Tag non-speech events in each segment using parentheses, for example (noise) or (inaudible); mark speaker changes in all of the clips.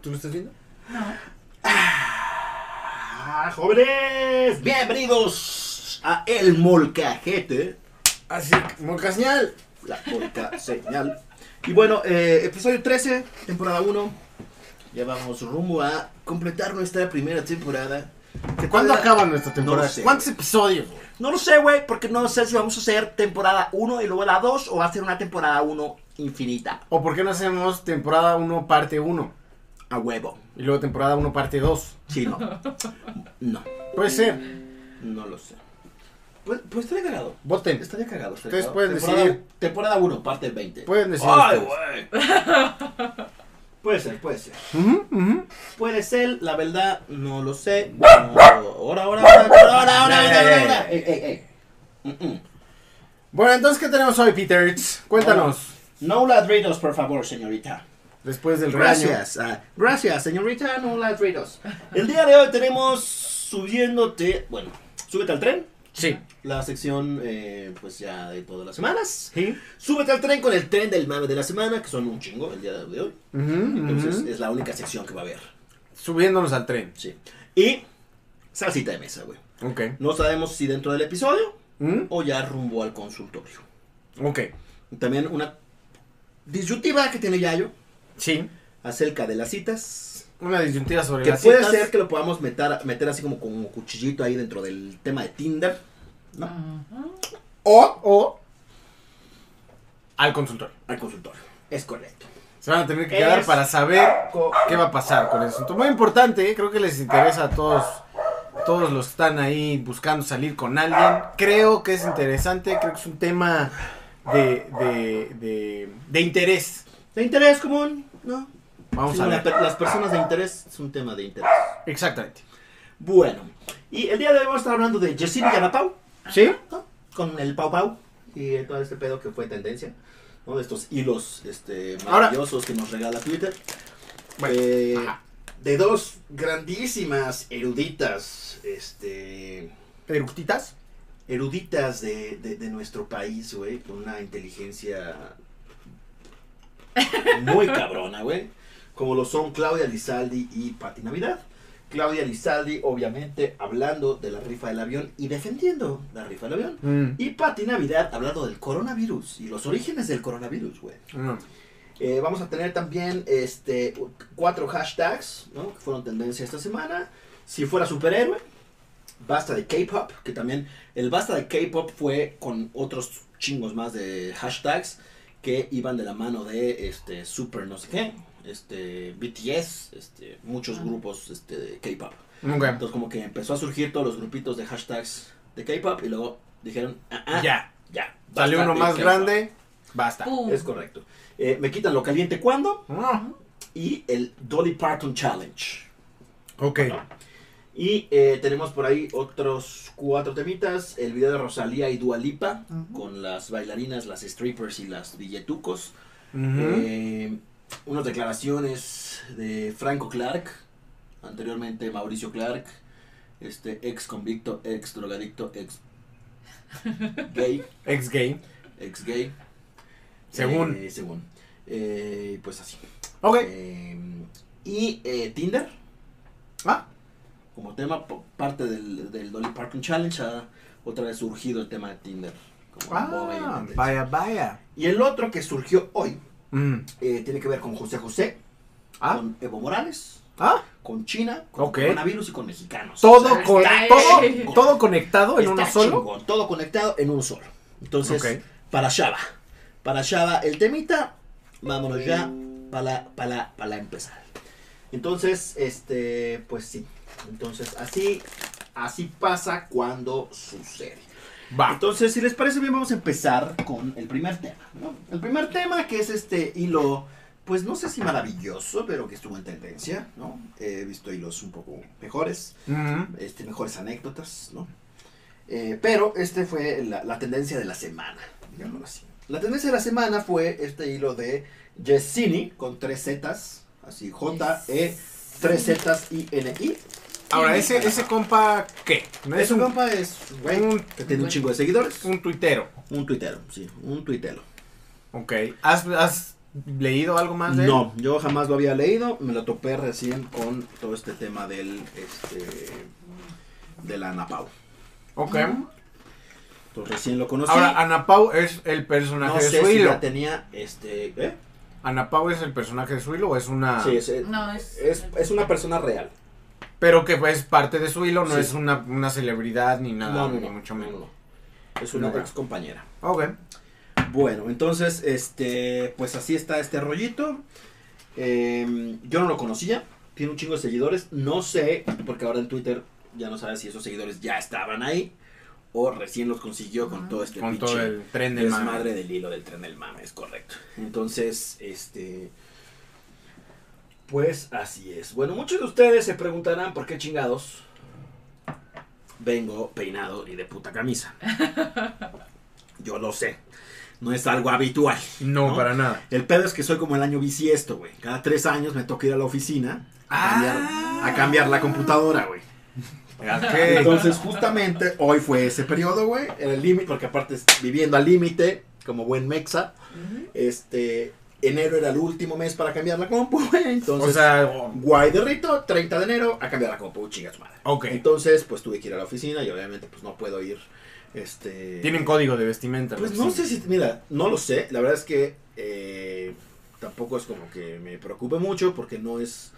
Speaker 1: ¿Tú lo estás viendo?
Speaker 2: Ah, jóvenes, bienvenidos a El Molcajete,
Speaker 1: Así, Molcaseñal.
Speaker 2: la molca señal. Y bueno, eh, episodio 13, temporada 1. Ya vamos rumbo a completar nuestra primera temporada. ¿Que
Speaker 1: ¿Cuándo
Speaker 2: todavía-
Speaker 1: acaba nuestra temporada?
Speaker 2: No lo sé.
Speaker 1: ¿Cuántos episodios, güey?
Speaker 2: No lo sé, güey, porque no sé si vamos a hacer temporada 1 y luego la 2 o va a ser una temporada 1 infinita.
Speaker 1: ¿O por qué no hacemos temporada 1 parte 1?
Speaker 2: A huevo.
Speaker 1: Y luego temporada 1 parte 2.
Speaker 2: Sí, no. No,
Speaker 1: Puede ser.
Speaker 2: no lo sé. Pues, pues estaría cagado.
Speaker 1: Voten.
Speaker 2: Estaría cagado. estaría
Speaker 1: Ustedes
Speaker 2: cagado.
Speaker 1: pueden
Speaker 2: temporada,
Speaker 1: decidir.
Speaker 2: Temporada 1, parte 20.
Speaker 1: Pueden decidir
Speaker 2: Ay,
Speaker 1: ustedes.
Speaker 2: güey. Puede ser, puede ser.
Speaker 1: Ujú, ujú.
Speaker 2: Puede ser, la verdad, no lo sé. No, ahora, ahora, ahora, ahora, ahora, ahora,
Speaker 1: Ya, ya, ya,
Speaker 2: ahora,
Speaker 1: ya.
Speaker 2: ahora. Ey, ey, ey. Mm-mm.
Speaker 1: Bueno, entonces, ¿qué tenemos hoy, Peter? Cuéntanos.
Speaker 2: No ladridos, por favor, señorita.
Speaker 1: Después del regaño.
Speaker 2: Gracias, ah, gracias, señorita, no ladridos. El día de hoy tenemos subiéndote, bueno, súbete al tren,
Speaker 1: Sí.
Speaker 2: la sección, eh, pues ya de todas las semanas.
Speaker 1: Sí.
Speaker 2: Súbete al tren con el tren del mame de la semana, que son un chingo el día de hoy.
Speaker 1: Ujú,
Speaker 2: Entonces
Speaker 1: ujú.
Speaker 2: es la única sección que va a haber,
Speaker 1: Subiéndonos al tren.
Speaker 2: sí. Y salsita de mesa, güey.
Speaker 1: Ok.
Speaker 2: No sabemos si dentro del episodio
Speaker 1: Mm,
Speaker 2: o ya rumbo al consultorio.
Speaker 1: Ok.
Speaker 2: También una disyuntiva que tiene Yayo
Speaker 1: Sí.
Speaker 2: acerca de las citas.
Speaker 1: Una disyuntiva sobre
Speaker 2: Que
Speaker 1: las
Speaker 2: puede
Speaker 1: citas.
Speaker 2: ser que lo podamos meter, meter así como con un cuchillito ahí dentro del tema de Tinder.
Speaker 1: O, o al consultorio.
Speaker 2: Al consultorio. Es correcto.
Speaker 1: Se van a tener que quedar
Speaker 2: Es-
Speaker 1: para saber co- qué va a pasar con el asunto. Muy importante, ¿eh? creo que les interesa a todos, todos los que están ahí buscando salir con alguien. Creo que es interesante, creo que es un tema de, de, de, de interés.
Speaker 2: ¿De interés común? No.
Speaker 1: Vamos
Speaker 2: Sí,
Speaker 1: a
Speaker 2: la
Speaker 1: ver.
Speaker 2: per- las personas de interés es un tema de interés.
Speaker 1: Exactamente.
Speaker 2: Bueno. Y el día de hoy vamos a estar hablando de Yesini Yanapau.
Speaker 1: ¿Sí?
Speaker 2: ¿no? Con el Pau Pau. Y eh, todo este pedo que fue tendencia. ¿no? De estos hilos este,
Speaker 1: Ahora-
Speaker 2: maravillosos que nos regala Twitter.
Speaker 1: Bueno,
Speaker 2: Eh,
Speaker 1: ajá.
Speaker 2: de dos grandísimas eruditas, este,
Speaker 1: ¿Eructitas?
Speaker 2: eruditas de, de- de nuestro país, güey, con una inteligencia
Speaker 1: (laughs)
Speaker 2: muy cabrona, güey, como lo son Claudia Lizaldi y Pati Navidad. Claudia Lizaldi, obviamente, hablando de la rifa del avión y defendiendo la rifa del avión.
Speaker 1: Mm,
Speaker 2: Y Pati Navidad hablando del coronavirus y los orígenes del coronavirus, güey.
Speaker 1: no.
Speaker 2: Eh, vamos a tener también este u- cuatro hashtags, ¿no? Que fueron tendencia esta semana. Si fuera superhéroe, basta de K-pop, que también el basta de K-pop fue con otros chingos más de hashtags que iban de la mano de este super no sé qué, este BTS, este muchos grupos este de K-pop.
Speaker 1: Ok.
Speaker 2: Entonces como que empezó a surgir todos los grupitos de hashtags de K-pop y luego dijeron, ah, ah,
Speaker 1: Ya.
Speaker 2: ya. basta
Speaker 1: Salió uno
Speaker 2: de
Speaker 1: más
Speaker 2: K-pop".
Speaker 1: grande. Basta.
Speaker 3: Pum.
Speaker 2: Es correcto. Eh, me quitan lo caliente cuando
Speaker 1: No.
Speaker 2: y el Dolly Parton Challenge.
Speaker 1: Ok.
Speaker 2: Y eh, tenemos por ahí otros cuatro temitas. El video de Rosalía y Dualipa con las bailarinas, las strippers y las billetucos.
Speaker 1: Ujú.
Speaker 2: Eh, unas declaraciones de Franco Clark, anteriormente Mauricio Clark, este ex convicto, ex drogadicto, ex gay,
Speaker 1: Ex gay.
Speaker 2: ex gay.
Speaker 1: Según.
Speaker 2: Eh, según. Eh, pues así.
Speaker 1: Ok.
Speaker 2: Eh, y eh, Tinder.
Speaker 1: Ah.
Speaker 2: como tema po- parte del, del Dolly Parton Challenge ha otra vez surgido el tema de Tinder. como boga y la
Speaker 1: Ah,
Speaker 2: tendencia.
Speaker 1: vaya, vaya.
Speaker 2: Y el otro que surgió hoy
Speaker 1: Mm.
Speaker 2: eh, tiene que ver con José José,
Speaker 1: Ah,
Speaker 2: con Evo Morales,
Speaker 1: Ah,
Speaker 4: con China, con
Speaker 1: Ok.
Speaker 4: coronavirus y con mexicanos. O
Speaker 1: todo,
Speaker 4: sea,
Speaker 1: con,
Speaker 4: está-
Speaker 1: todo, todo conectado en
Speaker 4: está
Speaker 1: uno solo.
Speaker 4: chingón, todo conectado en uno solo. Entonces,
Speaker 1: Ok.
Speaker 4: para Shaba. Para Shaba el temita, vámonos ya para, para, para empezar. Entonces, este, pues sí. Entonces, así, así pasa cuando sucede.
Speaker 1: Va.
Speaker 4: Entonces, si les parece bien, vamos a empezar con el primer tema. ¿no? El primer tema que es este hilo, pues no sé si maravilloso, pero que estuvo en tendencia, ¿no? He visto hilos un poco mejores,
Speaker 1: Ujú.
Speaker 4: este, mejores anécdotas, ¿no? Eh, pero este fue la, la tendencia de la semana, digámoslo así. La tendencia de la semana fue este hilo de Jessini con tres Zetas, así J, E, tres Zetas, I, N, I.
Speaker 1: Ahora, ese, ese compa, ¿qué? No es
Speaker 4: Ese
Speaker 1: un,
Speaker 4: compa es, güey,
Speaker 1: un,
Speaker 4: que tiene un chingo de seguidores.
Speaker 1: un tuitero.
Speaker 4: Un tuitero, sí, un tuitero.
Speaker 1: Ok. ¿Has, has leído algo más de él?
Speaker 4: No, yo jamás lo había leído, me lo topé recién con todo este tema del este de la Anapau.
Speaker 1: Ok.
Speaker 4: Entonces recién lo conocí.
Speaker 1: Ahora, Ana Pau es el personaje
Speaker 4: no
Speaker 1: de
Speaker 4: sé
Speaker 1: su
Speaker 4: si
Speaker 1: hilo.
Speaker 4: ya tenía este, ¿eh?
Speaker 1: Ana Pau es el personaje de su hilo o es una.
Speaker 4: Sí, es, es-
Speaker 5: No, es.
Speaker 4: Ah, es- es una persona real.
Speaker 1: Pero que es parte de su hilo, no
Speaker 4: Sí.
Speaker 1: es una, una celebridad ni nada, ni mucho menos.
Speaker 4: no, Ah, no. Es una
Speaker 1: No.
Speaker 4: ex compañera.
Speaker 1: Ok.
Speaker 4: Bueno, entonces, este, pues así está este rollito. Eh, yo no lo conocía, tiene un chingo de seguidores. No sé, porque ahora en Twitter ya no sabes si esos seguidores ya estaban ahí o recién los consiguió con
Speaker 5: Ajá.
Speaker 4: todo este
Speaker 1: Con todo
Speaker 4: pinche
Speaker 1: el tren del mame.
Speaker 4: desmadre del hilo del tren del mame, es correcto. Entonces, este, pues así es. Bueno, muchos de ustedes se preguntarán por qué chingados vengo peinado y de puta (laughs) camisa. Yo lo sé. No es algo habitual.
Speaker 1: No,
Speaker 4: ¿No? (laughs)
Speaker 1: para nada.
Speaker 4: El pedo es que soy como el año bisiesto, güey. Cada tres años me toca ir a la oficina a cambiar,
Speaker 1: Ah.
Speaker 4: a cambiar la computadora, güey.
Speaker 1: Ok.
Speaker 4: Ah, Entonces, justamente hoy fue ese periodo, güey. Era el límite, porque aparte es viviendo al límite, como buen mexa. Este, enero era el último mes para cambiar la compu, güey. Entonces,
Speaker 1: o sea,
Speaker 4: guay de rito, 30 de enero a cambiar la compu, chinga su madre.
Speaker 1: ok.
Speaker 4: Entonces, pues tuve que ir a la oficina y obviamente, pues no puedo ir. Este.
Speaker 1: Tienen código de vestimenta.
Speaker 4: Pues
Speaker 1: los
Speaker 4: no
Speaker 1: Sims.
Speaker 4: sé si, mira, no lo sé. La verdad es que eh, tampoco es como que me preocupe mucho porque no es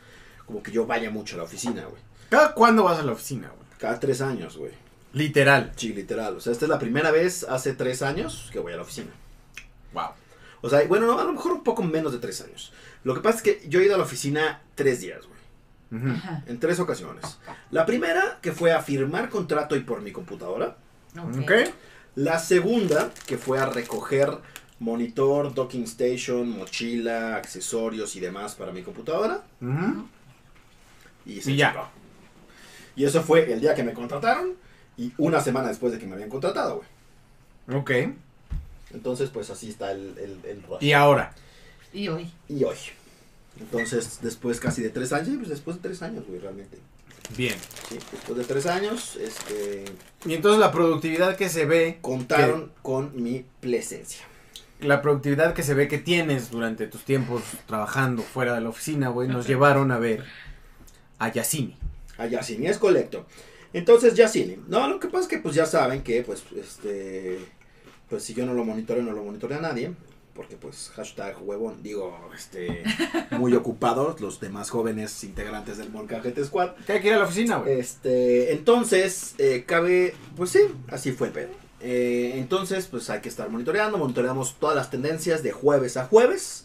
Speaker 4: como que yo vaya mucho a la oficina, güey.
Speaker 1: ¿Cada cuándo vas a la oficina, güey?
Speaker 4: Cada tres años, güey.
Speaker 1: Literal.
Speaker 4: Sí, literal. O sea, esta es la primera vez hace tres años que voy a la oficina.
Speaker 1: Wow.
Speaker 4: O sea, bueno, no, a lo mejor un poco menos de tres años. Lo que pasa es que yo he ido a la oficina tres días, güey.
Speaker 1: Ujú.
Speaker 5: Ajá,
Speaker 4: En tres ocasiones. La primera, que fue a firmar contrato y por mi computadora.
Speaker 5: ok.
Speaker 1: Ok.
Speaker 4: La segunda, que fue a recoger monitor, docking station, mochila, accesorios y demás para mi computadora.
Speaker 1: Ujú.
Speaker 4: Y, se
Speaker 1: Y ya.
Speaker 4: chingó. Y eso fue el día que me contrataron y una semana después de que me habían contratado, güey.
Speaker 1: Ok.
Speaker 4: Entonces, pues así está el, el, el rush.
Speaker 1: Y ahora.
Speaker 5: Y hoy.
Speaker 4: Y hoy. Entonces, después casi de tres años, pues después de tres años, güey, realmente.
Speaker 1: Bien.
Speaker 4: Sí, después de tres años, este,
Speaker 1: Y entonces la productividad que se ve,
Speaker 4: contaron con mi presencia.
Speaker 1: la productividad que se ve que tienes durante tus tiempos trabajando fuera de la oficina, güey, nos llevaron a ver a Yasini.
Speaker 4: A Yacine, es colecto. Entonces, Yacine, no, lo que pasa es que pues ya saben que, pues, este, pues si yo no lo monitoreo, no lo monitorea nadie. Porque pues hashtag huevón, digo, este, muy ocupados los demás jóvenes integrantes del Molcajete Squad.
Speaker 1: ¿Qué hay que ir a la oficina, güey?
Speaker 4: Este, entonces, eh, cabe, pues sí, así fue el pedo. Eh, entonces, pues hay que estar monitoreando, monitoreamos todas las tendencias de jueves a jueves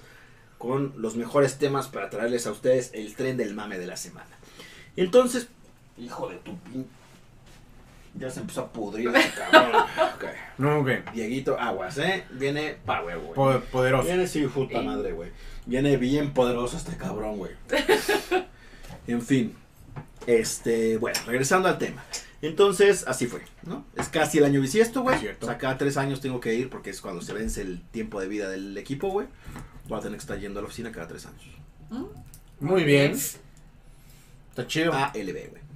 Speaker 4: con los mejores temas para traerles a ustedes el tren del mame de la semana. Entonces, hijo de tu pin... Ya se empezó a pudrir este cabrón. Ok.
Speaker 1: No, güey.
Speaker 4: Dieguito, aguas, ¿eh? Viene power, güey.
Speaker 1: Po- Poderoso.
Speaker 4: Viene sí, puta
Speaker 5: Ey.
Speaker 4: madre, güey. Viene bien poderoso este cabrón, güey. en fin. Este, bueno, regresando al tema. Entonces, así fue, ¿no? Es casi el año bisiesto, güey.
Speaker 1: Es cierto.
Speaker 4: O sea, cada tres años tengo que ir porque es cuando se vence el tiempo de vida del equipo, güey. Voy a tener que estar yendo a la oficina cada tres años.
Speaker 1: Muy bien. Está chido.
Speaker 4: ALB, güey.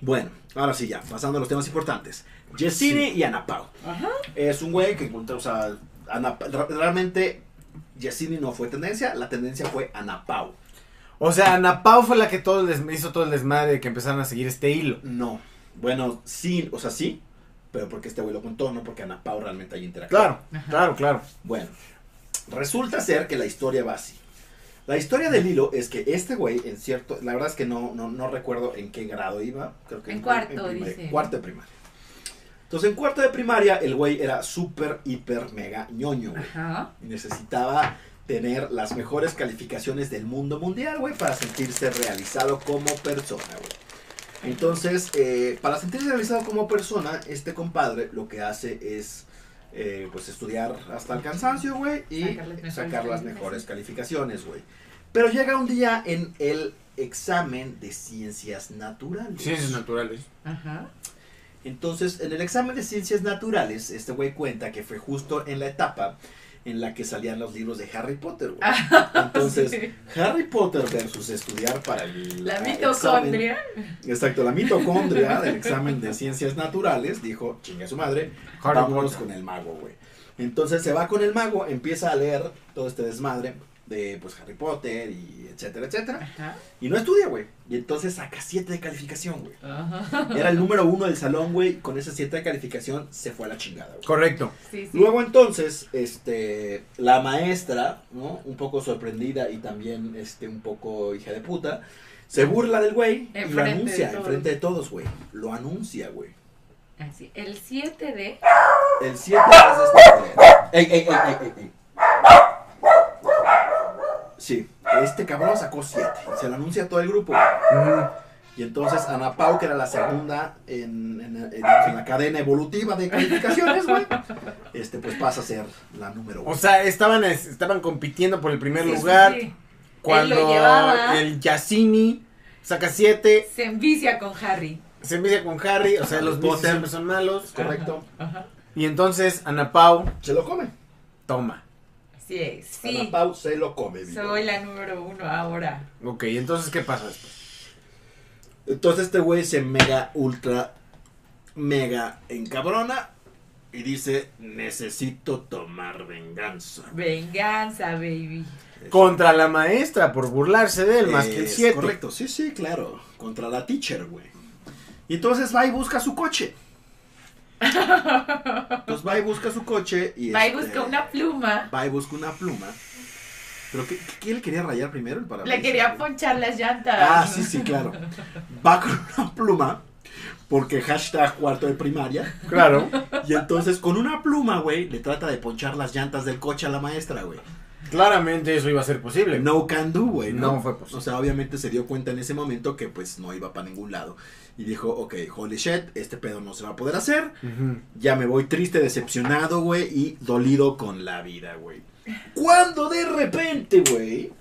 Speaker 4: Bueno, ahora sí ya, pasando a los temas importantes. Yesini y Ana Pau.
Speaker 5: Ajá.
Speaker 4: Es un güey que encontró, o sea, Ana, ra- realmente Yesini no fue tendencia, la tendencia fue Ana Pau.
Speaker 1: O sea, Ana Pau fue la que todo el des- hizo todo el desmadre de que empezaron a seguir este hilo.
Speaker 4: No. Bueno, sí, o sea, sí, pero porque este güey lo contó, no porque Ana Pau realmente haya interactuado.
Speaker 1: Claro, claro, claro.
Speaker 4: Bueno, resulta ser que la historia va así. La historia del hilo es que este güey, en cierto, la verdad es que no, no, no recuerdo en qué grado iba. Creo que
Speaker 5: En cuarto,
Speaker 4: primaria,
Speaker 5: dice.
Speaker 4: Cuarto de primaria. Entonces, en cuarto de primaria, el güey era súper, hiper, mega ñoño, güey.
Speaker 5: Ajá.
Speaker 4: Necesitaba tener las mejores calificaciones del mundo mundial, güey, para sentirse realizado como persona, güey. Entonces, eh, para sentirse realizado como persona, este compadre lo que hace es, eh, pues, estudiar hasta el cansancio, güey, y
Speaker 5: Sacar las mejores
Speaker 4: sacar las
Speaker 5: calificaciones.
Speaker 4: mejores calificaciones, güey. Pero llega un día en el examen de ciencias naturales.
Speaker 1: Ciencias naturales.
Speaker 5: Ajá.
Speaker 4: Entonces, en el examen de ciencias naturales, este güey cuenta que fue justo en la etapa en la que salían los libros de Harry Potter,
Speaker 5: (laughs)
Speaker 4: güey. Entonces,
Speaker 5: Ah, Sí.
Speaker 4: Harry Potter versus estudiar para el
Speaker 5: La
Speaker 4: examen-
Speaker 5: mitocondria.
Speaker 4: exacto, la mitocondria del examen de ciencias naturales, dijo, chinga su madre, vámonos con el mago, güey. Entonces se va con el mago, empieza a leer todo este desmadre de pues Harry Potter y etcétera, etcétera.
Speaker 5: Ajá.
Speaker 2: (laughs)
Speaker 4: Y no estudia, güey. Y entonces saca 7 de calificación, güey.
Speaker 5: Ajá.
Speaker 4: Era el número uno del salón, güey. Con esa 7 de calificación se fue a la chingada, güey.
Speaker 1: Correcto.
Speaker 5: Sí, sí.
Speaker 4: Luego entonces, este, la maestra, ¿no? Un poco sorprendida y también, este, un poco hija de puta, se burla del güey y lo
Speaker 5: Enfrente de
Speaker 4: anuncia
Speaker 5: todos.
Speaker 4: enfrente de todos, güey. Lo anuncia, güey.
Speaker 5: Así. El 7 de.
Speaker 4: El 7 es este. Ey, ey, ey, ey, ey, ey. Sí, este cabrón sacó 7 y se lo anuncia a todo el grupo. güey. Y entonces Ana Pau, que era la segunda en, en- en- en la cadena evolutiva de calificaciones, güey, este, pues pasa a ser la número uno.
Speaker 1: O sea, estaban, estaban compitiendo por el primer
Speaker 5: Sí, sí,
Speaker 1: lugar.
Speaker 5: sí. Él lo
Speaker 1: Cuando
Speaker 5: llevaba.
Speaker 1: el Yacini saca 7,
Speaker 5: Se envicia con Harry.
Speaker 1: se empieza con Harry,
Speaker 4: (laughs)
Speaker 1: o sea,
Speaker 4: Ajá,
Speaker 1: los
Speaker 4: los
Speaker 1: Potter siempre
Speaker 4: Potter.
Speaker 1: son malos.
Speaker 4: Correcto.
Speaker 5: Ajá.
Speaker 1: Y entonces Ana Pau
Speaker 4: Se lo come.
Speaker 1: toma.
Speaker 5: Así es. Sí.
Speaker 4: Ana Pau se lo come. digo.
Speaker 5: Soy la número uno ahora.
Speaker 1: Ok, entonces, ¿qué pasa después?
Speaker 4: Entonces este güey se mega, ultra, mega encabrona y dice, necesito tomar venganza.
Speaker 5: Venganza, baby.
Speaker 1: Contra la maestra por burlarse de él, más que el
Speaker 4: Es
Speaker 1: 7.
Speaker 4: Correcto, sí, sí, claro. Contra la teacher, güey. Y entonces va y busca su coche. Entonces va y busca su coche y...
Speaker 5: Va y
Speaker 4: este,
Speaker 5: busca una pluma.
Speaker 4: Va y busca una pluma. ¿Pero qué, qué le quería rayar primero el parabrisas?
Speaker 5: Le quería
Speaker 4: güey?
Speaker 5: ponchar las llantas.
Speaker 4: Ah, sí, sí, claro. Va con una pluma, porque hashtag cuarto de primaria.
Speaker 1: Claro,
Speaker 4: Y entonces con una pluma, güey, le trata de ponchar las llantas del coche a la maestra, güey.
Speaker 1: claramente eso iba a ser posible.
Speaker 4: No can do, güey.
Speaker 1: No fue posible.
Speaker 4: O sea, obviamente se dio cuenta en ese momento que pues no iba para ningún lado. Y dijo, ok, holy shit, este pedo no se va a poder hacer.
Speaker 1: Ujú.
Speaker 4: Ya me voy triste, decepcionado, güey, y dolido con la vida, güey. Cuando de repente, güey,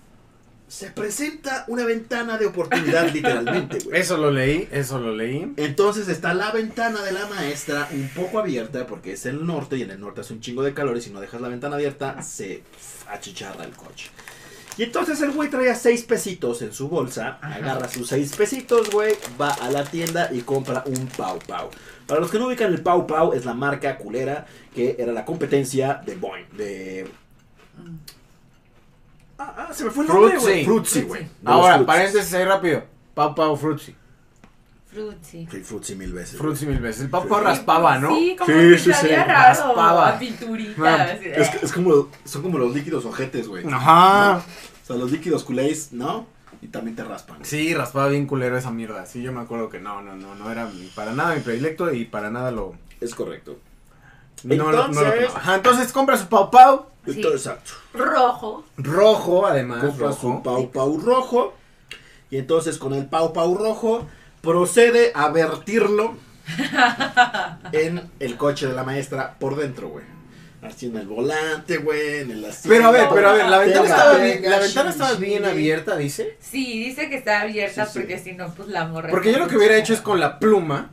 Speaker 4: se presenta una ventana de oportunidad, literalmente, güey.
Speaker 1: Eso lo leí, eso lo leí.
Speaker 4: Entonces está la ventana de la maestra un poco abierta porque es el norte y en el norte hace un chingo de calor y si no dejas la ventana abierta se achicharra el coche. Y entonces el güey traía seis pesitos en su bolsa,
Speaker 5: Ajá.
Speaker 4: agarra sus seis pesitos, güey, va a la tienda y compra un Pau Pau. Para los que no ubican el Pau Pau es la marca culera que era la competencia de Boeing, de... Ah, ah, se me fue el nombre, güey.
Speaker 1: Fruitsy.
Speaker 4: Fruitsy, güey. De los
Speaker 1: Ahora,
Speaker 4: Fruitsys.
Speaker 1: paréntesis ahí rápido. Pau Pau Fruitsy.
Speaker 5: Fruitsy.
Speaker 4: Sí, Fruitsy mil veces.
Speaker 1: Fruitsy mil veces. El Pau Pau raspaba, ¿no?
Speaker 5: Sí, como
Speaker 4: Sí,
Speaker 5: que
Speaker 4: sí,
Speaker 5: se
Speaker 4: sí,
Speaker 5: había raro.
Speaker 1: raspaba.
Speaker 5: a Pinturita.
Speaker 1: No,
Speaker 5: así de-
Speaker 4: Es, que- es como, son como los líquidos ojetes, güey.
Speaker 1: Ajá.
Speaker 4: O sea, los líquidos culés, ¿no? Y también te raspan.
Speaker 1: Sí, raspaba bien culero esa mierda. Sí, yo me acuerdo que no, no, no, no era mi- para nada mi predilecto y para nada lo.
Speaker 4: Es correcto.
Speaker 1: No, lo- no lo
Speaker 4: Entonces-
Speaker 1: tomaba. Ajá, entonces compra su Pau Pau.
Speaker 5: Sí.
Speaker 4: Entonces, exacto.
Speaker 5: Rojo.
Speaker 1: Rojo, además.
Speaker 4: Compras un
Speaker 1: Ah, rojo.
Speaker 4: pau pau rojo. Y entonces con el pau pau rojo procede a vertirlo
Speaker 1: (laughs)
Speaker 4: en el coche de la maestra por dentro, güey. Así en el volante, güey, en el asiento.
Speaker 1: Pero a ver, pero a ver, la ventana
Speaker 4: Tenga,
Speaker 1: estaba
Speaker 4: tenga,
Speaker 1: bien, la
Speaker 4: sí,
Speaker 1: ventana estaba
Speaker 4: sí.
Speaker 1: bien abierta, dice.
Speaker 5: Sí, dice que está abierta
Speaker 4: Sí, sí.
Speaker 5: porque si no, pues la morra.
Speaker 1: Porque yo lo que hubiera hecho es con la pluma.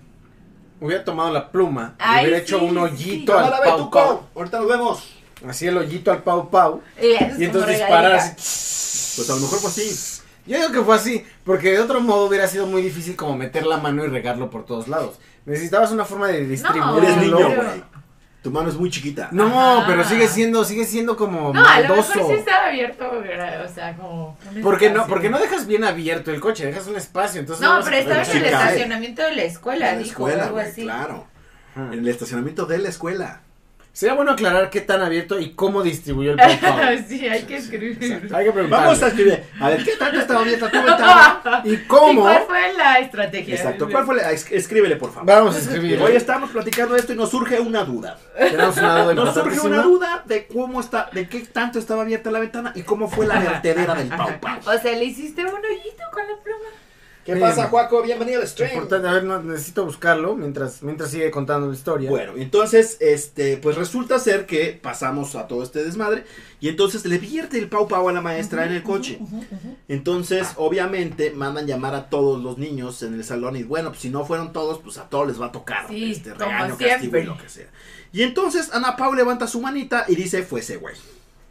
Speaker 1: Hubiera tomado la pluma. y
Speaker 5: Ay,
Speaker 1: hubiera
Speaker 5: sí,
Speaker 1: hecho un
Speaker 5: sí.
Speaker 1: hoyito al
Speaker 4: Cámara, ve
Speaker 1: pau
Speaker 4: tu
Speaker 1: pau.
Speaker 4: pau. Ahorita nos vemos.
Speaker 1: Así el hoyito al pau pau.
Speaker 5: Eh,
Speaker 1: Y entonces disparar así.
Speaker 4: Pues a lo mejor fue así.
Speaker 1: Yo digo que fue así, porque de otro modo hubiera sido muy difícil como meter la mano y regarlo por todos lados. Necesitabas una forma de distribuirlo.
Speaker 4: Eres niño,
Speaker 5: pero-
Speaker 4: güey. Tu mano es muy chiquita.
Speaker 1: Ah, No,
Speaker 5: Ajá.
Speaker 1: pero sigue siendo, sigue siendo como
Speaker 5: No, a lo
Speaker 1: maldoso.
Speaker 5: mejor sí estaba abierto, o sea, como. un
Speaker 1: Porque no,
Speaker 5: espacio.
Speaker 1: porque no dejas bien abierto el coche, dejas un espacio, entonces
Speaker 5: No,
Speaker 1: vas a
Speaker 5: pero estaba
Speaker 1: poder
Speaker 5: en el
Speaker 4: Sí,
Speaker 1: checar.
Speaker 4: cabe.
Speaker 5: estacionamiento de la escuela,
Speaker 4: En la
Speaker 5: dijo, o
Speaker 4: escuela,
Speaker 5: algo
Speaker 4: güey,
Speaker 5: así.
Speaker 4: Claro.
Speaker 1: Ajá.
Speaker 4: En el estacionamiento de la escuela.
Speaker 1: Ah. Sería bueno aclarar qué tan abierto y cómo distribuyó
Speaker 5: (laughs)
Speaker 1: el popcorn.
Speaker 5: (laughs) sí, hay que escribir.
Speaker 1: Hay que preguntar.
Speaker 2: Vamos a escribir. A ver, ¿qué tanto estaba abierta tu
Speaker 1: (laughs)
Speaker 2: ventana?
Speaker 1: ¿Y
Speaker 5: ¿Y
Speaker 1: cómo?
Speaker 5: cuál fue la estrategia?
Speaker 2: Exacto. ¿Cuál fue la- es- Escríbele, por favor.
Speaker 1: Vamos a escribir.
Speaker 2: Hoy estamos platicando esto y nos surge una duda.
Speaker 1: Tenemos una duda
Speaker 2: Nos surge una
Speaker 1: importantísima.
Speaker 2: duda de cómo está, de qué tanto estaba abierta la ventana y cómo fue la vertedera del Pau Pau.
Speaker 5: O sea, le hiciste un hoyito con la pluma.
Speaker 2: ¿Qué pasa, Juaco? Bienvenido al stream.
Speaker 1: Importante, a ver, no, necesito buscarlo mientras, mientras sigue contando la historia.
Speaker 2: Bueno, entonces, este, pues resulta ser que pasamos a todo este desmadre y entonces le vierte el Pau Pau a la maestra en el coche. Entonces, obviamente, mandan llamar a todos los niños en el salón y bueno, pues si no fueron todos, pues a todos les va a tocar
Speaker 5: Sí,
Speaker 2: este
Speaker 5: como
Speaker 2: regaño, castigo y
Speaker 5: siempre.
Speaker 2: lo que sea. Y entonces Ana Pau levanta su manita y dice, fue ese güey.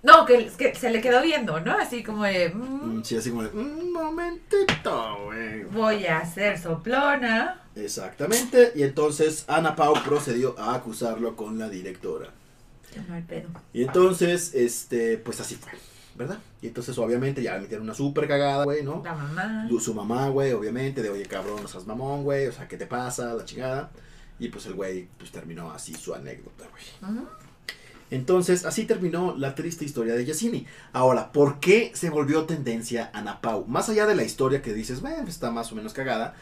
Speaker 5: No, que, que se le quedó viendo, ¿no? Así como de, mm,
Speaker 2: Mm, Sí, así como, de, un momentito, güey.
Speaker 5: voy a hacer soplona.
Speaker 2: Exactamente, y entonces Ana Pau procedió a acusarlo con la directora.
Speaker 5: Qué mal pedo.
Speaker 2: Y entonces, este, pues así fue, ¿verdad? Y entonces, obviamente, ya le metieron una super cagada, güey, ¿no?
Speaker 5: La mamá.
Speaker 2: Su- Su mamá, güey, obviamente, de oye, cabrón, no seas mamón, güey, o sea, ¿qué te pasa? La chingada. Y pues el güey, pues terminó así su anécdota, güey.
Speaker 5: Ujú.
Speaker 2: Entonces, así terminó la triste historia de Yasini. Ahora, ¿por qué se volvió tendencia Ana Pau? Más allá de la historia que dices, bueno, está más o menos cagada.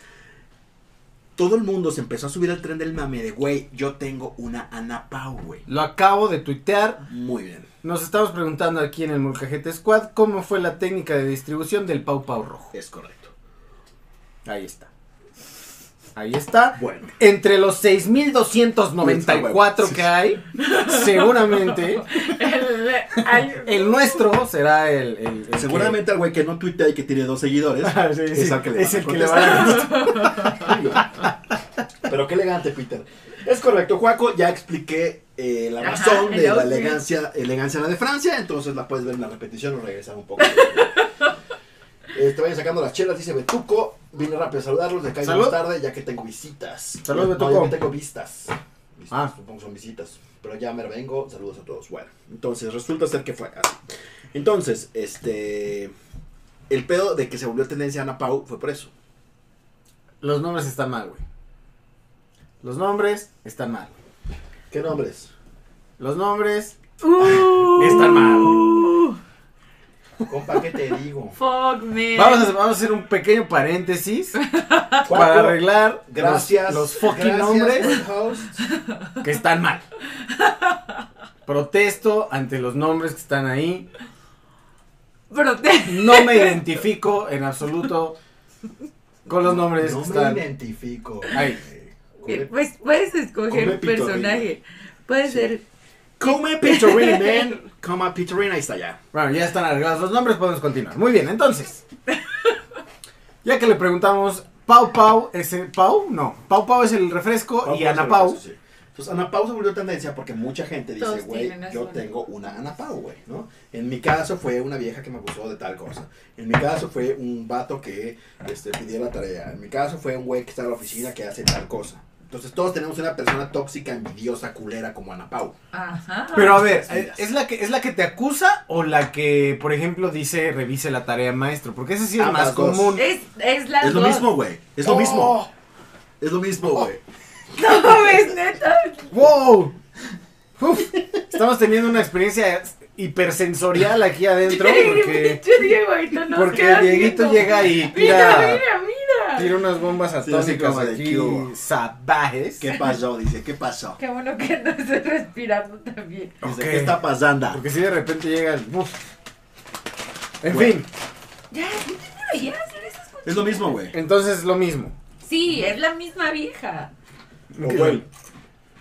Speaker 2: Todo el mundo se empezó a subir al tren del mame de, güey, yo tengo una Ana Pau, güey.
Speaker 1: Lo acabo de tuitear.
Speaker 2: Muy bien.
Speaker 1: Nos estamos preguntando aquí en el Molcajete Squad cómo fue la técnica de distribución del Pau Pau Rojo.
Speaker 2: Es correcto.
Speaker 1: Ahí está. Ahí está.
Speaker 2: Bueno.
Speaker 1: Entre los 6.294 que hay, seguramente
Speaker 5: (laughs) El- al-
Speaker 1: (laughs) el nuestro será el... el- el
Speaker 2: Seguramente al güey que no tuitea y que tiene dos seguidores
Speaker 1: (laughs) Ah, sí, sí.
Speaker 2: es al que le,
Speaker 1: Es
Speaker 2: van
Speaker 1: el que le van a
Speaker 2: contestar. Pero qué elegante, Peter. Es correcto, Juaco. Ya expliqué eh, la
Speaker 5: Ajá,
Speaker 2: razón de
Speaker 5: el
Speaker 2: la
Speaker 5: outfit.
Speaker 2: elegancia, elegancia la de Francia. Entonces la puedes ver en la repetición o regresar un
Speaker 5: (laughs)
Speaker 2: poco. Eh, te vayan sacando las chelas, dice Betuco. Vine rápido a saludarlos, de caigo
Speaker 1: Salud.
Speaker 2: más tarde ya que tengo visitas.
Speaker 1: Salud,
Speaker 2: No,
Speaker 1: Betuco.
Speaker 2: ya que tengo vistas. Vistas,
Speaker 1: Ah.
Speaker 2: Supongo que son visitas. Pero ya me vengo, saludos a todos. Bueno, entonces resulta ser que fue así. Entonces, este. El pedo de que se volvió tendencia Ana Pau fue por eso.
Speaker 1: Los nombres están mal, güey. Los nombres están mal.
Speaker 2: ¿Qué nombres?
Speaker 1: Los nombres
Speaker 5: Uh,
Speaker 1: están mal. güey.
Speaker 2: Compa, ¿qué te (laughs) digo?
Speaker 5: Fuck me.
Speaker 1: Vamos a, vamos a hacer un pequeño paréntesis para
Speaker 2: Juaco,
Speaker 1: arreglar los-
Speaker 2: Gracias.
Speaker 1: los, fucking
Speaker 2: gracias,
Speaker 1: nombres
Speaker 2: buen host.
Speaker 1: que están mal. Protesto ante los nombres que están ahí.
Speaker 5: Prote-
Speaker 1: No me identifico en absoluto con los nombres
Speaker 2: No
Speaker 1: que
Speaker 2: me
Speaker 1: están
Speaker 2: identifico.
Speaker 1: Ay.
Speaker 2: Come,
Speaker 5: (laughs) Pues puedes escoger
Speaker 2: Come
Speaker 5: un
Speaker 2: pitorrina.
Speaker 5: personaje. Puede
Speaker 2: Sí.
Speaker 5: ser.
Speaker 2: come Peterina, man. Come Peterina, ahí está ya.
Speaker 1: Bueno, ya están arreglados los nombres, podemos continuar. Muy bien, entonces. Ya que le preguntamos, Pau Pau es el Pau? No, Pau Pau es el refresco y Ana Pau.
Speaker 2: Oh, Sí. Entonces Ana Pau se volvió tendencia porque mucha gente dice,
Speaker 5: Todos
Speaker 2: güey,
Speaker 5: tienen a
Speaker 2: yo
Speaker 5: su-
Speaker 2: tengo una Ana Pau, güey, ¿no? En mi caso fue una vieja que me acusó de tal cosa. En mi caso fue un vato que este, pidió la tarea. En mi caso fue un güey que está en la oficina que hace tal cosa. Entonces todos tenemos una persona tóxica, envidiosa, culera como Ana Pau.
Speaker 5: Ajá.
Speaker 1: Pero a ver, eh,
Speaker 2: Sí, ya sé.
Speaker 1: ¿es la que es la que te acusa o la que, por ejemplo, dice revise la tarea maestro? Porque ese sí es
Speaker 2: Ambas
Speaker 1: más
Speaker 2: dos.
Speaker 1: común. Oh,
Speaker 5: Es, es la
Speaker 2: Es lo
Speaker 5: dos.
Speaker 2: mismo, güey. Es lo mismo. Es lo mismo, güey.
Speaker 5: (laughs) No, es neta.
Speaker 1: ¡Wow! Uf, estamos teniendo una experiencia hipersensorial aquí
Speaker 5: (laughs)
Speaker 1: adentro porque,
Speaker 5: Pinche Diego, ahorita nos
Speaker 1: porque
Speaker 5: queda
Speaker 1: Dieguito
Speaker 5: viendo.
Speaker 1: llega y
Speaker 5: Mira,
Speaker 1: tira,
Speaker 5: mira, mira.
Speaker 1: tira unas bombas
Speaker 2: Sí, así
Speaker 1: atómicas
Speaker 2: como de
Speaker 1: aquí
Speaker 2: Cuba.
Speaker 1: salvajes.
Speaker 2: (laughs) ¿Qué pasó? Dice, ¿qué pasó?
Speaker 5: Qué bueno que no estoy respirando también.
Speaker 2: Dice,
Speaker 1: Ok.
Speaker 2: ¿qué está pasando?
Speaker 1: Porque si de repente llega el... uf. En
Speaker 2: Bueno.
Speaker 1: fin,
Speaker 5: Ya, ¿sí te debería hacer esas cosas?
Speaker 2: Es lo mismo, güey.
Speaker 1: entonces es lo mismo.
Speaker 5: Sí, es la misma vieja.
Speaker 2: O güey.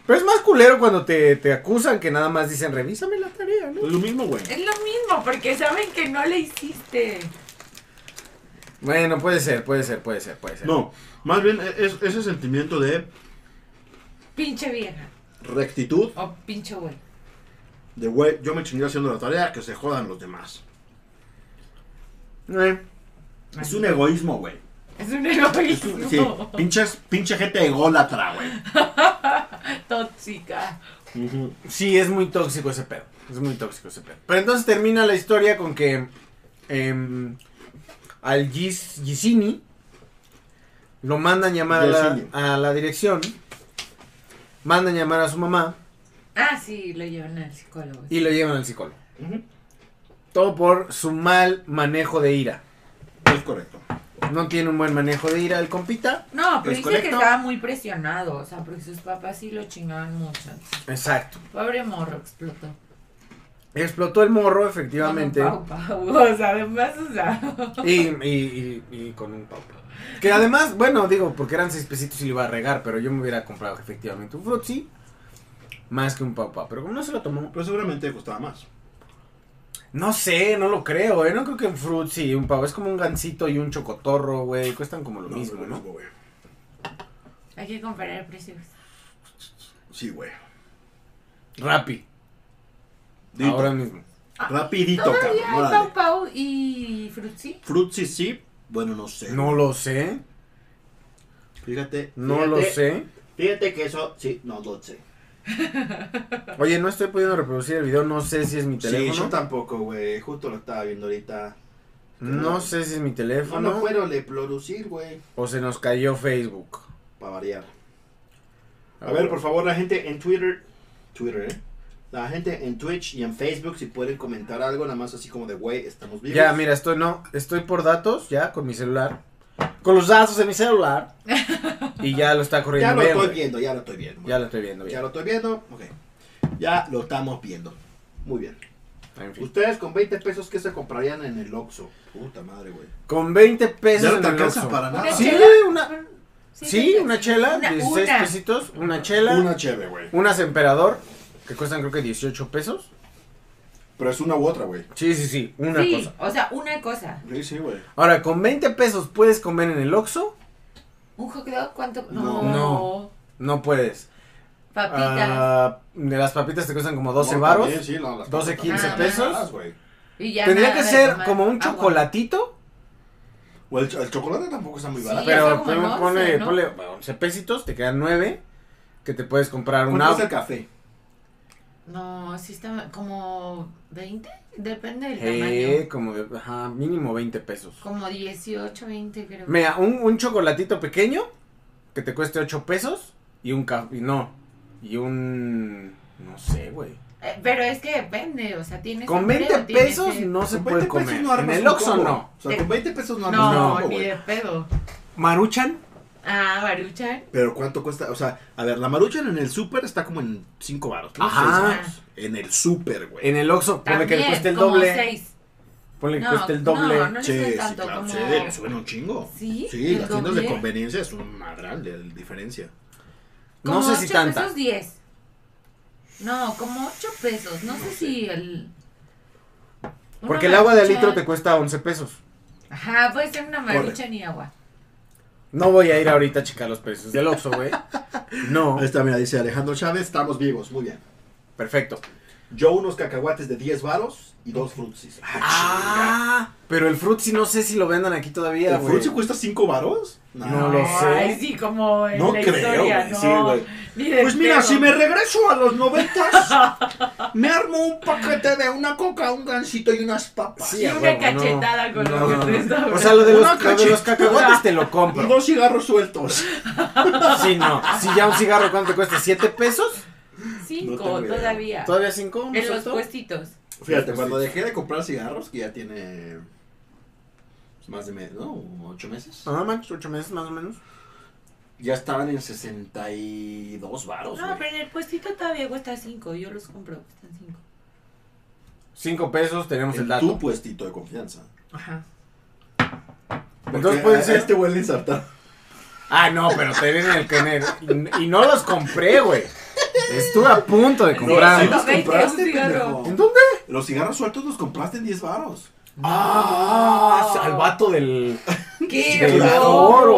Speaker 1: Pero es más culero cuando te, te acusan que nada más dicen, revísame la tarea, ¿no?
Speaker 2: Es lo mismo, güey.
Speaker 5: Es lo mismo, porque saben que no la hiciste.
Speaker 1: Bueno, puede ser, puede ser, puede ser, puede ser.
Speaker 2: No, más bien e-, es, ese sentimiento de
Speaker 5: Pinche vieja.
Speaker 2: rectitud,
Speaker 5: O pinche güey.
Speaker 2: de güey, yo me chingué haciendo la tarea, que se jodan los demás.
Speaker 1: Eh,
Speaker 2: Es un egoísmo, güey.
Speaker 5: Es un
Speaker 2: Es un-
Speaker 5: egoísmo.
Speaker 2: sí, pinches, pinche gente ególatra, güey.
Speaker 5: Tóxica.
Speaker 1: sí, es muy tóxico ese pedo. Es muy tóxico ese pedo. Pero entonces termina la historia con que em, al Gis, Gisini lo mandan llamar a la,
Speaker 2: Gisini.
Speaker 1: a la dirección, mandan llamar a su mamá
Speaker 5: Ah, sí, lo llevan al psicólogo.
Speaker 1: y lo llevan al psicólogo.
Speaker 2: Ujú.
Speaker 1: Todo por su mal manejo de ira.
Speaker 2: Es correcto.
Speaker 1: No tiene un buen manejo de ira el compita.
Speaker 5: No, pero
Speaker 1: ¿Es
Speaker 5: dice que
Speaker 1: correcto?
Speaker 5: estaba muy presionado, o sea, porque sus papás sí lo chingaban mucho.
Speaker 1: Exacto.
Speaker 5: Pobre morro, explotó.
Speaker 1: Explotó el morro, efectivamente.
Speaker 5: Con un Pau, pau, (laughs) o sea, además, o sea.
Speaker 1: Y, y- y- y con un pau. Que además, bueno, digo, porque eran seis pesitos y lo iba a regar, pero yo me hubiera comprado efectivamente un frutzi más que un pau pau. Pero como no se lo tomó,
Speaker 2: Pero seguramente costaba más.
Speaker 1: no sé, no lo creo, ¿eh? No creo que un frutzi y un pau. Es como un gansito y un chocotorro, güey. Cuestan como lo
Speaker 2: No,
Speaker 1: mismo,
Speaker 2: lo
Speaker 1: ¿no?
Speaker 2: mismo, güey.
Speaker 5: Hay que comparar precios.
Speaker 2: Sí, güey.
Speaker 1: Rapi,
Speaker 2: Dito.
Speaker 1: ahora mismo.
Speaker 2: Rapidito,
Speaker 5: Todavía
Speaker 2: cabrón.
Speaker 5: hay Pau
Speaker 2: órale.
Speaker 5: Pau y Frutzi.
Speaker 2: Frutzi sí. Bueno, no sé.
Speaker 1: No lo sé,
Speaker 2: Fíjate.
Speaker 1: no
Speaker 2: fíjate,
Speaker 1: lo sé.
Speaker 2: Fíjate que eso sí, no lo sé.
Speaker 1: Oye, no estoy pudiendo reproducir el video, no sé si es mi
Speaker 2: Sí, yo
Speaker 1: teléfono.
Speaker 2: tampoco, güey. Justo lo estaba viendo ahorita.
Speaker 1: no sé si es mi
Speaker 2: No
Speaker 1: teléfono
Speaker 2: lo puedo reproducir, güey.
Speaker 1: o se nos cayó Facebook.
Speaker 2: Para variar. A ver, por favor, la gente en Twitter. Twitter, eh. La gente en Twitch y en Facebook, si pueden comentar algo, nada más así como de, güey, estamos vivos.
Speaker 1: Ya, mira, estoy no, estoy por datos ya con mi celular. Con los datos de mi
Speaker 5: (laughs)
Speaker 1: celular. y ya lo está corriendo.
Speaker 2: Ya lo
Speaker 1: bien,
Speaker 2: estoy
Speaker 1: güey.
Speaker 2: viendo, ya lo estoy viendo.
Speaker 1: Ya lo estoy viendo.
Speaker 2: Ya
Speaker 1: bien.
Speaker 2: lo estoy viendo, ok. Ya lo estamos viendo. Muy bien.
Speaker 1: En fin.
Speaker 2: Ustedes con 20 pesos, ¿qué se comprarían en el Oxxo? Puta madre, güey.
Speaker 1: Con 20 pesos
Speaker 2: Ya no
Speaker 1: en
Speaker 2: te
Speaker 1: el
Speaker 2: alcanza
Speaker 1: Oxxo.
Speaker 2: para nada.
Speaker 5: ¿Una
Speaker 1: Sí,
Speaker 5: chela?
Speaker 1: una
Speaker 5: Sí,
Speaker 1: Sí,
Speaker 5: sí.
Speaker 1: una chela,
Speaker 5: Una,
Speaker 1: 16
Speaker 5: una.
Speaker 1: pesitos, una chela,
Speaker 2: Una chévere, güey.
Speaker 1: unas emperador que cuestan creo que 18 pesos.
Speaker 2: Pero es una u otra, güey.
Speaker 1: Sí, sí, sí, una
Speaker 5: Sí,
Speaker 1: cosa.
Speaker 5: o sea, una cosa.
Speaker 2: Sí, sí, güey.
Speaker 1: Ahora, con 20 pesos puedes comer en el Oxxo?
Speaker 5: ¿Un hot dog cuánto?
Speaker 2: No.
Speaker 5: No.
Speaker 1: No. No puedes.
Speaker 5: Papitas.
Speaker 1: Ah, de las papitas te cuestan como 12
Speaker 2: No,
Speaker 1: varos.
Speaker 2: también, sí, no, las
Speaker 1: 12,
Speaker 2: papas
Speaker 1: 15
Speaker 2: también.
Speaker 1: pesos.
Speaker 2: Ah, güey.
Speaker 5: y ya
Speaker 1: Tendría
Speaker 5: nada
Speaker 1: que
Speaker 5: de
Speaker 1: ser
Speaker 5: tomar
Speaker 1: como un
Speaker 5: agua.
Speaker 1: chocolatito,
Speaker 2: O el, cho- el chocolate tampoco está muy
Speaker 5: Sí.
Speaker 2: barato.
Speaker 5: está
Speaker 1: pero
Speaker 5: como en
Speaker 1: pone, ponle,
Speaker 5: 11, ¿no?
Speaker 1: ponle, bueno, 11 pesitos, te quedan 9, que te puedes comprar un
Speaker 2: ¿Cuánto es el
Speaker 1: agua.
Speaker 2: café?
Speaker 5: No, sí está como 20, depende del
Speaker 1: Eh,
Speaker 5: tamaño.
Speaker 1: como de- ajá, mínimo 20 pesos.
Speaker 5: Como 18, 20 creo.
Speaker 1: Mira, un, un chocolatito pequeño que te cueste 8 pesos y un café, no, y un, no sé, güey.
Speaker 5: Eh, pero es que depende, o sea, tienes
Speaker 1: Con
Speaker 5: hambre
Speaker 1: 20
Speaker 5: o tienes
Speaker 1: pesos
Speaker 5: sed.
Speaker 1: no se
Speaker 2: Con
Speaker 1: puede
Speaker 2: 20 pesos
Speaker 1: comer.
Speaker 2: no
Speaker 1: en
Speaker 2: armas
Speaker 1: el
Speaker 2: un
Speaker 1: Oxxo
Speaker 2: combo.
Speaker 1: no.
Speaker 2: O sea, con 20 pesos no armas un
Speaker 5: No,
Speaker 2: combo,
Speaker 5: ni
Speaker 2: güey.
Speaker 5: de pedo.
Speaker 1: Maruchan,
Speaker 5: Ah, Baruchan.
Speaker 2: Pero ¿cuánto cuesta? O sea, a ver, la maruchan en el súper está como en 5 baros. ¿no?
Speaker 1: Ajá.
Speaker 2: Seis varos. En el súper, güey.
Speaker 1: en el Oxxo, ponle que le
Speaker 5: También,
Speaker 1: cueste el
Speaker 5: como
Speaker 1: doble.
Speaker 5: seis.
Speaker 1: Ponle que
Speaker 5: No,
Speaker 1: cueste el doble.
Speaker 5: no, no les cuesta tanto como...
Speaker 2: sí, le suena un chingo.
Speaker 5: ¿Sí?
Speaker 2: Sí,
Speaker 5: ¿El
Speaker 2: las tiendas de
Speaker 5: doble?
Speaker 2: conveniencia es un madral de diferencia.
Speaker 1: No
Speaker 5: como
Speaker 1: sé si
Speaker 5: ocho
Speaker 1: tanta.
Speaker 5: pesos 10. No, como 8 pesos. No, sé, si el. una
Speaker 1: Porque el agua de
Speaker 5: maruchan-
Speaker 1: litro te cuesta 11 pesos.
Speaker 5: Ajá, puede ser una marucha
Speaker 2: Corre.
Speaker 5: ni agua.
Speaker 1: No voy a ir ahorita a checar los precios del Oxxo, güey. No.
Speaker 2: Ahí está, mira, dice Alejandro Chávez, estamos vivos, muy bien.
Speaker 1: Perfecto.
Speaker 2: Yo unos cacahuates de 10 varos y dos frutsis.
Speaker 1: Ah, Pero el Frutzi no sé si lo vendan aquí todavía,
Speaker 2: ¿El
Speaker 1: güey.
Speaker 2: frutsi cuesta 5 varos?
Speaker 1: No lo sé.
Speaker 5: Ay, sí, como en
Speaker 2: No
Speaker 5: la
Speaker 2: creo,
Speaker 5: historia,
Speaker 2: güey,
Speaker 5: no.
Speaker 2: sí, güey.
Speaker 5: Ni de
Speaker 2: Pues mira,
Speaker 5: pedo.
Speaker 2: si me regreso a los
Speaker 5: (laughs)
Speaker 2: noventas, me armo un paquete de una coca, un gansito y unas papas.
Speaker 1: Sí,
Speaker 5: Y
Speaker 1: a
Speaker 5: una
Speaker 1: huevo,
Speaker 5: cachetada con lo que te está-
Speaker 1: O sea, lo de,
Speaker 2: Una
Speaker 1: los, lo de los
Speaker 2: cachetada.
Speaker 1: cacahuates te lo
Speaker 2: Y
Speaker 1: compro.
Speaker 2: dos cigarros sueltos.
Speaker 1: Sí, no. Si ya un cigarro, ¿cuánto te cuesta? ¿7 pesos?
Speaker 2: No
Speaker 5: Cinco
Speaker 2: tengo idea.
Speaker 5: todavía.
Speaker 1: ¿Todavía 5?
Speaker 5: En los puestitos.
Speaker 2: Fíjate, cuando dejé de comprar cigarros, que ya tiene pues, más de mes, ¿no? Ocho meses.
Speaker 1: Ah, Max, 8 meses más o menos.
Speaker 2: Ya estaban en 62 varos,
Speaker 5: No,
Speaker 2: güey.
Speaker 5: Ah, pero en el puestito todavía cuesta cinco. Yo los compro, cuestan cinco.
Speaker 1: 5 pesos, tenemos el
Speaker 2: En tu
Speaker 1: dato.
Speaker 2: puestito de confianza.
Speaker 5: Ajá.
Speaker 1: Entonces puede
Speaker 2: a-
Speaker 1: ser-
Speaker 2: Este huele ensartado.
Speaker 1: Ah, no, pero te vienen el tener. Y, y no los compré, güey. Estuve a punto de
Speaker 2: sí
Speaker 1: comprarlos.
Speaker 2: los
Speaker 5: veinte,
Speaker 2: compraste,
Speaker 5: un cigarro.
Speaker 2: pendejo.
Speaker 1: ¿En dónde?
Speaker 2: Los cigarros sueltos los compraste en 10 varos.
Speaker 1: Ah, al vato del.
Speaker 5: ¡Qué
Speaker 1: Del
Speaker 5: oro!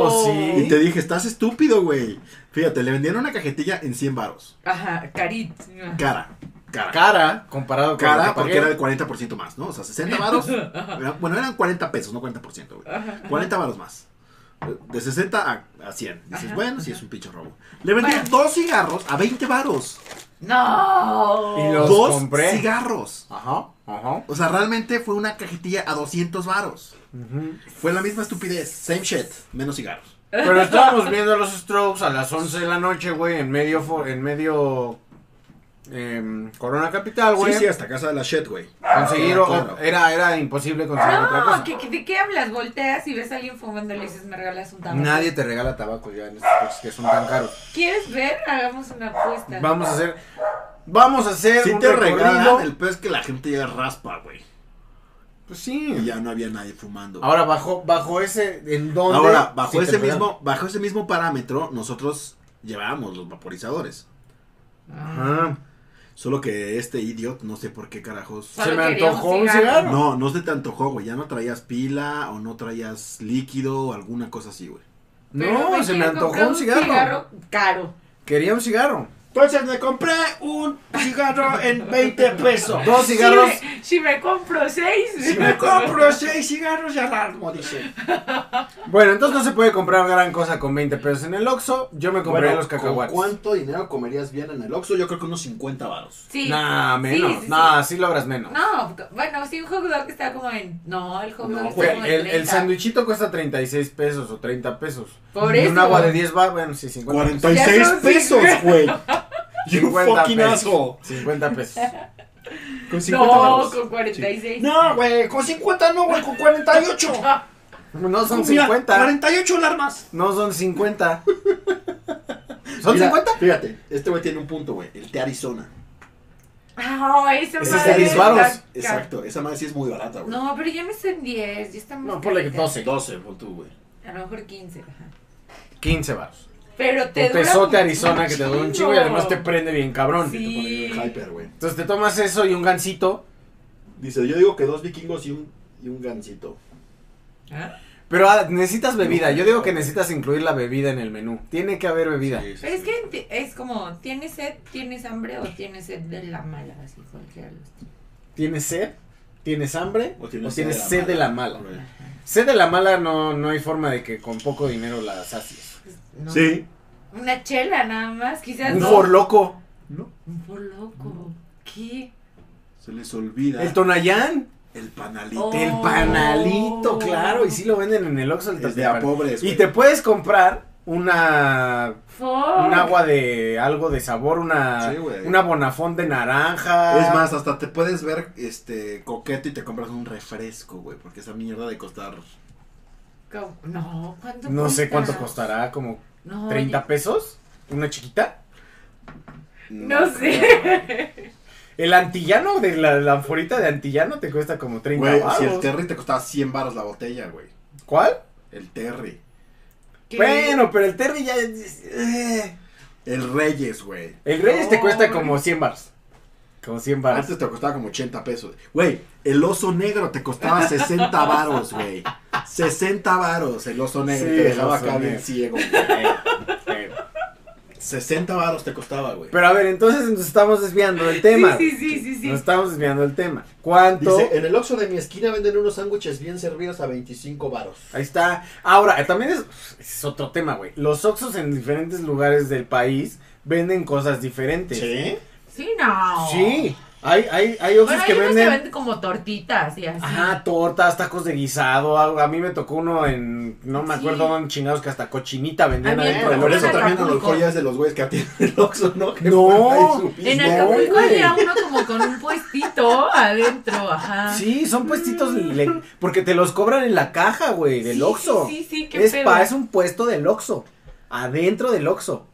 Speaker 1: oro, sí.
Speaker 2: Y te dije, estás estúpido, güey. Fíjate, le vendieron una cajetilla en 100 varos.
Speaker 5: Ajá, carit.
Speaker 2: Cara. Cara.
Speaker 1: cara comparado con lo
Speaker 2: Cara,
Speaker 1: que
Speaker 2: porque
Speaker 1: pagué.
Speaker 2: era el 40% más, ¿no? O sea, 60
Speaker 1: (laughs)
Speaker 2: varos. Era- Bueno, eran 40 pesos, no 40%, güey. 40 varos más. De 60 a, a 100. Dices,
Speaker 5: Ajá,
Speaker 2: bueno, sí es un pinche robo. Le vendieron dos cigarros a 20 varos.
Speaker 5: ¡No!
Speaker 1: Y los
Speaker 2: Dos
Speaker 1: compré.
Speaker 2: cigarros.
Speaker 1: Ajá, ajá.
Speaker 2: O sea, realmente fue una cajetilla a 200 varos.
Speaker 1: ujú.
Speaker 2: Fue la misma estupidez. Same shit. Menos cigarros.
Speaker 1: Pero estábamos viendo los Strokes a las 11 de la noche, güey, en medio for- en medio em, Corona Capital, güey.
Speaker 2: Sí, sí, hasta casa de Ah, la shit, güey.
Speaker 1: Conseguir o-
Speaker 2: Claro.
Speaker 1: era, era imposible conseguir otra
Speaker 5: No,
Speaker 1: cosa.
Speaker 5: ¿qué- qué- ¿de qué hablas? Volteas y ves a alguien fumando y le dices, me regalas un tabaco.
Speaker 1: Nadie te regala tabaco ya en estos coches que son tan caros.
Speaker 5: ¿Quieres ver? Hagamos una apuesta.
Speaker 1: Vamos a hacer. Vamos a hacer.
Speaker 2: Sí
Speaker 1: un
Speaker 2: te
Speaker 1: recorrido.
Speaker 2: regalan, el pez que la gente ya raspa, güey.
Speaker 1: Pues
Speaker 2: Y
Speaker 1: sí.
Speaker 2: ya no había nadie fumando. güey.
Speaker 1: Ahora, bajo, bajo ese. ¿En dónde?
Speaker 2: Ahora, bajo
Speaker 1: sí te
Speaker 2: ese
Speaker 1: regalan?
Speaker 2: mismo, bajo ese mismo parámetro, nosotros llevábamos los vaporizadores.
Speaker 5: Ah.
Speaker 1: Ajá.
Speaker 2: Solo que este idiot, no sé por qué carajos.
Speaker 5: Solo
Speaker 1: Se me
Speaker 5: quería
Speaker 1: antojó un cigarro.
Speaker 2: No, no se te antojó, güey. Ya no traías pila o no traías líquido o alguna cosa así, güey.
Speaker 5: Pero
Speaker 1: No,
Speaker 5: me
Speaker 1: se me
Speaker 5: quiero
Speaker 1: antojó
Speaker 5: comprar
Speaker 1: un cigarro.
Speaker 5: caro.
Speaker 1: Quería un cigarro.
Speaker 2: Entonces me compré un cigarro en 20 pesos.
Speaker 1: Dos cigarros.
Speaker 5: Si me, si me compro seis.
Speaker 2: seis cigarros ya alarmo, dice.
Speaker 1: Bueno, entonces no se puede comprar gran cosa con 20 pesos en el Oxxo. Yo me compré
Speaker 2: Bueno,
Speaker 1: los
Speaker 2: ¿con
Speaker 1: cacahuates.
Speaker 2: ¿Cuánto dinero comerías bien en el Oxxo? Yo creo que unos 50 varos.
Speaker 5: (laughs) Sí.
Speaker 1: Nah, menos.
Speaker 5: Sí, sí, sí.
Speaker 1: Nah, sí logras menos.
Speaker 5: No, bueno, sí, un hot dog está como en. No, el hot dog
Speaker 2: No,
Speaker 5: está
Speaker 1: Güey,
Speaker 5: como en.
Speaker 1: el, el
Speaker 5: 30.
Speaker 1: sandwichito cuesta 36 pesos o 30 pesos.
Speaker 5: Por
Speaker 1: Y
Speaker 5: eso.
Speaker 1: Un agua de 10 bar, bueno, sí, 50 pesos.
Speaker 5: Ya son cincuenta.
Speaker 2: güey. (laughs)
Speaker 1: 50 pesos. 50 pesos.
Speaker 2: Con
Speaker 5: No,
Speaker 2: varos.
Speaker 5: con 46.
Speaker 2: No, güey, con 50 no, güey, con 48.
Speaker 1: No son
Speaker 2: Mira,
Speaker 1: 50.
Speaker 2: 48 alarmas.
Speaker 1: No son
Speaker 2: (laughs)
Speaker 1: 50. ¿Son
Speaker 2: Mira,
Speaker 1: 50?
Speaker 2: Fíjate, este güey tiene un punto, güey. El té Arizona.
Speaker 5: Ah, esa
Speaker 1: Ese
Speaker 2: Ese
Speaker 1: es de
Speaker 5: madre
Speaker 2: sí es
Speaker 1: diez varos.
Speaker 5: está ca-
Speaker 2: Exacto, esa madre sí es muy barata, güey.
Speaker 5: No, pero ya no está en 10. Ya está más carita.
Speaker 2: 12, pon tú, güey.
Speaker 5: A lo mejor 15. ajá.
Speaker 1: 15 baros.
Speaker 5: Pero te.
Speaker 1: Un
Speaker 5: dura
Speaker 1: pesote
Speaker 5: un
Speaker 1: Arizona que te da un chingo y además te prende bien cabrón.
Speaker 5: Sí.
Speaker 2: Hyper, güey.
Speaker 1: Entonces te tomas eso y un gansito.
Speaker 2: Dice, yo digo que dos vikingos y un, y un gancito.
Speaker 5: ¿Ah?
Speaker 1: Pero ah, necesitas bebida. Yo digo que necesitas incluir la bebida en el menú. Tiene que haber bebida.
Speaker 2: Sí, sí,
Speaker 5: Pero es
Speaker 2: sí.
Speaker 5: que enti- es como: ¿tienes sed, tienes hambre o tienes sed de la mala? Así, cualquiera de los tres.
Speaker 1: ¿Tienes sed? ¿Tienes hambre? ¿O tienes,
Speaker 2: la
Speaker 1: sed de la mala?
Speaker 2: mala, güey.
Speaker 1: Sed de la mala no, no hay forma de que con poco dinero la sacies.
Speaker 5: pues, No.
Speaker 2: Sí.
Speaker 5: Una chela nada más, quizás.
Speaker 1: Un
Speaker 5: no.
Speaker 1: forloco.
Speaker 5: Un forloco. ¿Qué?
Speaker 2: Se les olvida
Speaker 1: El
Speaker 2: el,
Speaker 1: Tonayán.
Speaker 2: panalito.
Speaker 5: Oh.
Speaker 1: El panalito, claro. Y sí lo venden en el Oxxo. el
Speaker 2: Es de
Speaker 1: pan-
Speaker 2: a pobres,
Speaker 1: Y
Speaker 2: güey.
Speaker 1: te puedes comprar una...
Speaker 5: For.
Speaker 1: Un agua de algo de sabor, una,
Speaker 2: Sí, güey.
Speaker 1: una bonafón de naranja.
Speaker 2: Es más, hasta te puedes ver este coqueto y te compras un refresco, güey, porque esa mierda de costar
Speaker 5: Co- No, ¿cuánto
Speaker 1: no sé
Speaker 5: cuesta?
Speaker 1: cuánto costará, como
Speaker 5: No,
Speaker 1: 30 pesos. Una chiquita.
Speaker 5: (laughs) No sé.
Speaker 1: (laughs) El antillano de la, la anforita de antillano te cuesta como 30
Speaker 2: Güey, si el
Speaker 1: baros.
Speaker 2: Terry te costaba 100 baros la botella, güey.
Speaker 1: ¿Cuál?
Speaker 2: El Terry.
Speaker 5: ¿Qué?
Speaker 1: Bueno, pero el Terry ya. es- eh.
Speaker 2: El Reyes, güey.
Speaker 1: El Reyes te
Speaker 5: No,
Speaker 1: cuesta
Speaker 5: güey.
Speaker 1: como 100 bars. Como 100 bars.
Speaker 2: Antes te costaba como 80 pesos. Güey, el oso negro te costaba 60 varos, güey. 60 varos el oso negro.
Speaker 1: Sí,
Speaker 2: te
Speaker 1: el
Speaker 2: dejaba
Speaker 1: oso
Speaker 2: acá bien
Speaker 1: negro.
Speaker 2: ciego. güey.
Speaker 1: Eh, eh.
Speaker 2: 60 varos te costaba, güey.
Speaker 1: Pero a ver, entonces nos estamos desviando del tema.
Speaker 5: Sí, sí, sí, sí, sí.
Speaker 1: Nos estamos desviando del tema. ¿Cuánto?
Speaker 2: Dice, en el Oxxo de mi esquina venden unos sándwiches bien servidos a 25 varos.
Speaker 1: Ahí está. Ahora, eh, también es, es otro tema, güey. Los Oxxos en diferentes lugares del país venden cosas diferentes.
Speaker 2: ¿Sí?
Speaker 5: Sí, no.
Speaker 1: Sí. Hay, hay, hay Oxxos
Speaker 5: Bueno, hay
Speaker 1: que
Speaker 5: unos
Speaker 1: venden.
Speaker 5: que venden como tortitas y así.
Speaker 1: Ajá, tortas, tacos de guisado, algo. A mí me tocó uno en, no me
Speaker 5: Sí.
Speaker 1: acuerdo dónde chingados, que hasta cochinita vendían
Speaker 5: A mí me
Speaker 1: adentro
Speaker 2: Pero
Speaker 1: del
Speaker 2: por
Speaker 5: tocó
Speaker 1: Oxxo.
Speaker 2: eso
Speaker 5: en
Speaker 2: también a lo
Speaker 5: Acapulco.
Speaker 2: mejor ya es de los güeyes que atienden el Oxxo, ¿no? Que
Speaker 1: Pues No.
Speaker 2: ponen ahí su
Speaker 5: En
Speaker 2: mismo,
Speaker 5: Acapulco
Speaker 2: güey.
Speaker 5: había uno como con un puestito adentro, ajá.
Speaker 1: Sí, son puestitos le- porque te los cobran en la caja, güey, del
Speaker 5: Sí,
Speaker 1: Oxxo.
Speaker 5: Sí, sí, qué
Speaker 1: es
Speaker 5: pedo.
Speaker 1: pa, es un puesto del Oxxo, adentro del Oxxo.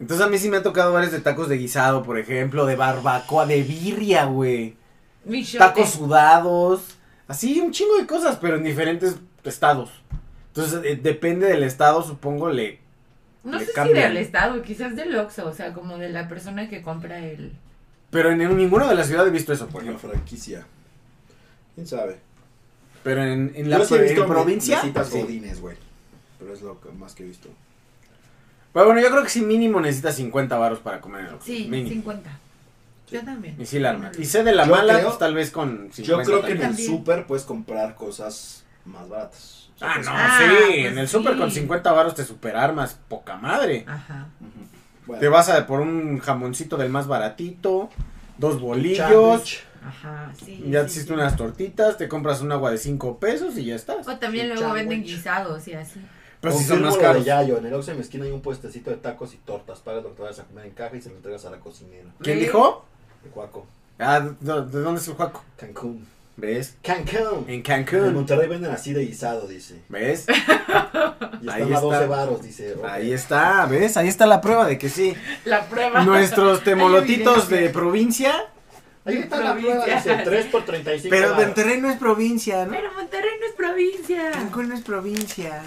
Speaker 1: Entonces a mí sí me ha tocado varios de tacos de guisado, por ejemplo, de barbacoa, de birria, güey.
Speaker 5: Michote.
Speaker 1: Tacos sudados, así un chingo de cosas, pero en diferentes estados. Entonces eh, depende del estado, supongo le
Speaker 5: No
Speaker 1: le
Speaker 5: sé si
Speaker 1: cambian.
Speaker 5: del estado, quizás del Oxxo, o sea, como de la persona que compra el...
Speaker 1: pero en ninguna de las ciudades he visto eso, por
Speaker 2: Bueno,
Speaker 1: ejemplo.
Speaker 2: franquicia. ¿Quién sabe?
Speaker 1: Pero en, en la
Speaker 2: Yo sí he
Speaker 1: pro-
Speaker 2: visto
Speaker 1: en provincia.
Speaker 2: mesitas
Speaker 1: sí.
Speaker 2: godines, güey. Pero es lo que- más que he visto.
Speaker 1: Pero bueno, yo creo que sí mínimo necesitas 50 varos para comer en el Oxxo.
Speaker 5: Sí,
Speaker 1: mínimo.
Speaker 5: 50. Yo también.
Speaker 1: Y sí la arma. Y sé de la
Speaker 2: Yo
Speaker 1: mala,
Speaker 2: creo-
Speaker 1: pues tal vez con 50.
Speaker 2: Yo creo que en el
Speaker 5: también.
Speaker 2: súper puedes comprar cosas más baratas. O sea,
Speaker 1: Ah,
Speaker 2: pues,
Speaker 1: no,
Speaker 5: Ah,
Speaker 1: sí.
Speaker 5: pues
Speaker 1: en el súper
Speaker 5: sí.
Speaker 1: con 50 varos te superarmas. Poca madre.
Speaker 5: Ajá.
Speaker 2: bueno,
Speaker 1: Te vas a por un jamoncito del más baratito, dos bolillos,
Speaker 2: sándwich,
Speaker 5: Ajá, sí.
Speaker 1: ya te
Speaker 5: sí,
Speaker 1: hiciste
Speaker 5: sí.
Speaker 1: unas tortitas, te compras un agua de 5 pesos y ya estás.
Speaker 5: O también
Speaker 2: Un
Speaker 5: luego venden
Speaker 2: sándwich.
Speaker 5: guisados y así.
Speaker 1: Pero sí son
Speaker 2: Confirmo
Speaker 1: más
Speaker 2: lo de
Speaker 1: caros.
Speaker 2: Yayo, en el Oxxo en mi esquina hay un puestecito de tacos y tortas. Pagas lo que te vayas a comer en caja y se lo entregas a la cocinera.
Speaker 1: ¿Quién dijo?
Speaker 2: De Cuaco.
Speaker 1: Ah, ¿de de dónde es el Juaco?
Speaker 2: Cancún.
Speaker 1: ¿Ves?
Speaker 2: Cancún.
Speaker 1: En
Speaker 2: En
Speaker 1: Cancún.
Speaker 2: Monterrey venden así de guisado, dice.
Speaker 1: ¿Ves?
Speaker 2: Y están
Speaker 1: Ahí
Speaker 2: a
Speaker 1: está.
Speaker 2: 12 varos, dice. ok.
Speaker 1: Ahí está, ¿ves? Ahí está la prueba de que sí.
Speaker 5: La prueba.
Speaker 1: (laughs) Nuestros temolotitos
Speaker 5: Hay
Speaker 1: de
Speaker 5: evidencia.
Speaker 1: provincia.
Speaker 2: Ahí está la prueba, dice. 3 por 35
Speaker 1: Pero
Speaker 2: varos.
Speaker 1: Monterrey no es provincia, ¿no?
Speaker 5: Pero Monterrey no es provincia.
Speaker 1: Cancún no es provincia.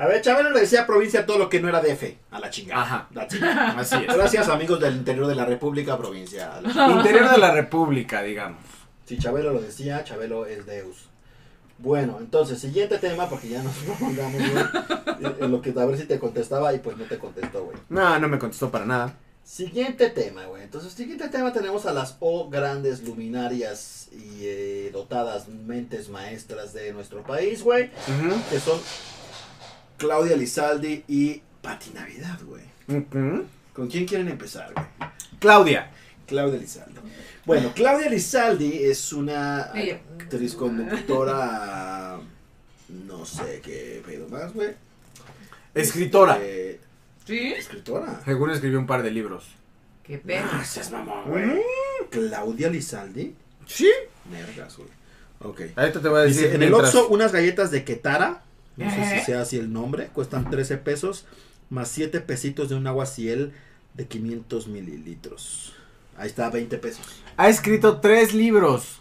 Speaker 2: A ver, Chabelo le decía provincia todo lo que no era DF. A la chingada.
Speaker 1: Ajá.
Speaker 2: That's
Speaker 1: (laughs)
Speaker 2: it.
Speaker 1: Así es.
Speaker 2: Gracias, amigos del interior de la República
Speaker 1: (laughs)
Speaker 2: Provincial.
Speaker 1: Interior de la República, digamos.
Speaker 2: Si Chabelo lo decía, Chabelo es Deus. Bueno, entonces, siguiente tema, porque ya nos (laughs) prolongamos, güey. Eh, En lo que a ver si te contestaba y pues no te contestó, güey.
Speaker 1: No, no me contestó para nada.
Speaker 2: Siguiente tema, güey. Entonces, siguiente tema tenemos a las O grandes luminarias y eh, dotadas mentes maestras de nuestro país, güey.
Speaker 1: Ujú,
Speaker 2: Que son Claudia Lizaldi y Pati Navidad, güey.
Speaker 1: ujú.
Speaker 2: ¿Con quién quieren empezar, güey?
Speaker 1: Claudia.
Speaker 2: Claudia Lizaldi. Bueno, Claudia Lizaldi es una
Speaker 5: Ella.
Speaker 2: actriz conductora. No sé qué pedo más, güey.
Speaker 1: Escritora.
Speaker 2: Eh,
Speaker 5: ¿Sí?
Speaker 2: escritora.
Speaker 1: Según escribió un par de libros.
Speaker 5: Qué pedo.
Speaker 2: No seas mamón, güey. Claudia Lizaldi.
Speaker 1: Sí.
Speaker 2: Mergas, güey. Ok.
Speaker 1: Ahorita te voy a decir.
Speaker 2: Dice, en el
Speaker 1: mientras-
Speaker 2: Oxxo, unas galletas de Ketara. No sé si
Speaker 5: Ajá.
Speaker 2: sea así el nombre. Cuestan 13 pesos. Más 7 pesitos de un agua ciel de 500 mililitros. Ahí está, 20 pesos.
Speaker 1: Ha escrito tres libros.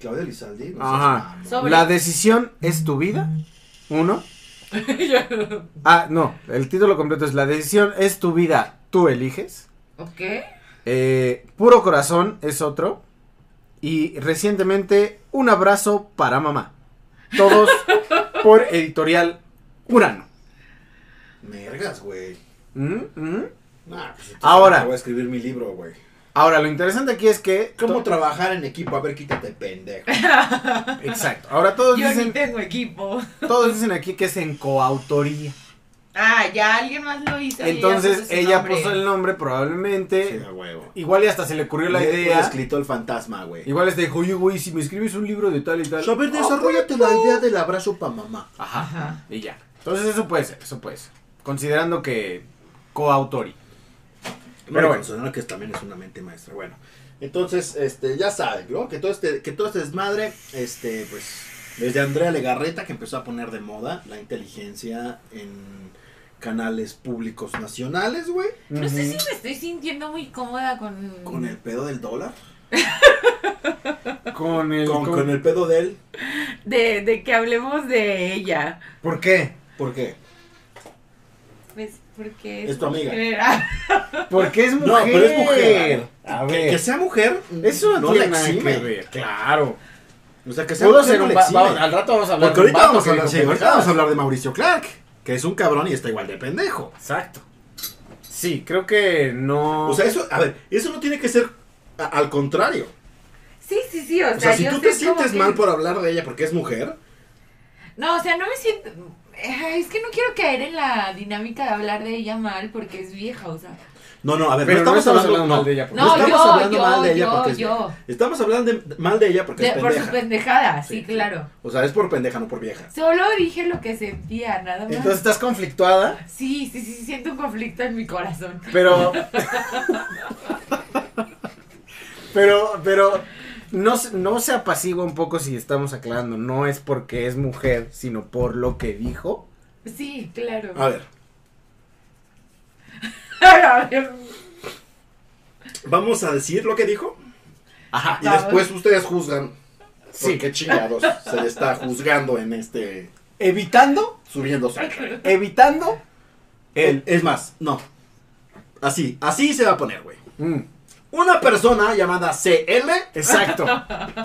Speaker 2: Claudia Lizaldi. No
Speaker 1: Ajá.
Speaker 2: Seas mamón.
Speaker 5: Sobre-
Speaker 1: La decisión es tu vida.
Speaker 5: (laughs)
Speaker 1: Uno.
Speaker 5: Yo-
Speaker 1: Ah, no. El título completo es La decisión es tu vida. Tú eliges.
Speaker 5: ok.
Speaker 1: Eh, Puro corazón es otro. Y recientemente un abrazo para mamá.
Speaker 5: (laughs)
Speaker 1: Todos por editorial Urano.
Speaker 2: Mergas, güey.
Speaker 1: Mm, mm.
Speaker 2: Nah, pues, entonces
Speaker 1: Ahora.
Speaker 2: Voy a escribir mi libro, güey.
Speaker 1: Ahora, lo interesante aquí es que.
Speaker 2: ¿Cómo trabajar en equipo? A ver, quítate,
Speaker 1: (laughs)
Speaker 2: pendejo.
Speaker 1: Exacto. Ahora todos
Speaker 5: Yo ni
Speaker 1: dicen,
Speaker 5: tengo equipo.
Speaker 1: todos dicen aquí que es en coautoría.
Speaker 5: Ah, ya alguien más lo hizo. y ella
Speaker 1: Entonces
Speaker 5: puso su
Speaker 1: ella
Speaker 5: nombre.
Speaker 1: puso el nombre
Speaker 2: Sí,
Speaker 1: probablemente.
Speaker 2: a huevo.
Speaker 1: Igual y hasta se le ocurrió la
Speaker 2: Y después
Speaker 1: idea.
Speaker 2: escrito el fantasma, güey.
Speaker 1: Igual hasta dijo, oye, güey, si me escribes un libro de tal y tal.
Speaker 2: A ver, desarrollate la idea del abrazo para mamá.
Speaker 1: Ajá.
Speaker 5: Ajá.
Speaker 1: Y ya. Entonces eso puede ser, eso puede ser. Considerando que coautoría.
Speaker 2: Pero
Speaker 1: Pero
Speaker 2: bueno,
Speaker 1: bueno.
Speaker 2: Sonora que también es una mente maestra. Bueno, entonces, este, ya saben, ¿no? Que todo este, que todo este desmadre, este, pues, desde Andrea Legarreta que empezó a poner de moda la inteligencia en canales públicos nacionales, güey,
Speaker 5: No sé si me estoy sintiendo muy cómoda con.
Speaker 1: Mm.
Speaker 2: con el pedo del dólar,
Speaker 1: Con el.
Speaker 2: con, con el pedo del,
Speaker 5: De, de que hablemos de ella.
Speaker 1: ¿Por qué?
Speaker 2: ¿por qué?
Speaker 5: Pues porque.
Speaker 2: Es tu amiga.
Speaker 5: mujer.
Speaker 1: Porque es mujer.
Speaker 2: No, pero es mujer.
Speaker 1: A
Speaker 2: Que-
Speaker 1: ver.
Speaker 2: Que, sea mujer,
Speaker 1: Eso Mm. no
Speaker 2: no le
Speaker 1: tiene nada que
Speaker 2: exime.
Speaker 1: ver. Claro.
Speaker 2: O sea, que sea
Speaker 1: Pudo
Speaker 2: mujer
Speaker 1: ser
Speaker 2: no
Speaker 1: un
Speaker 2: le
Speaker 1: va-
Speaker 2: exime.
Speaker 1: va- Al rato vamos a hablar de
Speaker 2: Porque
Speaker 1: un
Speaker 2: ahorita
Speaker 1: vato
Speaker 2: vamos, a
Speaker 1: que
Speaker 2: hablar,
Speaker 1: dijo
Speaker 2: sí, ahorita
Speaker 1: pendejadas.
Speaker 2: vamos a hablar de Mauricio Clark, que es un cabrón y está igual de pendejo.
Speaker 1: Exacto. Sí, creo que no.
Speaker 2: O sea, eso, a ver, eso no tiene que ser a- al contrario.
Speaker 5: (laughs) Sí, sí, sí. O sea,
Speaker 2: O sea, si
Speaker 5: yo
Speaker 2: tú
Speaker 5: sé
Speaker 2: te
Speaker 5: como
Speaker 2: sientes
Speaker 5: que-
Speaker 2: mal por hablar de ella porque es mujer,
Speaker 5: No, o sea, no me siento. Ay, Es que no quiero caer en la dinámica de hablar de ella mal porque es vieja, o sea.
Speaker 2: no, no, a ver,
Speaker 1: pero
Speaker 2: no estamos hablando,
Speaker 1: mal de ella.
Speaker 5: No,
Speaker 2: no estamos
Speaker 5: yo,
Speaker 2: hablando
Speaker 5: yo,
Speaker 2: mal de ella
Speaker 5: yo,
Speaker 2: porque es-
Speaker 5: yo.
Speaker 2: Estamos hablando de- mal de ella porque
Speaker 5: De-
Speaker 2: es
Speaker 5: por sus
Speaker 2: pendeja.
Speaker 5: pendejadas,
Speaker 2: Sí,
Speaker 5: sí,
Speaker 2: sí.
Speaker 5: claro.
Speaker 2: O sea, es por pendeja, no por vieja.
Speaker 5: Solo dije lo que sentía, nada más.
Speaker 1: Entonces estás conflictuada,
Speaker 5: Sí, sí, sí, siento un conflicto en mi corazón.
Speaker 1: pero. pero, pero. No, se- no se apacigua un poco si estamos aclarando. No es porque es mujer, sino por lo que dijo.
Speaker 5: Sí, claro.
Speaker 2: A ver,
Speaker 5: (laughs) A ver.
Speaker 2: vamos a decir lo que dijo
Speaker 1: Ajá.
Speaker 2: y
Speaker 5: Vamos.
Speaker 2: después ustedes juzgan.
Speaker 1: Sí.
Speaker 2: Sí. Porque (laughs) chingados se le está juzgando en este
Speaker 1: Evitando,
Speaker 2: subiendo sangre.
Speaker 1: evitando el.
Speaker 2: Es más, no. Así, así se va a poner, güey.
Speaker 1: Mm,
Speaker 2: Una persona llamada CL,
Speaker 1: exacto.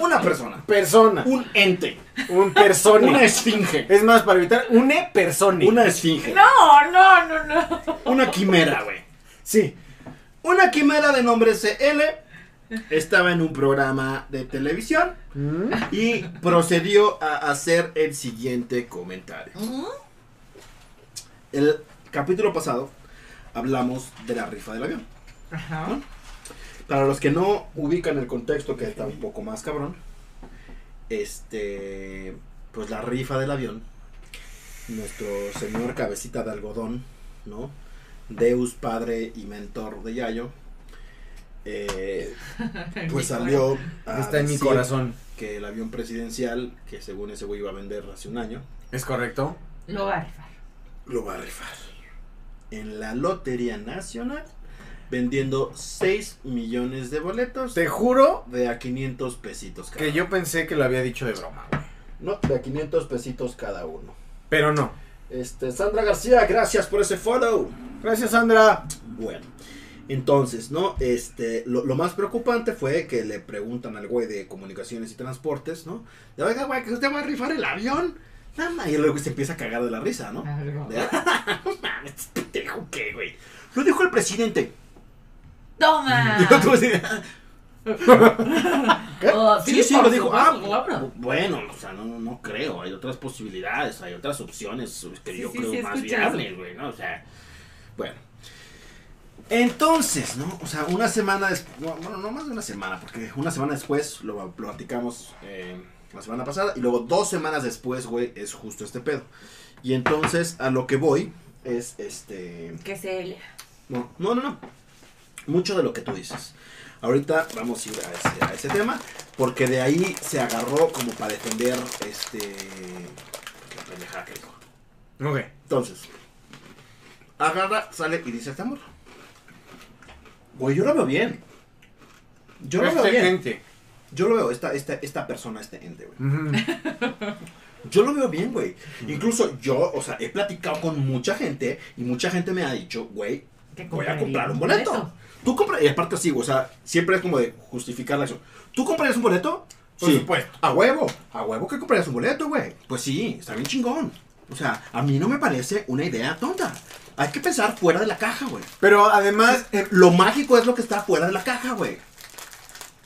Speaker 2: una persona,
Speaker 1: Persona.
Speaker 2: un ente,
Speaker 1: Un persona.
Speaker 2: una esfinge,
Speaker 1: Es más, para evitar, une persona.
Speaker 2: una esfinge,
Speaker 5: No, no, no, no.
Speaker 2: una quimera, güey.
Speaker 1: Sí.
Speaker 2: Una quimera de nombre CL estaba en un programa de televisión
Speaker 1: Mm.
Speaker 2: y procedió a hacer el siguiente comentario. El capítulo pasado hablamos de la rifa del avión.
Speaker 5: Ajá.
Speaker 2: Para los que no ubican el contexto, que está un poco más cabrón, este, pues la rifa del avión nuestro señor cabecita de algodón, ¿no? Deus, padre y mentor de Yayo, eh, pues salió a
Speaker 1: Está en mi
Speaker 2: decir
Speaker 1: corazón.
Speaker 2: que el avión presidencial, que según ese güey iba a vender hace un año,
Speaker 1: ¿Es correcto?
Speaker 5: Lo va a rifar.
Speaker 2: lo va a rifar en la Lotería Nacional, vendiendo 6 millones de boletos
Speaker 1: Te juro
Speaker 2: de a 500 pesitos cada
Speaker 1: que yo pensé que lo había dicho de broma. güey.
Speaker 2: No, de a 500 pesitos cada uno.
Speaker 1: Pero no.
Speaker 2: Este, Sandra García, gracias por ese follow.
Speaker 1: Gracias, Sandra.
Speaker 2: Bueno, entonces, ¿no? Este, lo, lo más preocupante fue que le preguntan al güey de comunicaciones y transportes, ¿no? De, oiga, güey, que usted va a rifar el avión. Nada, más. y luego se empieza a cagar de la risa, ¿no?
Speaker 5: Algo.
Speaker 2: De, (laughs) no mames, este pendejo, ¿qué, güey? Lo dijo el presidente. (laughs)
Speaker 5: ¡Toma!
Speaker 2: Y otro así, ¿Qué?
Speaker 5: Oh,
Speaker 2: sí, sí,
Speaker 5: por
Speaker 2: lo dijo. Ah,
Speaker 5: supuesto, claro.
Speaker 2: bueno, o sea, no, no, no creo. Hay otras posibilidades, hay otras opciones pues, que
Speaker 5: Sí,
Speaker 2: yo
Speaker 5: sí,
Speaker 2: creo
Speaker 5: sí,
Speaker 2: más
Speaker 5: escuché
Speaker 2: viables, güey, ¿no? O sea, bueno. Entonces, ¿no? O sea, una semana después, bueno, no más de una semana, porque una semana después lo, lo platicamos eh, la semana pasada, y luego dos semanas después, güey, es justo este pedo. Y entonces, a lo que voy es este.
Speaker 5: Que se le...
Speaker 2: No, no, no, no. Mucho de lo que tú dices. Ahorita vamos a ir a ese, a ese tema, porque de ahí se agarró como para defender este... La pendejada que dijo.
Speaker 1: Ok.
Speaker 2: Entonces, agarra, sale y dice este amor. Güey, yo lo veo bien. Yo lo veo
Speaker 1: Este
Speaker 2: bien.
Speaker 1: gente.
Speaker 2: Yo lo veo, esta, esta, esta persona, este ente, güey.
Speaker 1: Ujú.
Speaker 2: Yo lo veo bien, güey. Incluso yo, o sea, he platicado con mucha gente y mucha gente me ha dicho, güey,
Speaker 5: que
Speaker 2: voy a
Speaker 5: compraría
Speaker 2: comprar un boleto. Tú compras, y aparte así, o sea, siempre es como de justificar la acción. ¿Tú comprarías un boleto?
Speaker 1: Por supuesto.
Speaker 2: A huevo, a huevo que comprarías un boleto, güey. Pues sí, está bien chingón. O sea, a mí no me parece una idea tonta. Hay que pensar fuera de la caja, güey.
Speaker 1: Pero
Speaker 2: Ah,
Speaker 1: además, eh,
Speaker 2: Lo mágico es lo que está fuera de la caja, güey.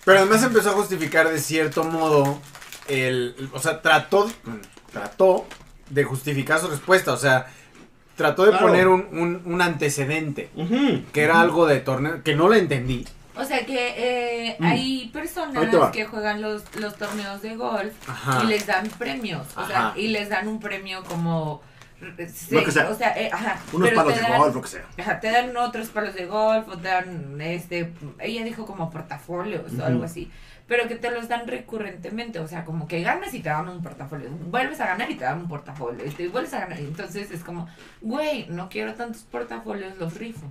Speaker 1: pero además empezó a justificar de cierto modo el, o sea, trató, mm, trató de justificar su respuesta, o sea, trató de
Speaker 2: Claro.
Speaker 1: poner un, un- un antecedente, que era algo de torneo, que no le entendí.
Speaker 5: O sea que eh,
Speaker 2: Mm.
Speaker 5: hay
Speaker 2: Ahí te va.
Speaker 5: personas que juegan los, los torneos de golf
Speaker 1: Ajá.
Speaker 5: y les dan premios. O sea,
Speaker 1: Ajá.
Speaker 5: y les dan un premio como. sí,
Speaker 2: Lo que sea.
Speaker 5: O sea, eh, ajá,
Speaker 2: Unos
Speaker 5: pero
Speaker 2: palos
Speaker 5: te
Speaker 2: de
Speaker 5: dan-
Speaker 2: golf, lo que sea.
Speaker 5: Ajá, te dan otros palos de golf o te dan, este, ella dijo como portafolios
Speaker 2: Ujú.
Speaker 5: o algo así, pero que te los dan recurrentemente, o sea, como que ganas y te dan un portafolio, vuelves a ganar y te dan un portafolio, y te vuelves a ganar, y entonces es como, güey, no quiero tantos portafolios, los rifo.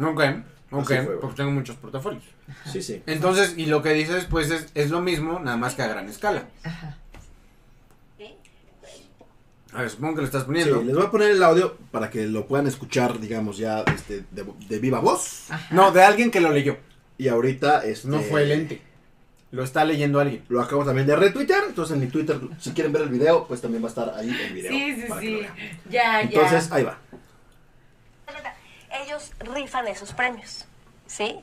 Speaker 1: Ok, ok,
Speaker 2: Así fue, güey.
Speaker 1: porque tengo muchos portafolios.
Speaker 2: Sí, sí.
Speaker 1: Entonces, y lo que dices, pues es, es lo mismo, nada más que a gran escala.
Speaker 5: Ajá.
Speaker 1: A ver, supongo que lo estás
Speaker 2: Sí,
Speaker 1: poniendo.
Speaker 2: les voy a poner el audio para que lo puedan escuchar, digamos, ya este, de, de viva voz.
Speaker 5: Ajá.
Speaker 1: No, de alguien que lo leyó.
Speaker 2: Y ahorita... Este,
Speaker 1: Ah. No fue el ente. Lo está leyendo alguien.
Speaker 2: Lo acabo también de retuitear, entonces en mi Twitter, si quieren ver el video, pues también va a estar ahí el video.
Speaker 5: Sí, sí,
Speaker 2: para que lo
Speaker 5: sí.
Speaker 2: vean.
Speaker 5: Ya,
Speaker 2: Entonces,
Speaker 5: ya.
Speaker 2: ahí va.
Speaker 6: Ellos rifan esos premios, ¿sí?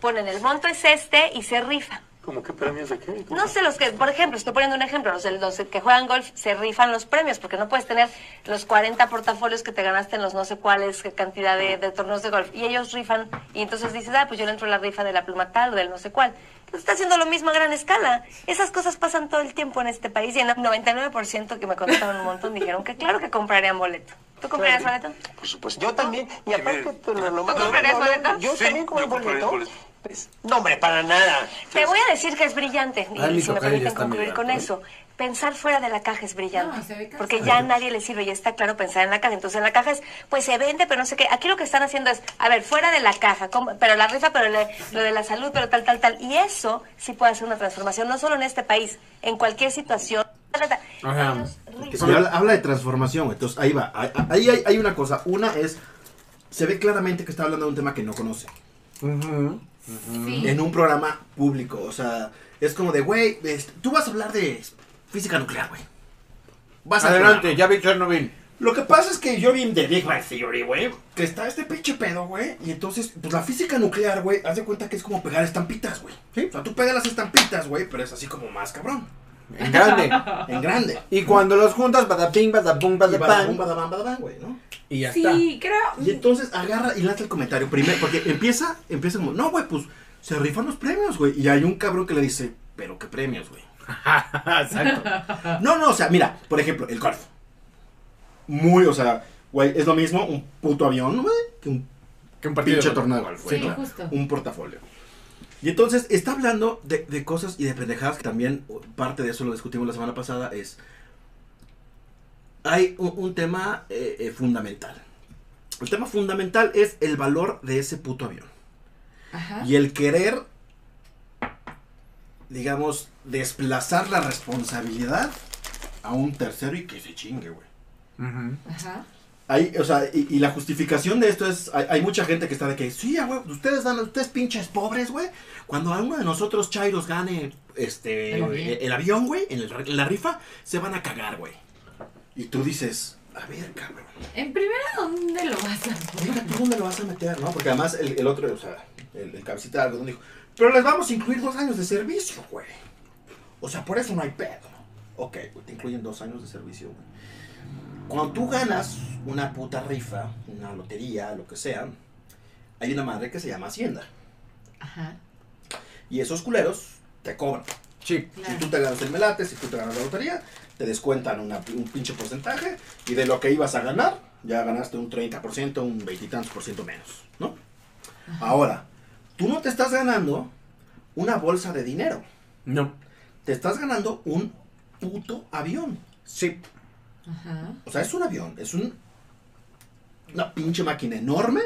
Speaker 6: Ponen el monto es este y se rifan.
Speaker 7: ¿Cómo qué premios de qué?
Speaker 6: No sé, los que, por ejemplo, estoy poniendo un ejemplo, los, los que juegan golf se rifan los premios, porque no puedes tener los 40 portafolios que te ganaste en los no sé cuáles qué cantidad de, de torneos de golf. Y ellos rifan, y entonces dices, ah, pues yo le entro a la rifa de la pluma tal o del no sé cuál. Entonces, está haciendo lo mismo a gran escala. Esas cosas pasan todo el tiempo en este país y en el 99% que me contestaron un montón dijeron que claro que comprarían boleto. ¿Tú comprarías boleto?
Speaker 7: Por supuesto.
Speaker 8: Yo también. Y
Speaker 7: Que
Speaker 8: aparte, pues,
Speaker 7: me-
Speaker 8: tú no, no,
Speaker 6: ¿Tú
Speaker 8: no,
Speaker 6: comprarías
Speaker 8: no, no,
Speaker 6: boleto?
Speaker 8: Yo
Speaker 7: Sí,
Speaker 8: también compré
Speaker 7: yo compré
Speaker 8: boleto.
Speaker 7: boleto.
Speaker 8: Pues, no, hombre, para nada.
Speaker 6: Te voy a decir que es brillante, y
Speaker 1: Ay, Ah, mi
Speaker 6: si
Speaker 1: tocayo
Speaker 6: me
Speaker 1: ya
Speaker 6: permiten
Speaker 1: está
Speaker 6: concluir
Speaker 1: mirando,
Speaker 6: con
Speaker 1: ¿eh?
Speaker 6: eso. Pensar fuera de la caja es brillante.
Speaker 5: No, se ve cansado.
Speaker 6: porque ya a nadie le sirve, ya está claro pensar en la caja. Entonces en la caja es, pues se vende, pero no sé qué. Aquí lo que están haciendo es, a ver, fuera de la caja, ¿cómo? pero la rifa, pero la- lo de la salud, pero tal, tal, tal. Y eso sí puede hacer una transformación, no solo en este país, en cualquier situación.
Speaker 1: Ajá.
Speaker 6: Ellos
Speaker 2: Que
Speaker 6: rifan.
Speaker 2: se habla, habla de transformación, güey. entonces ahí va. Ahí- Ahí hay, hay una cosa. Una es, se ve claramente que está hablando de un tema que no conoce.
Speaker 1: Ujú.
Speaker 5: Sí.
Speaker 2: En un programa público. O sea, es como de, güey, este, tú vas a hablar de física nuclear, güey. Vas adelante.
Speaker 1: Adelante, ya vi Chernobyl.
Speaker 2: Lo que pasa es que yo vi en The Big Bang Theory, güey, que está este pinche pedo, güey, y entonces, pues la física nuclear, güey, haz de cuenta que es como pegar estampitas, güey. O sea, tú pegas las estampitas, güey, pero es así como más cabrón,
Speaker 1: En (laughs) grande.
Speaker 2: en grande.
Speaker 1: Y cuando los juntas, patapín, patapum,
Speaker 2: Y badabum,
Speaker 1: patapán.
Speaker 2: badabam, badabam, güey, ¿no?
Speaker 1: Y ya está.
Speaker 5: Sí, creo.
Speaker 2: Y entonces agarra y lanza el comentario primero, porque empieza, empieza como, no, güey, pues se rifan los premios, güey. Y hay un cabrón que le dice, pero qué premios, güey.
Speaker 1: (laughs) Exacto.
Speaker 2: Ah. No, no, o sea, mira, por ejemplo, el golf. muy, o sea, güey, es lo mismo un puto avión, güey, que un
Speaker 1: Que un partido
Speaker 2: pinche
Speaker 1: de-
Speaker 2: torneo de golf, güey,
Speaker 5: Sí,
Speaker 2: ¿no?
Speaker 5: justo.
Speaker 2: Un portafolio. Y entonces está hablando de, de cosas y de pendejadas que también o, parte de eso lo discutimos la semana pasada es hay un, un tema eh, eh, fundamental. El tema fundamental es el valor de ese puto avión
Speaker 5: Ajá.
Speaker 2: y el querer digamos desplazar la responsabilidad a un tercero y que se chingue, güey.
Speaker 1: Ujú.
Speaker 5: Ajá.
Speaker 2: Ahí, o sea, y, y la justificación de esto es, hay, hay mucha gente que está de que, sí, ah, güey, ustedes dan, ustedes pinches pobres, güey, cuando a uno de nosotros chairos gane, este,
Speaker 5: El
Speaker 2: el,
Speaker 5: avión.
Speaker 2: el avión, güey, en, el- en la rifa, se van a cagar, güey. Y tú dices, a ver, cabrón,
Speaker 5: En primera, ¿dónde lo vas a
Speaker 2: deja
Speaker 5: poner?
Speaker 2: tú dónde lo vas a meter, ¿no? Porque además el, el otro, o sea, el, el cabecita de algodón dijo, pero les vamos a incluir dos años de servicio, güey. O sea, por eso no hay pedo. Ok, güey, te incluyen dos años de servicio, güey. Cuando tú ganas una puta rifa, una lotería, lo que sea, hay una madre que se llama Hacienda.
Speaker 5: Ajá.
Speaker 2: Y esos culeros te cobran.
Speaker 1: Sí.
Speaker 2: Si
Speaker 5: Claro.
Speaker 2: tú te ganas el melate, si tú te ganas la lotería, te descuentan una- un pinche porcentaje y de lo que ibas a ganar, ya ganaste un 30%, un veintitantos por ciento menos, ¿no? Ahora, tú no te estás ganando una bolsa de dinero,
Speaker 1: No.
Speaker 2: te estás ganando un puto avión.
Speaker 1: Sí.
Speaker 5: Ajá.
Speaker 2: O sea, es un avión, es un, una pinche máquina enorme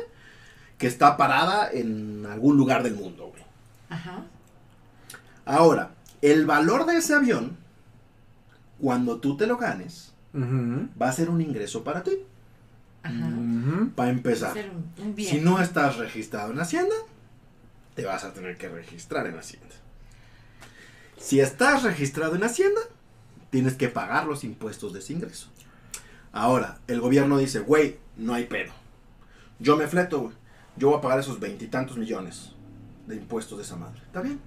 Speaker 2: que está parada en algún lugar del mundo, güey.
Speaker 5: Ajá.
Speaker 2: Ahora, el valor de ese avión, cuando tú te lo ganes,
Speaker 1: Ujú.
Speaker 2: va a ser un ingreso para ti.
Speaker 5: Ajá.
Speaker 1: Ujú.
Speaker 2: Para
Speaker 5: Va a
Speaker 2: empezar,
Speaker 5: ser un- un bien.
Speaker 2: Mm, si no estás registrado en Hacienda, te vas a tener que registrar en Hacienda. Si estás registrado en Hacienda, tienes que pagar los impuestos de ese ingreso. Ahora, el gobierno dice, güey, no hay pedo. Yo me fleto, güey. Yo voy a pagar esos veintitantos millones de impuestos de esa madre. ¿Está bien?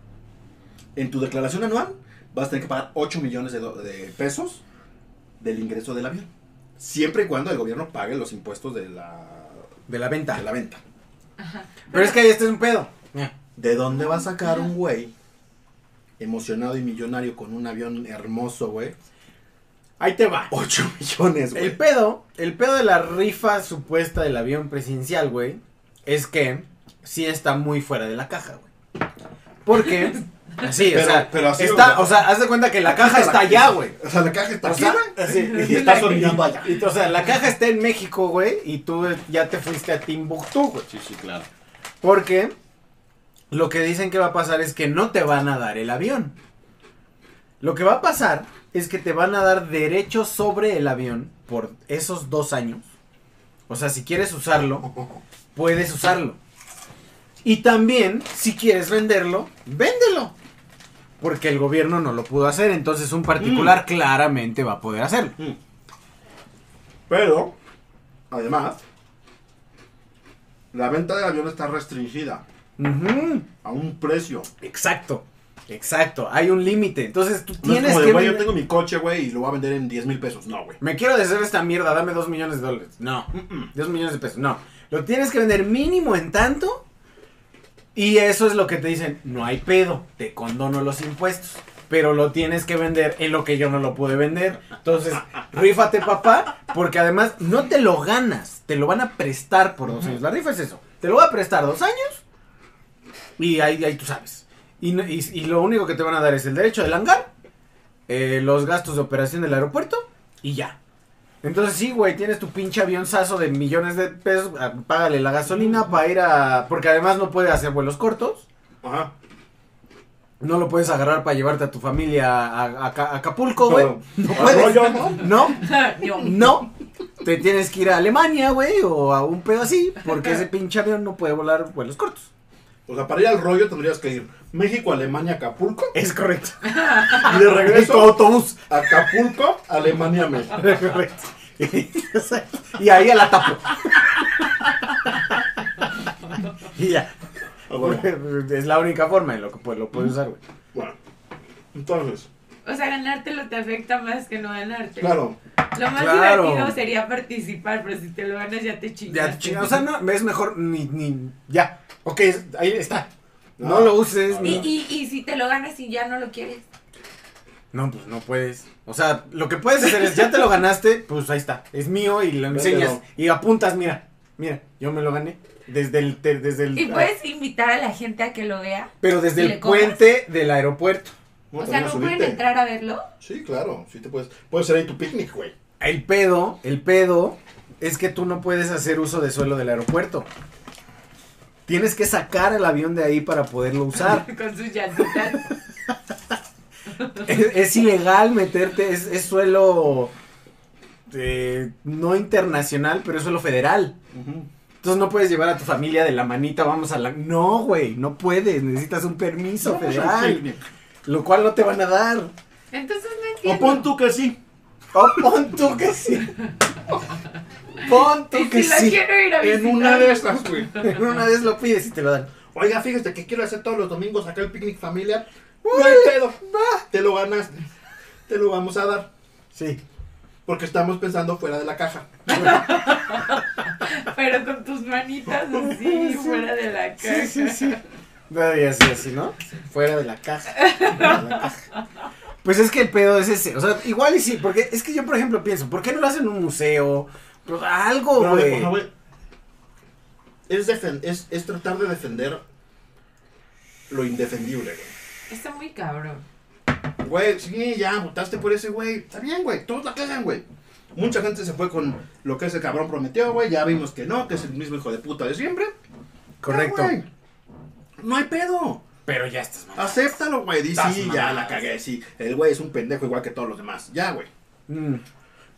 Speaker 2: En tu declaración anual vas a tener que pagar 8 millones de, do- de pesos del ingreso del avión. Siempre y cuando el gobierno pague los impuestos de la
Speaker 1: De la venta.
Speaker 2: a la venta.
Speaker 5: Ajá.
Speaker 1: Pero es que ahí este es un pedo.
Speaker 2: ¿De dónde va a sacar un güey emocionado y millonario con un avión hermoso, güey?
Speaker 1: Ahí te va.
Speaker 2: 8 (laughs) millones,
Speaker 1: El
Speaker 2: güey.
Speaker 1: pedo, el pedo de la rifa supuesta del avión presidencial, güey, es que sí está muy fuera de la caja, güey. (laughs) Porque, sí, o
Speaker 2: Pero-
Speaker 1: sea,
Speaker 2: pero así,
Speaker 1: está,
Speaker 2: güey.
Speaker 1: o sea, haz de cuenta que la
Speaker 2: Aquí
Speaker 1: caja
Speaker 2: la-
Speaker 1: está allá, güey.
Speaker 2: O sea, la caja está
Speaker 1: O
Speaker 2: aquí,
Speaker 1: sea,
Speaker 2: güey.
Speaker 1: así.
Speaker 2: Y estás orinando allá.
Speaker 1: Y, o sea, la caja está en México, güey, y tú eh, ya te fuiste a Timbuktu, güey.
Speaker 2: Sí, sí, claro.
Speaker 1: Porque lo que dicen que va a pasar es que no te van a dar el avión. Lo que va a pasar es que te van a dar derechos sobre el avión por esos dos años. O sea, si quieres usarlo, puedes usarlo. Y también, si quieres venderlo, véndelo. Porque el gobierno no lo pudo hacer, entonces un
Speaker 2: Mm.
Speaker 1: particular claramente va a poder hacerlo.
Speaker 2: Pero, además, la venta del avión está restringida
Speaker 1: Ujú,
Speaker 2: a un precio.
Speaker 1: Exacto, exacto. Hay un límite. Entonces tú
Speaker 2: No es
Speaker 1: tienes
Speaker 2: como
Speaker 1: que...
Speaker 2: de, güey, yo
Speaker 1: vender-
Speaker 2: tengo mi coche, güey, y lo voy a vender en 10 mil pesos. No, güey.
Speaker 1: Me quiero deshacer de esta mierda, dame dos millones de dólares. No,
Speaker 2: Mm-mm.
Speaker 1: dos millones de pesos, no. Lo tienes que vender mínimo en tanto. Y eso es lo que te dicen, no hay pedo, te condono los impuestos. Pero lo tienes que vender en lo que yo no lo pude vender. Entonces, rífate, papá, porque además no te lo ganas, te lo van a prestar por dos años. La rifa es eso, te lo voy a prestar dos años y ahí, ahí tú sabes. Y, no- y- y lo único que te van a dar es el derecho del hangar, eh, los gastos de operación del aeropuerto y ya. Entonces sí, güey, tienes tu pinche avionzazo de millones de pesos, ah, págale la gasolina para ir a... Porque además no puede hacer vuelos cortos,
Speaker 2: Ajá.
Speaker 1: no lo puedes agarrar para llevarte a tu familia a, a- a Ca- a Acapulco, güey.
Speaker 2: Pero-
Speaker 1: No
Speaker 2: Al
Speaker 1: puedes.
Speaker 2: rollo, ¿no?
Speaker 1: No,
Speaker 5: Yo.
Speaker 1: no. Te tienes que ir a Alemania, güey, o a un pedo así, porque ese pinche avión no puede volar vuelos cortos.
Speaker 2: O sea, para ir al rollo tendrías que ir México, Alemania, Acapulco.
Speaker 1: Es correcto.
Speaker 2: Y de
Speaker 1: Regreso
Speaker 2: regreso
Speaker 1: Eh, autobús.
Speaker 2: Acapulco, Alemania, México.
Speaker 1: y ahí a la tapo. y ya.
Speaker 2: Ah, bueno,
Speaker 1: Es la única forma en lo que pues, lo puedes usar, güey.
Speaker 2: bueno. Entonces,
Speaker 5: O sea, ganártelo te afecta más que no ganarte.
Speaker 2: claro,
Speaker 5: Lo más
Speaker 1: Claro.
Speaker 5: divertido sería participar, pero si te lo ganas ya te chingas.
Speaker 1: Ya, chinga, o sea, no, es mejor ni, ni, ya. Ok, es- ahí está. No,
Speaker 2: Ah,
Speaker 1: lo uses
Speaker 2: a
Speaker 1: ni...
Speaker 2: ver.
Speaker 5: Y, y si te lo ganas y ya no lo quieres.
Speaker 1: No, pues no puedes. O sea, lo que puedes hacer es, ya te lo ganaste, pues ahí está, es mío y lo
Speaker 4: Véndelo.
Speaker 1: enseñas y apuntas, mira, mira, yo me lo gané. Desde el, te- desde el
Speaker 5: Y puedes invitar a la gente a que lo vea.
Speaker 1: pero desde
Speaker 5: y
Speaker 1: el
Speaker 5: le compras.
Speaker 1: puente del aeropuerto.
Speaker 5: O sea, ¿no
Speaker 2: podemos
Speaker 5: pueden
Speaker 2: subirte.
Speaker 5: entrar a verlo? (laughs)
Speaker 2: Sí, claro, sí te puedes. Puedes ser ahí tu picnic, güey.
Speaker 1: El pedo, el pedo es que tú no puedes hacer uso de suelo del aeropuerto. Tienes que sacar el avión de ahí para poderlo usar.
Speaker 5: (laughs) Con sus llantitas.
Speaker 1: es, es ilegal meterte, es, es suelo eh, no internacional, pero es suelo federal. Entonces no puedes llevar a tu familia de la manita, vamos a la... No, güey, no puedes, necesitas un permiso
Speaker 2: Vamos al
Speaker 1: federal,
Speaker 2: picnic.
Speaker 1: lo cual no te van a dar.
Speaker 5: Entonces no
Speaker 2: O
Speaker 5: entiendo.
Speaker 2: pon tú que sí.
Speaker 1: O pon tú que
Speaker 5: (laughs)
Speaker 1: sí. Pon
Speaker 5: Y
Speaker 1: tú que
Speaker 5: si la
Speaker 1: sí.
Speaker 5: quiero ir a visitar.
Speaker 2: En una de estas, güey.
Speaker 1: En (laughs) una vez lo pides y te lo dan.
Speaker 2: Oiga, fíjate que quiero hacer todos los domingos acá el picnic familiar. No hay pedo. Te lo ganaste. Te lo vamos a dar.
Speaker 1: Sí.
Speaker 2: Porque estamos pensando fuera de la caja.
Speaker 5: Pero con tus
Speaker 2: (laughs)
Speaker 5: manitas así, fuera de la caja.
Speaker 1: Sí, sí, sí. Nadie así, así, ¿no? Fuera de la caja. Fuera de la caja. Pues es que el pedo es ese. O sea, igual y sí, porque es que yo, por ejemplo, pienso, ¿por qué no lo hacen en un museo? Pues, algo,
Speaker 2: Pero,
Speaker 1: güey.
Speaker 2: o sea, güey, es, defen- es, es tratar de defender lo indefendible, güey.
Speaker 5: Está muy cabrón.
Speaker 2: Güey, sí, ya, votaste por ese güey. Está bien, güey. Todos la cagan, güey. Mucha gente se fue con lo que ese cabrón prometió, güey. Ya vimos que no, que es el mismo hijo de puta de siempre. Ya,
Speaker 1: Correcto.
Speaker 2: güey. no hay pedo.
Speaker 1: Pero ya estás mal.
Speaker 2: Acéptalo, güey. Di,
Speaker 1: Estás
Speaker 2: sí,
Speaker 1: mal.
Speaker 2: ya la cagué. Sí, el güey es un pendejo igual que todos los demás. Ya, güey.
Speaker 1: Mm.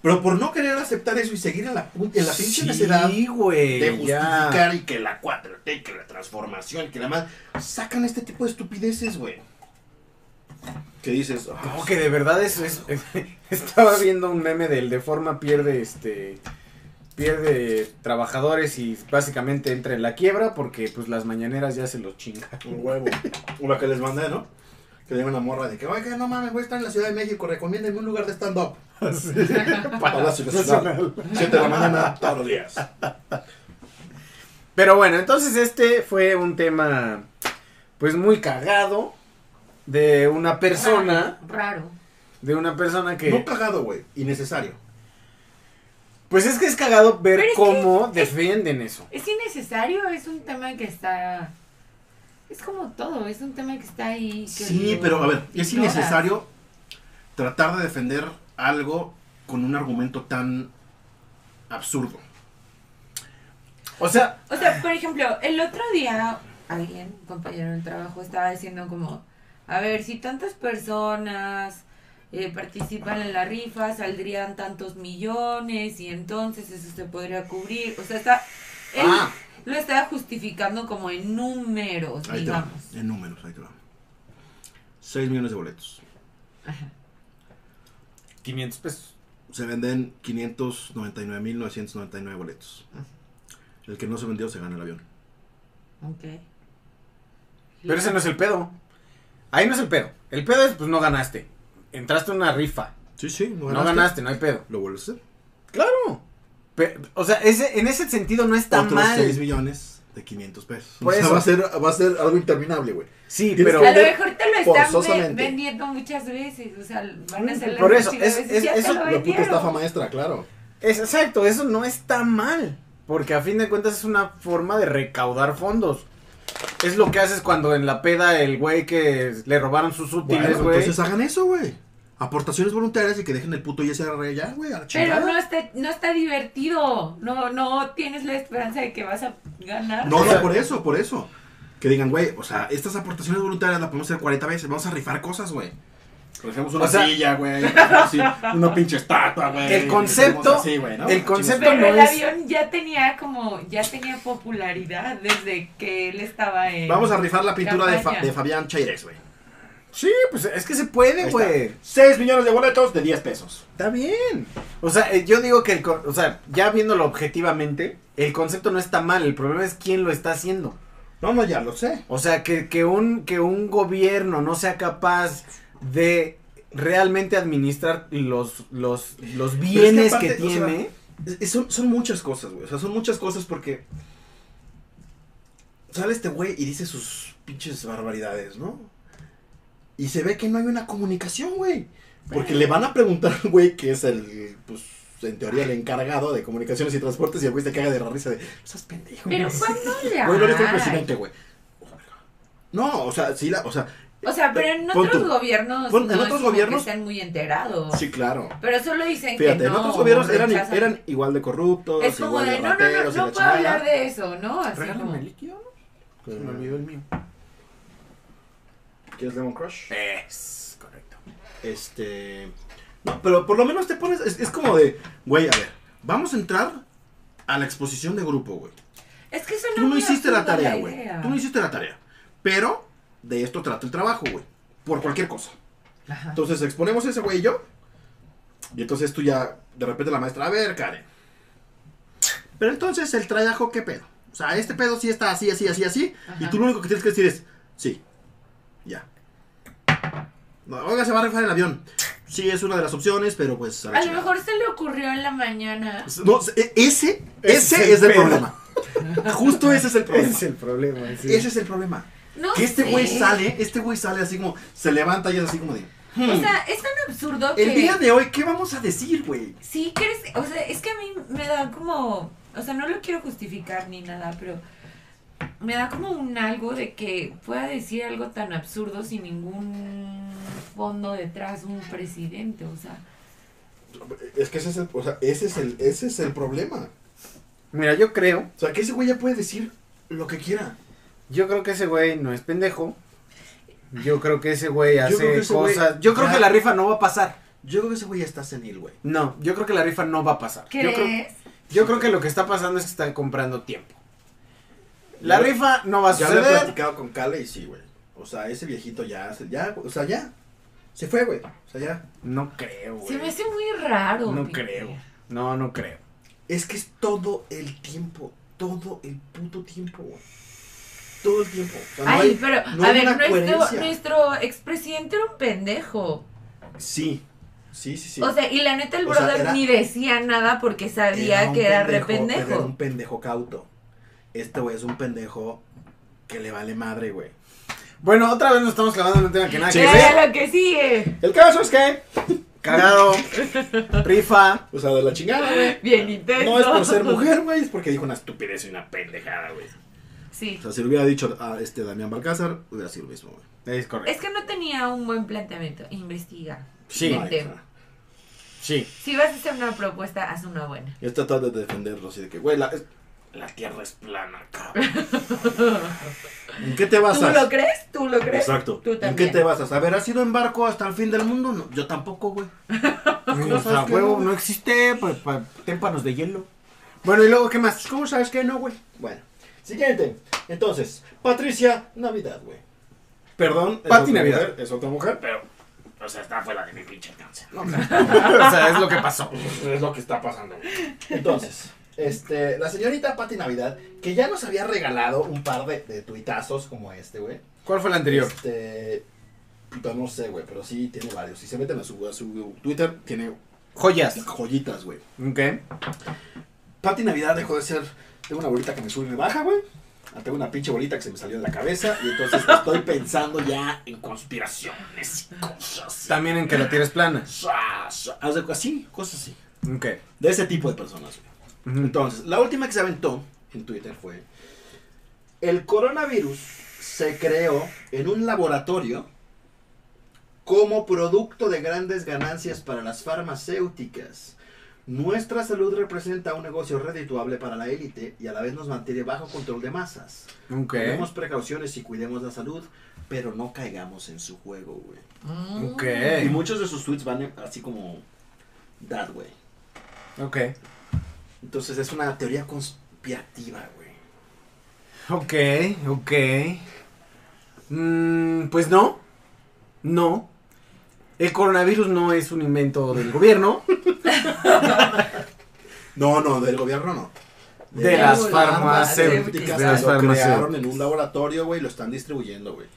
Speaker 2: Pero por no querer aceptar eso y seguir en la, pu- en la pinche
Speaker 1: sí,
Speaker 2: necedad
Speaker 1: güey.
Speaker 2: de
Speaker 1: ya.
Speaker 2: justificar y que la 4T, que la transformación, que la más. Sacan este tipo de estupideces, güey. Que dices, ah,
Speaker 1: No, que de verdad eso es, (laughs) es- Estaba viendo un meme del de forma pierde este. Pierde trabajadores y básicamente entra en la quiebra porque pues las mañaneras ya se los chingan.
Speaker 2: pues, un huevo. O la que les mandé, ¿no? Que le una morra de que, oiga, no mames, güey, está en la Ciudad de México, recomiéndenme un lugar de stand-up. (laughs) Palacio Nacional. Siete de la mañana, todos los días.
Speaker 1: Pero bueno, entonces este fue un tema pues muy cagado de una persona,
Speaker 5: Raro.
Speaker 1: de una persona
Speaker 2: No
Speaker 1: que
Speaker 2: cagado, güey, innecesario.
Speaker 1: pues es que es cagado ver
Speaker 5: Pero es que-
Speaker 1: cómo defienden eso.
Speaker 5: Es innecesario, es un tema que está. Es como todo, es un tema que está ahí. que
Speaker 2: Sí,
Speaker 5: lo
Speaker 2: pero a ver, es
Speaker 5: ignoras.
Speaker 2: innecesario tratar de defender algo con un argumento tan absurdo.
Speaker 1: O sea,
Speaker 5: O sea, por ejemplo, el otro día alguien, un compañero del trabajo, estaba diciendo como, a ver, si tantas personas eh, participan en la rifa, saldrían tantos millones y entonces eso se podría cubrir. O sea, está, él
Speaker 2: Ah.
Speaker 5: lo estaba justificando como en números,
Speaker 2: Ahí te va,
Speaker 5: digamos.
Speaker 2: en números, ahí te va. 6 millones de boletos.
Speaker 1: 500 pesos.
Speaker 2: Se venden 599.999 boletos. El que no se vendió se gana el avión.
Speaker 5: Ok.
Speaker 1: Pero ese no es el pedo. Ahí no es el pedo. El pedo es pues no ganaste. Entraste a una rifa.
Speaker 2: Sí, sí, no
Speaker 1: No ganaste, no hay pedo.
Speaker 2: Lo vuelves a hacer.
Speaker 1: Claro. Pe- o sea, ese, en ese sentido no está
Speaker 2: Otros
Speaker 1: mal.
Speaker 2: 6 millones de 500 pesos.
Speaker 1: Por
Speaker 2: O sea,
Speaker 1: eso.
Speaker 2: va a ser, va a ser algo interminable, güey.
Speaker 1: Sí,
Speaker 2: Tienes
Speaker 1: pero
Speaker 2: que
Speaker 5: A lo
Speaker 2: vender
Speaker 5: mejor te lo están ve-
Speaker 2: forzosamente. Mm,
Speaker 5: vendiendo muchas veces, o sea, van a hacer la
Speaker 1: Por eso,
Speaker 5: mochila
Speaker 1: es-
Speaker 5: veces,
Speaker 1: es-
Speaker 5: ya te
Speaker 1: eso-
Speaker 5: lo
Speaker 1: la
Speaker 2: La puta
Speaker 5: vendieron.
Speaker 2: estafa maestra, claro.
Speaker 1: Es exacto, eso no está mal. Porque a fin de cuentas es una forma de recaudar fondos. Es lo que haces cuando en la peda el güey que le robaron sus útiles,
Speaker 2: Bueno,
Speaker 1: güey.
Speaker 2: entonces ah. hagan eso, güey. Aportaciones voluntarias y que dejen el puto ISR ya, güey, a la
Speaker 5: Pero
Speaker 2: chingada.
Speaker 5: no está, no está divertido, no, no tienes la esperanza de que vas a ganar.
Speaker 2: No, no, por eso, por eso. Que digan, güey, o sea, estas aportaciones voluntarias las podemos hacer 40 veces, vamos a rifar cosas, güey. Rifemos una
Speaker 1: O sea-
Speaker 2: silla, güey, rifemos así, una pinche estatua, güey.
Speaker 1: El concepto-
Speaker 2: rifemos así, güey, ¿no?
Speaker 1: el concepto-
Speaker 5: Pero
Speaker 1: no
Speaker 5: el
Speaker 1: es-
Speaker 5: avión ya tenía como, ya tenía popularidad desde que él estaba en...
Speaker 2: Vamos a rifar la pintura de, Fa-
Speaker 5: Campaña.
Speaker 2: de Fabián Chaires, güey.
Speaker 1: Sí, pues es que se puede, güey.
Speaker 2: 6 millones de boletos de 10 pesos.
Speaker 1: Está bien. O sea, eh, yo digo que, el, con- o sea, ya viéndolo objetivamente, el concepto no está mal. El problema es quién lo está haciendo.
Speaker 2: No, no, ya lo sé.
Speaker 1: O sea, que, que, un, que un gobierno no sea capaz de realmente administrar los, los, los
Speaker 2: que
Speaker 1: bienes que,
Speaker 2: aparte, o sea,
Speaker 1: tiene.
Speaker 2: Es- es- son, son muchas cosas, güey. O sea, son muchas cosas porque. Sale este güey y dice sus pinches barbaridades, ¿no? Y se ve que no hay una comunicación, güey. Porque le van a preguntar al güey que es el, pues, en teoría el encargado de comunicaciones y transportes y el güey se caga de la risa de, "No seas pendejo.
Speaker 5: Pero
Speaker 2: güey".
Speaker 5: ¿cuándo le
Speaker 2: Güey, no le fue el
Speaker 5: hay?
Speaker 2: presidente, güey. No, o sea, sí, la, o sea,
Speaker 5: O sea, pero en
Speaker 2: Pon
Speaker 5: otros
Speaker 2: tú.
Speaker 5: gobiernos
Speaker 2: Pon- en
Speaker 5: no es
Speaker 2: otros
Speaker 5: como
Speaker 2: gobiernos-
Speaker 5: que están muy enterados.
Speaker 2: sí, claro.
Speaker 5: Pero solo dicen
Speaker 2: Fíjate,
Speaker 5: que
Speaker 2: en
Speaker 5: no.
Speaker 2: otros gobiernos eran,
Speaker 5: rechazan.
Speaker 2: eran igual de corruptos,
Speaker 5: es como
Speaker 2: igual
Speaker 5: de, no, no, no, no
Speaker 2: rateros y la
Speaker 5: puedo
Speaker 2: chingada.
Speaker 5: hablar de eso, ¿no? Así como,
Speaker 1: Regálame líquido, ¿no? Se me olvidó el mío.
Speaker 2: Mm. ¿Quieres Lemon Crush?
Speaker 1: Es correcto.
Speaker 2: Este. No, pero por lo menos te pones. Es, es como de, güey, a ver, vamos a entrar a la exposición de grupo, güey.
Speaker 5: es que eso no
Speaker 2: Tú no
Speaker 5: me
Speaker 2: hiciste la
Speaker 5: absurda
Speaker 2: tarea, güey.
Speaker 5: idea.
Speaker 2: Tú no hiciste la tarea. Pero de esto trata el trabajo, güey. Por cualquier cosa.
Speaker 5: Ajá.
Speaker 2: Entonces exponemos ese güey y yo. Y entonces tú ya, de repente la maestra, a ver, Karen. Pero entonces el trabajo, ¿qué pedo? O sea, este pedo sí está así, así, así, así. Y
Speaker 5: Ajá.
Speaker 2: tú lo único que tienes que decir es, sí. Ya. No, oiga, se va a rifar el avión. Sí, es una de las opciones, pero pues... la
Speaker 5: A lo
Speaker 2: chingada.
Speaker 5: mejor se le ocurrió en la mañana.
Speaker 2: No, e- ese,
Speaker 1: Ese
Speaker 2: ese
Speaker 1: es
Speaker 2: es,
Speaker 1: el
Speaker 2: el
Speaker 1: pedo.
Speaker 2: problema. Justo ese es el problema.
Speaker 1: Ese es el problema, sí.
Speaker 2: Ese es el problema.
Speaker 5: No
Speaker 2: Que este
Speaker 5: sé.
Speaker 2: güey sale, este güey sale así como, se levanta y es así como de... "Hmm,
Speaker 5: O sea, es tan absurdo que...
Speaker 2: el día de hoy, ¿qué vamos a decir, güey?
Speaker 5: Sí, crees, o sea, es que a mí me da como, o sea, no lo quiero justificar ni nada, pero me da como un algo de que pueda decir algo tan absurdo sin ningún fondo detrás un presidente, o sea,
Speaker 2: Es que ese es el, o sea, ese es el, ese es el problema.
Speaker 1: Mira, yo creo,
Speaker 2: O sea, que ese güey ya puede decir lo que quiera.
Speaker 1: yo creo que ese güey no es pendejo. Yo creo que ese güey hace
Speaker 2: creo que ese güey-
Speaker 1: cosas. yo creo
Speaker 2: Ya.
Speaker 1: que la rifa no va a pasar.
Speaker 2: Yo creo que ese güey ya está senil, güey.
Speaker 1: No, yo creo que la rifa no va a pasar. Yo
Speaker 5: ¿crees?
Speaker 1: creo, yo creo que lo que está pasando es que están comprando tiempo. La
Speaker 2: Ya-
Speaker 1: rifa no va a
Speaker 2: Ya lo he
Speaker 1: suceder.
Speaker 2: platicado con Cale y sí, güey. O sea, ese viejito ya, se- ya, o sea, ya. Se fue, güey. O sea, ya.
Speaker 1: No creo, güey.
Speaker 5: Se me hace muy raro.
Speaker 1: No
Speaker 5: Peter.
Speaker 1: creo. No, no creo.
Speaker 2: Es que es todo el tiempo. Todo el puto tiempo, güey. Todo el tiempo. O sea, no
Speaker 5: Ay,
Speaker 2: hay-
Speaker 5: pero,
Speaker 2: no
Speaker 5: a
Speaker 2: hay
Speaker 5: ver,
Speaker 2: una
Speaker 5: nuestro,
Speaker 2: coherencia.
Speaker 5: nuestro expresidente era un pendejo.
Speaker 2: Sí. Sí, sí, sí.
Speaker 5: O sea, y la neta el
Speaker 2: O sea,
Speaker 5: brother
Speaker 2: era-
Speaker 5: ni decía nada porque sabía
Speaker 2: un
Speaker 5: que era re
Speaker 2: pendejo, pero Era
Speaker 5: pendejo.
Speaker 2: un pendejo cauto. Este güey es un pendejo que le vale madre, güey.
Speaker 1: Bueno, otra vez nos estamos clavando en un tema que nada que
Speaker 5: Ya,
Speaker 1: ver.
Speaker 5: lo que sigue.
Speaker 2: El caso es que. (laughs)
Speaker 1: Cagado. rifa.
Speaker 2: O sea, de la chingada, güey.
Speaker 5: Bien intenso.
Speaker 2: No es por ser mujer, güey, es porque dijo una estupidez y una pendejada, güey.
Speaker 5: Sí.
Speaker 2: O sea, si lo hubiera dicho a este Damián Balcázar, hubiera sido lo mismo, güey.
Speaker 1: Es correcto.
Speaker 5: Es que no tenía un buen planteamiento. Investiga.
Speaker 1: Sí.
Speaker 2: No, o sea,
Speaker 1: Sí.
Speaker 5: Si vas a hacer una propuesta, haz una buena.
Speaker 2: yo he tratado de defenderlo así de que, güey, la, es- la tierra es plana, cabrón. ¿En qué te
Speaker 5: ¿Tú
Speaker 2: basas?
Speaker 5: lo crees? ¿Tú lo crees?
Speaker 2: Exacto.
Speaker 5: Tú
Speaker 2: ¿En
Speaker 5: también.
Speaker 2: qué te basas? A ver, ¿has ido en barco hasta el fin del mundo? No, yo tampoco, güey.
Speaker 1: O sea,
Speaker 2: sabes que
Speaker 1: huevo,
Speaker 2: no?
Speaker 1: no existe. Pues, pa- témpanos de hielo. Bueno, y luego, ¿qué más?
Speaker 2: ¿Cómo sabes que no, güey? Bueno, siguiente. Entonces, Patricia Navidad, güey. Perdón, es
Speaker 1: Pati
Speaker 2: otra
Speaker 1: Navidad.
Speaker 2: mujer, es otra mujer, pero
Speaker 8: O sea, está fuera de mi pinche alcance.
Speaker 1: (laughs) o sea, es lo que pasó.
Speaker 8: Es lo que está pasando. güey.
Speaker 2: Entonces, este, la señorita Pati Navidad, que ya nos había regalado un par de, de tuitazos como este, güey.
Speaker 1: ¿Cuál fue el anterior?
Speaker 2: Este, puta, no sé, güey, pero sí tiene varios. Si se meten a su, a su Twitter, tiene
Speaker 1: Joyas.
Speaker 2: joyitas, güey.
Speaker 1: Ok.
Speaker 2: Pati Navidad dejó de ser, tengo una bolita que me sube y me baja, güey. Ah, Tengo una pinche bolita que se me salió de la cabeza y entonces estoy pensando ya en conspiraciones y cosas.
Speaker 1: También en que la tierra es plana.
Speaker 2: Haz de- Así, cosas así.
Speaker 1: Ok.
Speaker 2: De ese tipo de personas, güey. Entonces, la última que se aventó en Twitter fue: El coronavirus se creó en un laboratorio como producto de grandes ganancias para las farmacéuticas. Nuestra salud representa un negocio redituable para la élite y a la vez nos mantiene bajo control de masas.
Speaker 1: Ok.
Speaker 2: Tomemos precauciones y cuidemos la salud, pero no caigamos en su juego, güey.
Speaker 5: Mm.
Speaker 1: Ok.
Speaker 2: Y muchos de sus tweets van así como: That, güey.
Speaker 1: Ok.
Speaker 2: Entonces es una teoría conspirativa, güey.
Speaker 1: Ok. Ok. Mm, pues no. No. El coronavirus no es un invento del gobierno.
Speaker 2: No, no, del gobierno no.
Speaker 1: De
Speaker 5: De
Speaker 1: las
Speaker 5: las
Speaker 1: farmacéuticas. De las
Speaker 2: lo crearon
Speaker 1: farmacéuticas.
Speaker 2: en un laboratorio, güey, y lo están distribuyendo, güey.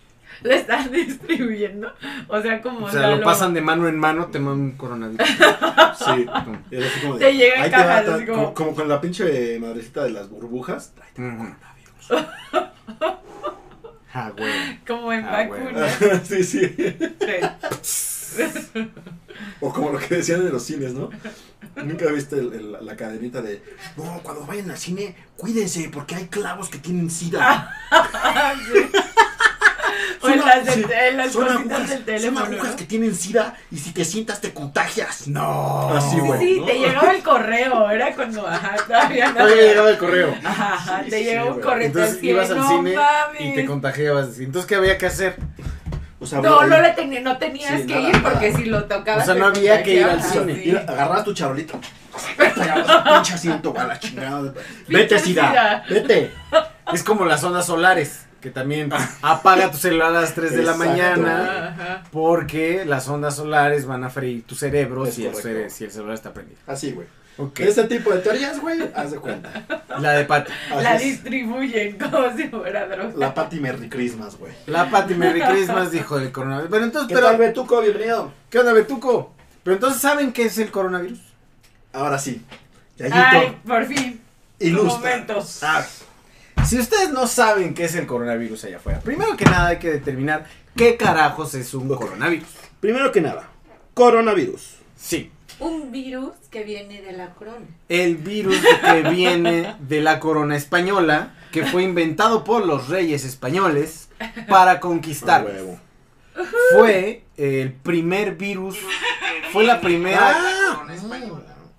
Speaker 5: Lo están (laughs) distribuyendo. O sea, como.
Speaker 1: O sea,
Speaker 5: no
Speaker 1: lo pasan de mano en mano, te mandan un coronavirus.
Speaker 2: Sí. (laughs) Y era así como de,
Speaker 5: Te llega en
Speaker 2: ahí
Speaker 5: cajas,
Speaker 2: tan-
Speaker 5: así como-
Speaker 2: como... como con la pinche madrecita de las burbujas. Tráete
Speaker 1: Ujú.
Speaker 2: coronavirus.
Speaker 1: Ah, güey.
Speaker 5: Como en
Speaker 1: Ah,
Speaker 5: Bakú,
Speaker 1: bueno.
Speaker 5: ¿no?
Speaker 2: (laughs) sí, sí.
Speaker 5: Sí.
Speaker 2: O como lo que decían en los cines, ¿no? Nunca viste el- el- la cadenita de, no, cuando vayan al cine, cuídense, porque hay clavos que tienen
Speaker 5: (laughs)
Speaker 2: sida.
Speaker 5: O en
Speaker 2: Son
Speaker 5: las, de,
Speaker 2: sí,
Speaker 5: en las
Speaker 2: son
Speaker 5: cositas
Speaker 2: agujas,
Speaker 5: del
Speaker 2: son
Speaker 5: teléfono.
Speaker 2: agujas
Speaker 5: ¿no?
Speaker 2: que tienen sida y si te sientas te contagias.
Speaker 1: No.
Speaker 2: Así, güey.
Speaker 5: Sí,
Speaker 2: ¿no?
Speaker 5: te llegaba el coreo, era cuando, ajá, todavía no.
Speaker 1: Todavía llegaba el correo.
Speaker 5: Ajá, ajá,
Speaker 2: Sí,
Speaker 5: te
Speaker 2: sí,
Speaker 5: llegaba un
Speaker 2: güey.
Speaker 5: correo.
Speaker 1: Entonces
Speaker 5: decía,
Speaker 1: ibas al
Speaker 5: "No
Speaker 1: cine y
Speaker 5: mames".
Speaker 1: te contagiabas. Entonces, ¿qué había que hacer?
Speaker 2: O sea,
Speaker 5: No,
Speaker 2: güey,
Speaker 5: no, le tenía- no tenías
Speaker 2: Sí,
Speaker 5: que
Speaker 2: nada,
Speaker 5: ir porque
Speaker 2: nada.
Speaker 5: si lo tocabas.
Speaker 1: O sea,
Speaker 5: te
Speaker 1: no había que ir al
Speaker 5: contagiabas,
Speaker 1: cine.
Speaker 5: sí.
Speaker 2: ir- agarrabas tu charolita, pegabas el pinche asiento, a la chingada.
Speaker 1: Vete,
Speaker 5: Pinche
Speaker 1: Sida.
Speaker 5: sida. (laughs)
Speaker 1: Vete. Es como las ondas solares, que también apaga tu celular a las 3 de la
Speaker 2: Exacto.
Speaker 1: mañana.
Speaker 5: Ah. Ajá.
Speaker 1: Porque las ondas solares van a freír tu cerebro
Speaker 2: Es
Speaker 1: si el,
Speaker 2: correcto.
Speaker 1: cere- si el celular está prendido.
Speaker 2: Así, güey.
Speaker 1: Ok.
Speaker 2: Ese tipo de teorías, güey, haz de cuenta.
Speaker 1: La de Patty.
Speaker 5: (laughs) La
Speaker 2: Así es.
Speaker 5: distribuyen (laughs) como si fuera droga.
Speaker 2: La Patty Merry Christmas, güey.
Speaker 1: La Patty Merry Christmas dijo del coronavirus. Pero entonces,
Speaker 2: ¿Qué
Speaker 1: pero,
Speaker 2: tal, Betuco? Bienvenido.
Speaker 1: ¿qué onda, Betuco? Pero entonces, ¿saben qué es el coronavirus?
Speaker 2: Ahora sí. Yayito,
Speaker 5: Ay, por fin.
Speaker 2: ilustra.
Speaker 5: momento.
Speaker 2: Ah,
Speaker 1: Si ustedes no saben qué es el coronavirus allá afuera, primero que nada hay que determinar qué carajos es un
Speaker 2: Ok.
Speaker 1: coronavirus.
Speaker 2: Primero que nada, coronavirus.
Speaker 1: Sí.
Speaker 5: Un virus que viene de la corona.
Speaker 1: El virus que viene de la corona española, que fue inventado por los reyes españoles para
Speaker 2: A
Speaker 1: conquistar.
Speaker 2: huevo.
Speaker 1: Fue el primer virus, fue la primera,
Speaker 2: Ah,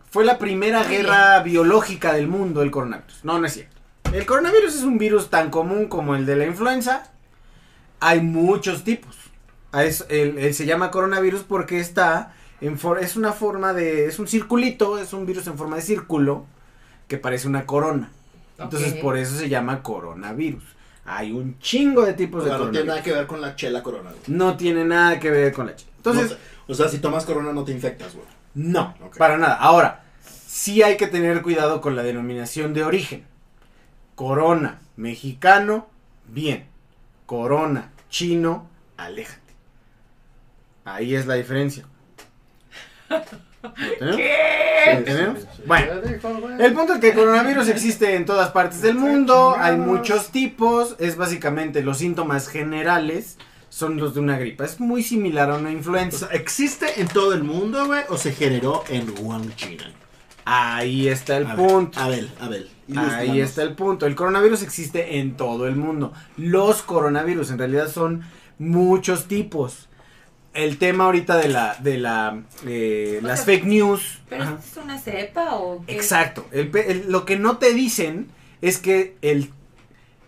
Speaker 1: fue la primera
Speaker 5: Muy bien.
Speaker 1: guerra biológica del mundo el coronavirus. No, no es cierto. El coronavirus es un virus tan común como el de la influenza. Hay muchos tipos. Ah, es- el- el se llama coronavirus porque está en for- es una forma de es un circulito, es un virus en forma de círculo que parece una corona. Entonces
Speaker 5: Ok.
Speaker 1: por eso se llama coronavirus. Hay un chingo de tipos
Speaker 2: o sea,
Speaker 1: Pues de
Speaker 2: no tiene
Speaker 1: coronavirus.
Speaker 2: nada que ver con la chela corona, güey.
Speaker 1: No tiene nada que ver con la chela. Entonces,
Speaker 2: No te- o sea, si tomas corona no te infectas, güey.
Speaker 1: No,
Speaker 2: Ok.
Speaker 1: para nada. Ahora, sí hay que tener cuidado con la denominación de origen. Corona mexicano, bien. Corona chino, aléjate. Ahí es la diferencia. ¿Lo tenemos? ¿Lo tenemos? Bueno, el punto es que el coronavirus existe en todas partes del mundo, hay muchos tipos, es básicamente los síntomas generales son los de una gripa. Es muy similar a una
Speaker 2: O
Speaker 1: influenza.
Speaker 2: sea, ¿existe en todo el mundo, güey? ¿O se generó en Wuhan, China?
Speaker 1: Ahí está el
Speaker 2: A ver,
Speaker 1: punto.
Speaker 2: Abel, Abel.
Speaker 1: Ahí está el punto. El coronavirus existe en todo el mundo. Los coronavirus en realidad son muchos tipos. El tema ahorita de la de la eh,
Speaker 5: O
Speaker 1: las
Speaker 5: sea,
Speaker 1: fake news.
Speaker 5: ¿Pero
Speaker 1: Ajá.
Speaker 5: esto es una cepa o qué?
Speaker 1: Exacto. El pe- el- lo que no te dicen es que el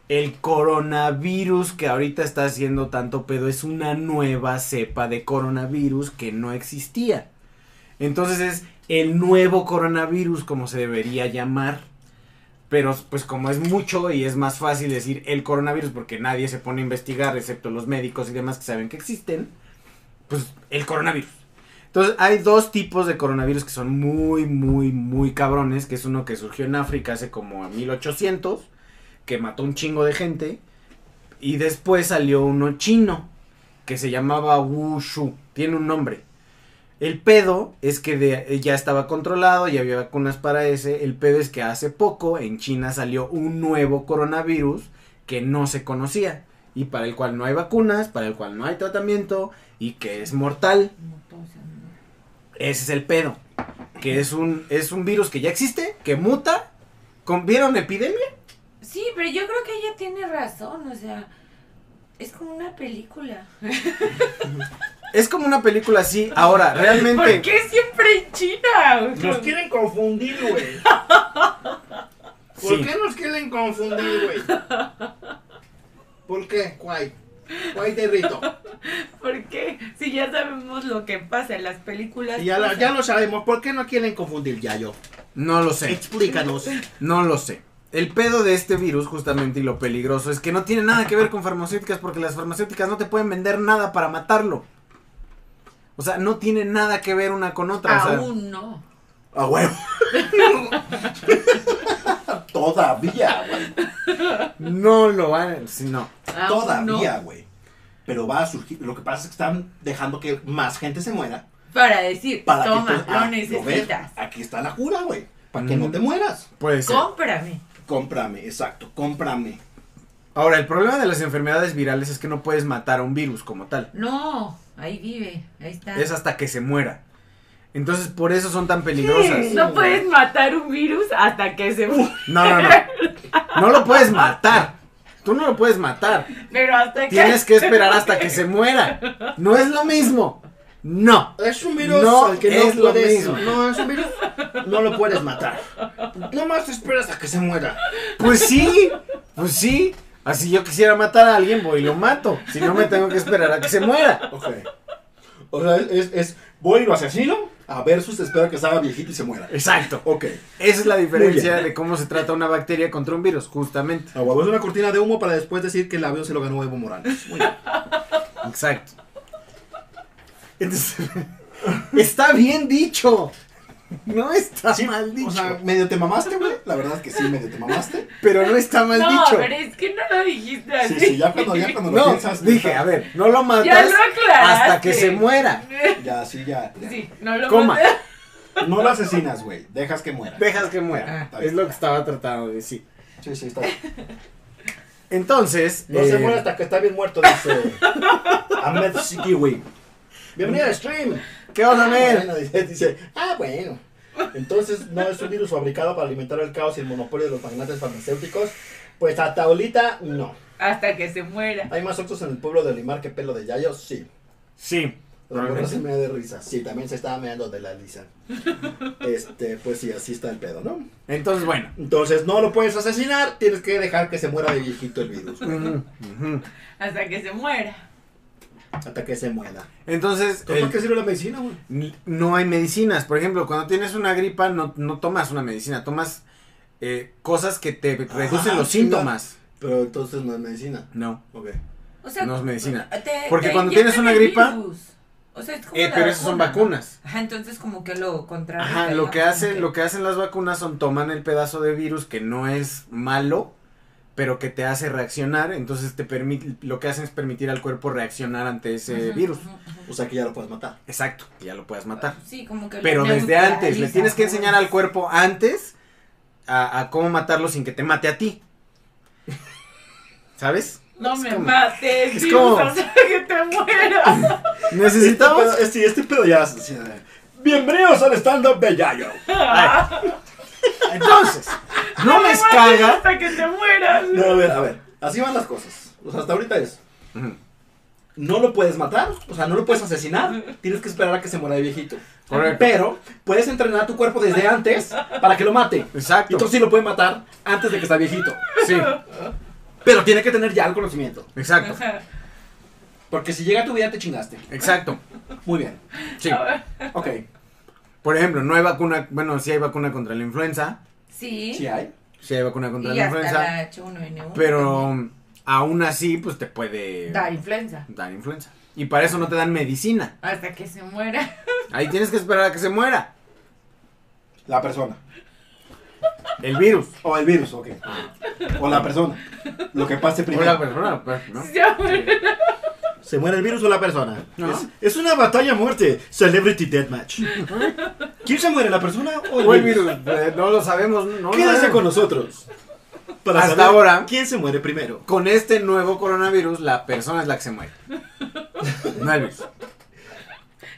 Speaker 1: el coronavirus que ahorita está haciendo tanto pedo es una nueva cepa de coronavirus que no existía. Entonces es el nuevo coronavirus como se debería llamar. Pero pues como es mucho y es más fácil decir el coronavirus porque nadie se pone a investigar excepto los médicos y demás que saben que existen, pues el coronavirus. Entonces hay dos tipos de coronavirus que son muy, muy, muy cabrones, que es uno que surgió en África hace como 1800, que mató un chingo de gente, y después salió uno chino, que se llamaba Wushu, tiene un nombre. El pedo es que de- ya estaba controlado, ya había vacunas para ese. El pedo es que hace poco en China salió un nuevo coronavirus que no se conocía y para el cual no hay vacunas, para el cual no hay tratamiento y que es mortal.
Speaker 5: No, todo se llama.
Speaker 1: Ese es el pedo. Que es un, es un virus que ya existe, que muta. con- ¿Vieron epidemia?
Speaker 5: Sí, pero yo creo que ella tiene razón, o sea, es como una película.
Speaker 1: Es como una película así. Ahora,
Speaker 5: ¿Por
Speaker 1: realmente.
Speaker 5: qué siempre en China?
Speaker 8: Nos quieren confundir, güey. ¿Por
Speaker 1: Sí.
Speaker 8: qué nos quieren confundir, güey?
Speaker 2: ¿Por qué? Guay. Guay de rito.
Speaker 5: ¿Por qué? Si ya sabemos lo que pasa en las películas. pues,
Speaker 2: Y ya, la-
Speaker 5: pasan.
Speaker 2: ya lo sabemos. ¿Por qué no quieren confundir, Yayo?
Speaker 1: No lo sé.
Speaker 2: Explícanos.
Speaker 1: No lo sé. El pedo de este virus, justamente, y lo peligroso, es que no tiene nada que ver con farmacéuticas, porque las farmacéuticas no te pueden vender nada para matarlo. O sea, no tiene nada que ver una con otra. o sea,
Speaker 5: Aún no.
Speaker 2: A huevo. (laughs) Todavía, güey.
Speaker 1: no lo van. Si no.
Speaker 5: Aún
Speaker 2: Todavía,
Speaker 5: no.
Speaker 2: güey. Pero va a surgir. Lo que pasa es que están dejando que más gente se muera.
Speaker 5: Para decir,
Speaker 2: Para que
Speaker 5: toma,
Speaker 2: tú- ah,
Speaker 5: lo necesitas.
Speaker 2: ves, Aquí está la cura, güey. Para que
Speaker 1: Mm.
Speaker 2: no te mueras.
Speaker 1: Puede ser.
Speaker 5: Cómprame.
Speaker 2: Cómprame, exacto, cómprame.
Speaker 1: Ahora, el problema de las enfermedades virales es que no puedes matar a un virus como tal.
Speaker 5: No, ahí vive, ahí está.
Speaker 1: Es hasta que se muera. Entonces, por eso son tan peligrosas.
Speaker 5: No puedes matar un virus hasta que se muera.
Speaker 1: No, no, no. No lo puedes matar. Tú no lo puedes matar.
Speaker 5: Pero hasta que.
Speaker 1: Tienes que esperar hasta que se muera. No es lo mismo. No.
Speaker 2: Es un virus
Speaker 1: No
Speaker 2: al que
Speaker 1: es
Speaker 2: no
Speaker 1: lo
Speaker 2: puedes.
Speaker 1: mismo.
Speaker 2: No, es un virus. No lo puedes matar. Nomás te esperas a que se muera.
Speaker 1: Pues sí. Pues sí. Así yo quisiera matar a alguien, voy y lo mato. Si no, me tengo que esperar a que se muera.
Speaker 2: Ok. O sea, es, es voy y lo asesino a versus te espero que se haga viejito y se muera.
Speaker 1: Exacto.
Speaker 2: Ok.
Speaker 1: Esa es la diferencia
Speaker 2: Muy
Speaker 1: de cómo se trata una bacteria contra un virus, justamente.
Speaker 2: Ah, huevo, es una cortina de humo para después decir que el avión se lo ganó Evo Morales.
Speaker 1: (laughs)
Speaker 2: Muy bien.
Speaker 1: Exacto. Entonces, está bien dicho. No está mal dicho.
Speaker 2: O sea, medio te mamaste, güey. La verdad es que sí, medio te
Speaker 5: (laughs)
Speaker 2: mamaste.
Speaker 1: pero no está mal
Speaker 5: No,
Speaker 1: dicho.
Speaker 5: pero es que no lo dijiste así.
Speaker 2: Sí, sí, ya cuando, ya cuando lo
Speaker 1: No,
Speaker 2: piensas.
Speaker 1: dije, a ver, no lo
Speaker 5: Ya
Speaker 1: matas
Speaker 5: lo aclaraste.
Speaker 1: hasta que se muera.
Speaker 2: Ya, sí, ya. ya.
Speaker 5: Sí, no lo
Speaker 1: Coma.
Speaker 5: matas.
Speaker 2: No lo asesinas, güey. Dejas que muera.
Speaker 1: Dejas que muera.
Speaker 2: Ah, está
Speaker 1: es
Speaker 2: bien.
Speaker 1: lo que estaba tratando de decir.
Speaker 2: Sí, sí, está bien.
Speaker 1: Entonces,
Speaker 2: No se
Speaker 1: eh,
Speaker 2: muere hasta que está bien muerto, dice Ahmed Sikiwi. Bienvenido al stream.
Speaker 1: ¿qué onda, Mel?
Speaker 2: Bueno, dice, dice, ah, bueno. Entonces, ¿no es un virus fabricado para alimentar el caos y el monopolio de los magnates farmacéuticos? Pues hasta ahorita, no.
Speaker 5: Hasta que se muera.
Speaker 2: ¿Hay más otros en el pueblo de Limar que pelo de Yayo? Sí.
Speaker 1: Sí.
Speaker 2: Pero se me da de risa. Sí, también se estaba meando de la lisa. Este, pues sí, así está el pedo, ¿no?
Speaker 1: Entonces, bueno.
Speaker 2: Entonces, no lo puedes asesinar, tienes que dejar que se muera de viejito el virus, güey,
Speaker 1: Ujú, ujú.
Speaker 5: Hasta que se muera.
Speaker 2: hasta que se muera.
Speaker 1: Entonces,
Speaker 2: ¿Entonces
Speaker 1: el-
Speaker 2: ¿Para qué sirve la medicina, güey?
Speaker 1: n- no hay medicinas. Por ejemplo, cuando tienes una gripa, no, no tomas una medicina, tomas eh, cosas que te reducen
Speaker 2: Ah,
Speaker 1: los
Speaker 2: chinga.
Speaker 1: síntomas.
Speaker 2: Pero entonces no es medicina.
Speaker 1: No.
Speaker 2: Ok.
Speaker 5: O sea,
Speaker 1: No es medicina.
Speaker 5: te-
Speaker 1: Porque
Speaker 5: te
Speaker 1: cuando tienes
Speaker 5: inyectan
Speaker 1: una
Speaker 5: el
Speaker 1: gripa,
Speaker 5: virus. O sea, es como
Speaker 1: Eh,
Speaker 5: la
Speaker 1: pero esas son
Speaker 5: vacuna, ¿no?
Speaker 1: vacunas.
Speaker 5: Ajá, entonces como que lo contrario.
Speaker 1: Ajá, lo que hacen, lo que hacen las vacunas son toman el pedazo de virus que no es malo, pero que te hace reaccionar, entonces te permite, lo que hacen es permitir al cuerpo reaccionar ante ese virus.
Speaker 2: O sea que ya lo puedes matar.
Speaker 1: Exacto, que ya lo puedas matar.
Speaker 5: Sí, como que lo
Speaker 1: Pero desde
Speaker 5: neutraliza,
Speaker 1: antes, le tienes que
Speaker 5: ¿no?
Speaker 1: enseñar al cuerpo antes a, a cómo matarlo sin que te mate a ti. ¿Sabes?
Speaker 5: No
Speaker 1: Es
Speaker 5: me
Speaker 1: como-
Speaker 5: mates,
Speaker 1: es
Speaker 5: virus,
Speaker 1: como-
Speaker 5: hasta que te
Speaker 1: (laughs)
Speaker 5: muera.
Speaker 1: Necesitamos...
Speaker 2: (laughs) Este pedo- sí, este pedo ya. sí, eh. Bienvenidos al stand-up de Yayo. (laughs)
Speaker 1: Entonces, no les
Speaker 5: mates
Speaker 1: caga.
Speaker 5: Hasta que te mueras.
Speaker 2: No, a ver, a ver. Así van las cosas. O sea, hasta ahorita es.
Speaker 1: Ujú.
Speaker 2: No lo puedes matar, o sea, no lo puedes asesinar. Tienes que esperar a que se muera de viejito.
Speaker 1: Correcto.
Speaker 2: Pero puedes entrenar a tu cuerpo desde antes para que lo mate. Y
Speaker 1: Exacto.
Speaker 2: entonces sí lo puede matar antes de que está viejito.
Speaker 1: Sí,
Speaker 2: Pero tiene que tener ya el conocimiento.
Speaker 1: exacto.
Speaker 5: Ajá.
Speaker 2: Porque si llega a tu vida te chingaste.
Speaker 1: Exacto.
Speaker 2: Muy bien.
Speaker 1: Sí.
Speaker 2: Ok.
Speaker 1: Por ejemplo, no hay vacuna, bueno, sí hay vacuna contra la influenza,
Speaker 5: Sí.
Speaker 2: Sí hay.
Speaker 1: sí hay vacuna contra
Speaker 5: y
Speaker 1: la
Speaker 5: hasta
Speaker 1: influenza,
Speaker 5: la H1N1.
Speaker 1: pero
Speaker 5: también.
Speaker 1: aún así, pues te puede
Speaker 5: Da influenza.
Speaker 1: dar influenza. Y para eso no te dan medicina.
Speaker 5: Hasta que se muera. (laughs)
Speaker 1: Ahí tienes que esperar a que se muera
Speaker 2: La persona.
Speaker 1: el virus.
Speaker 2: O el virus, ok. O la persona. Lo que pase
Speaker 1: O la
Speaker 2: primero.
Speaker 1: persona, pues, ¿no?
Speaker 5: Se muere.
Speaker 2: ¿Se muere el virus o la persona?
Speaker 1: No.
Speaker 2: Es, es una batalla a muerte. Celebrity Deathmatch. ¿Quién se muere, la persona o el
Speaker 1: O el
Speaker 2: virus?
Speaker 1: virus, pues, no lo sabemos, no lo
Speaker 2: Quédese
Speaker 1: sabemos.
Speaker 2: con nosotros. Para
Speaker 1: Hasta
Speaker 2: saber
Speaker 1: ahora.
Speaker 2: ¿Quién se muere primero?
Speaker 1: Con este nuevo coronavirus, la persona es la que se muere. No el virus.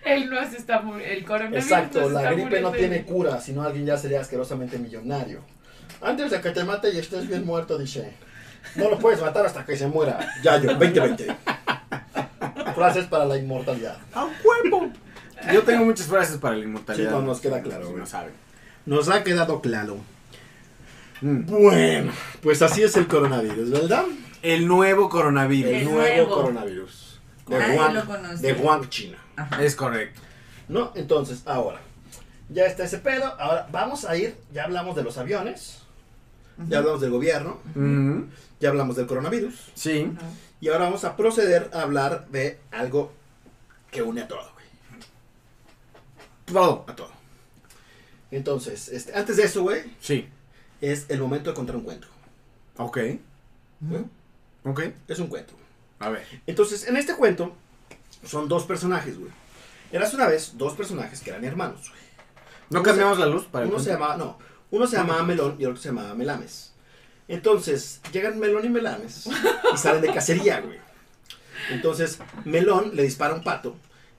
Speaker 5: Él no se está muriendo. El coronavirus.
Speaker 2: Exacto,
Speaker 5: no se
Speaker 2: la
Speaker 5: está
Speaker 2: gripe no
Speaker 5: muriendo.
Speaker 2: tiene cura, sino alguien ya sería asquerosamente millonario. Antes de que te mate y estés bien muerto, dice. No lo puedes matar hasta que se muera. Yayo, (laughs) 2020. Frases para la inmortalidad.
Speaker 1: ¡A huevo! Yo tengo muchas frases para la inmortalidad.
Speaker 2: Sí, no, nos queda claro,
Speaker 1: Si
Speaker 2: güey.
Speaker 1: no saben.
Speaker 2: Nos ha quedado claro.
Speaker 1: Mm.
Speaker 2: Bueno, pues así es el coronavirus, ¿verdad?
Speaker 1: El nuevo coronavirus.
Speaker 5: El nuevo.
Speaker 2: coronavirus. De
Speaker 5: Nadie
Speaker 2: Wuhan,
Speaker 5: lo conoce.
Speaker 2: de Wuhan, China.
Speaker 1: Es correcto.
Speaker 2: ¿No? Entonces, ahora. Ya está ese pedo. Ahora vamos a ir. Ya hablamos de los aviones. Ya hablamos del gobierno.
Speaker 1: Ujú.
Speaker 2: Ya hablamos del coronavirus.
Speaker 1: Mm-hmm. Sí.
Speaker 2: Y ahora vamos a proceder a hablar de algo que une a todo, güey.
Speaker 1: Todo.
Speaker 2: A todo. Entonces, este, antes de eso, güey,
Speaker 1: Sí.
Speaker 2: es el momento de contar un cuento.
Speaker 1: Ok.
Speaker 2: ¿no?
Speaker 1: Ok.
Speaker 2: Es un cuento.
Speaker 1: A ver.
Speaker 2: Entonces, en este cuento son dos personajes, güey. Eras una vez dos personajes que eran hermanos, güey.
Speaker 1: ¿No
Speaker 2: Uno
Speaker 1: cambiamos
Speaker 2: se-
Speaker 1: la luz para el
Speaker 2: Uno se
Speaker 1: cuento?
Speaker 2: llamaba, no, uno se llamaba Melón y el otro se llamaba Melames. Entonces, llegan Melón y Melames y salen de cacería, güey. Entonces, Melón le dispara un pato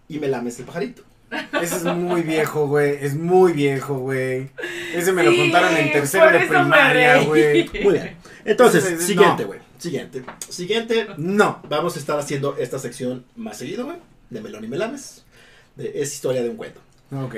Speaker 2: y Melames el pajarito.
Speaker 1: Ese
Speaker 2: (laughs)
Speaker 1: es muy viejo, güey. Es muy viejo, güey. Ese me lo
Speaker 5: Sí,
Speaker 1: contaron en tercero
Speaker 5: por
Speaker 1: de
Speaker 5: eso me
Speaker 1: primaria,
Speaker 5: reí.
Speaker 1: güey.
Speaker 2: Muy bien. Entonces,
Speaker 1: Entonces,
Speaker 2: siguiente,
Speaker 1: no.
Speaker 2: güey. Siguiente. Siguiente.
Speaker 1: No.
Speaker 2: Vamos a estar haciendo esta sección más seguido, güey. De Melón y Melames. De, es historia de un cuento.
Speaker 1: Ok.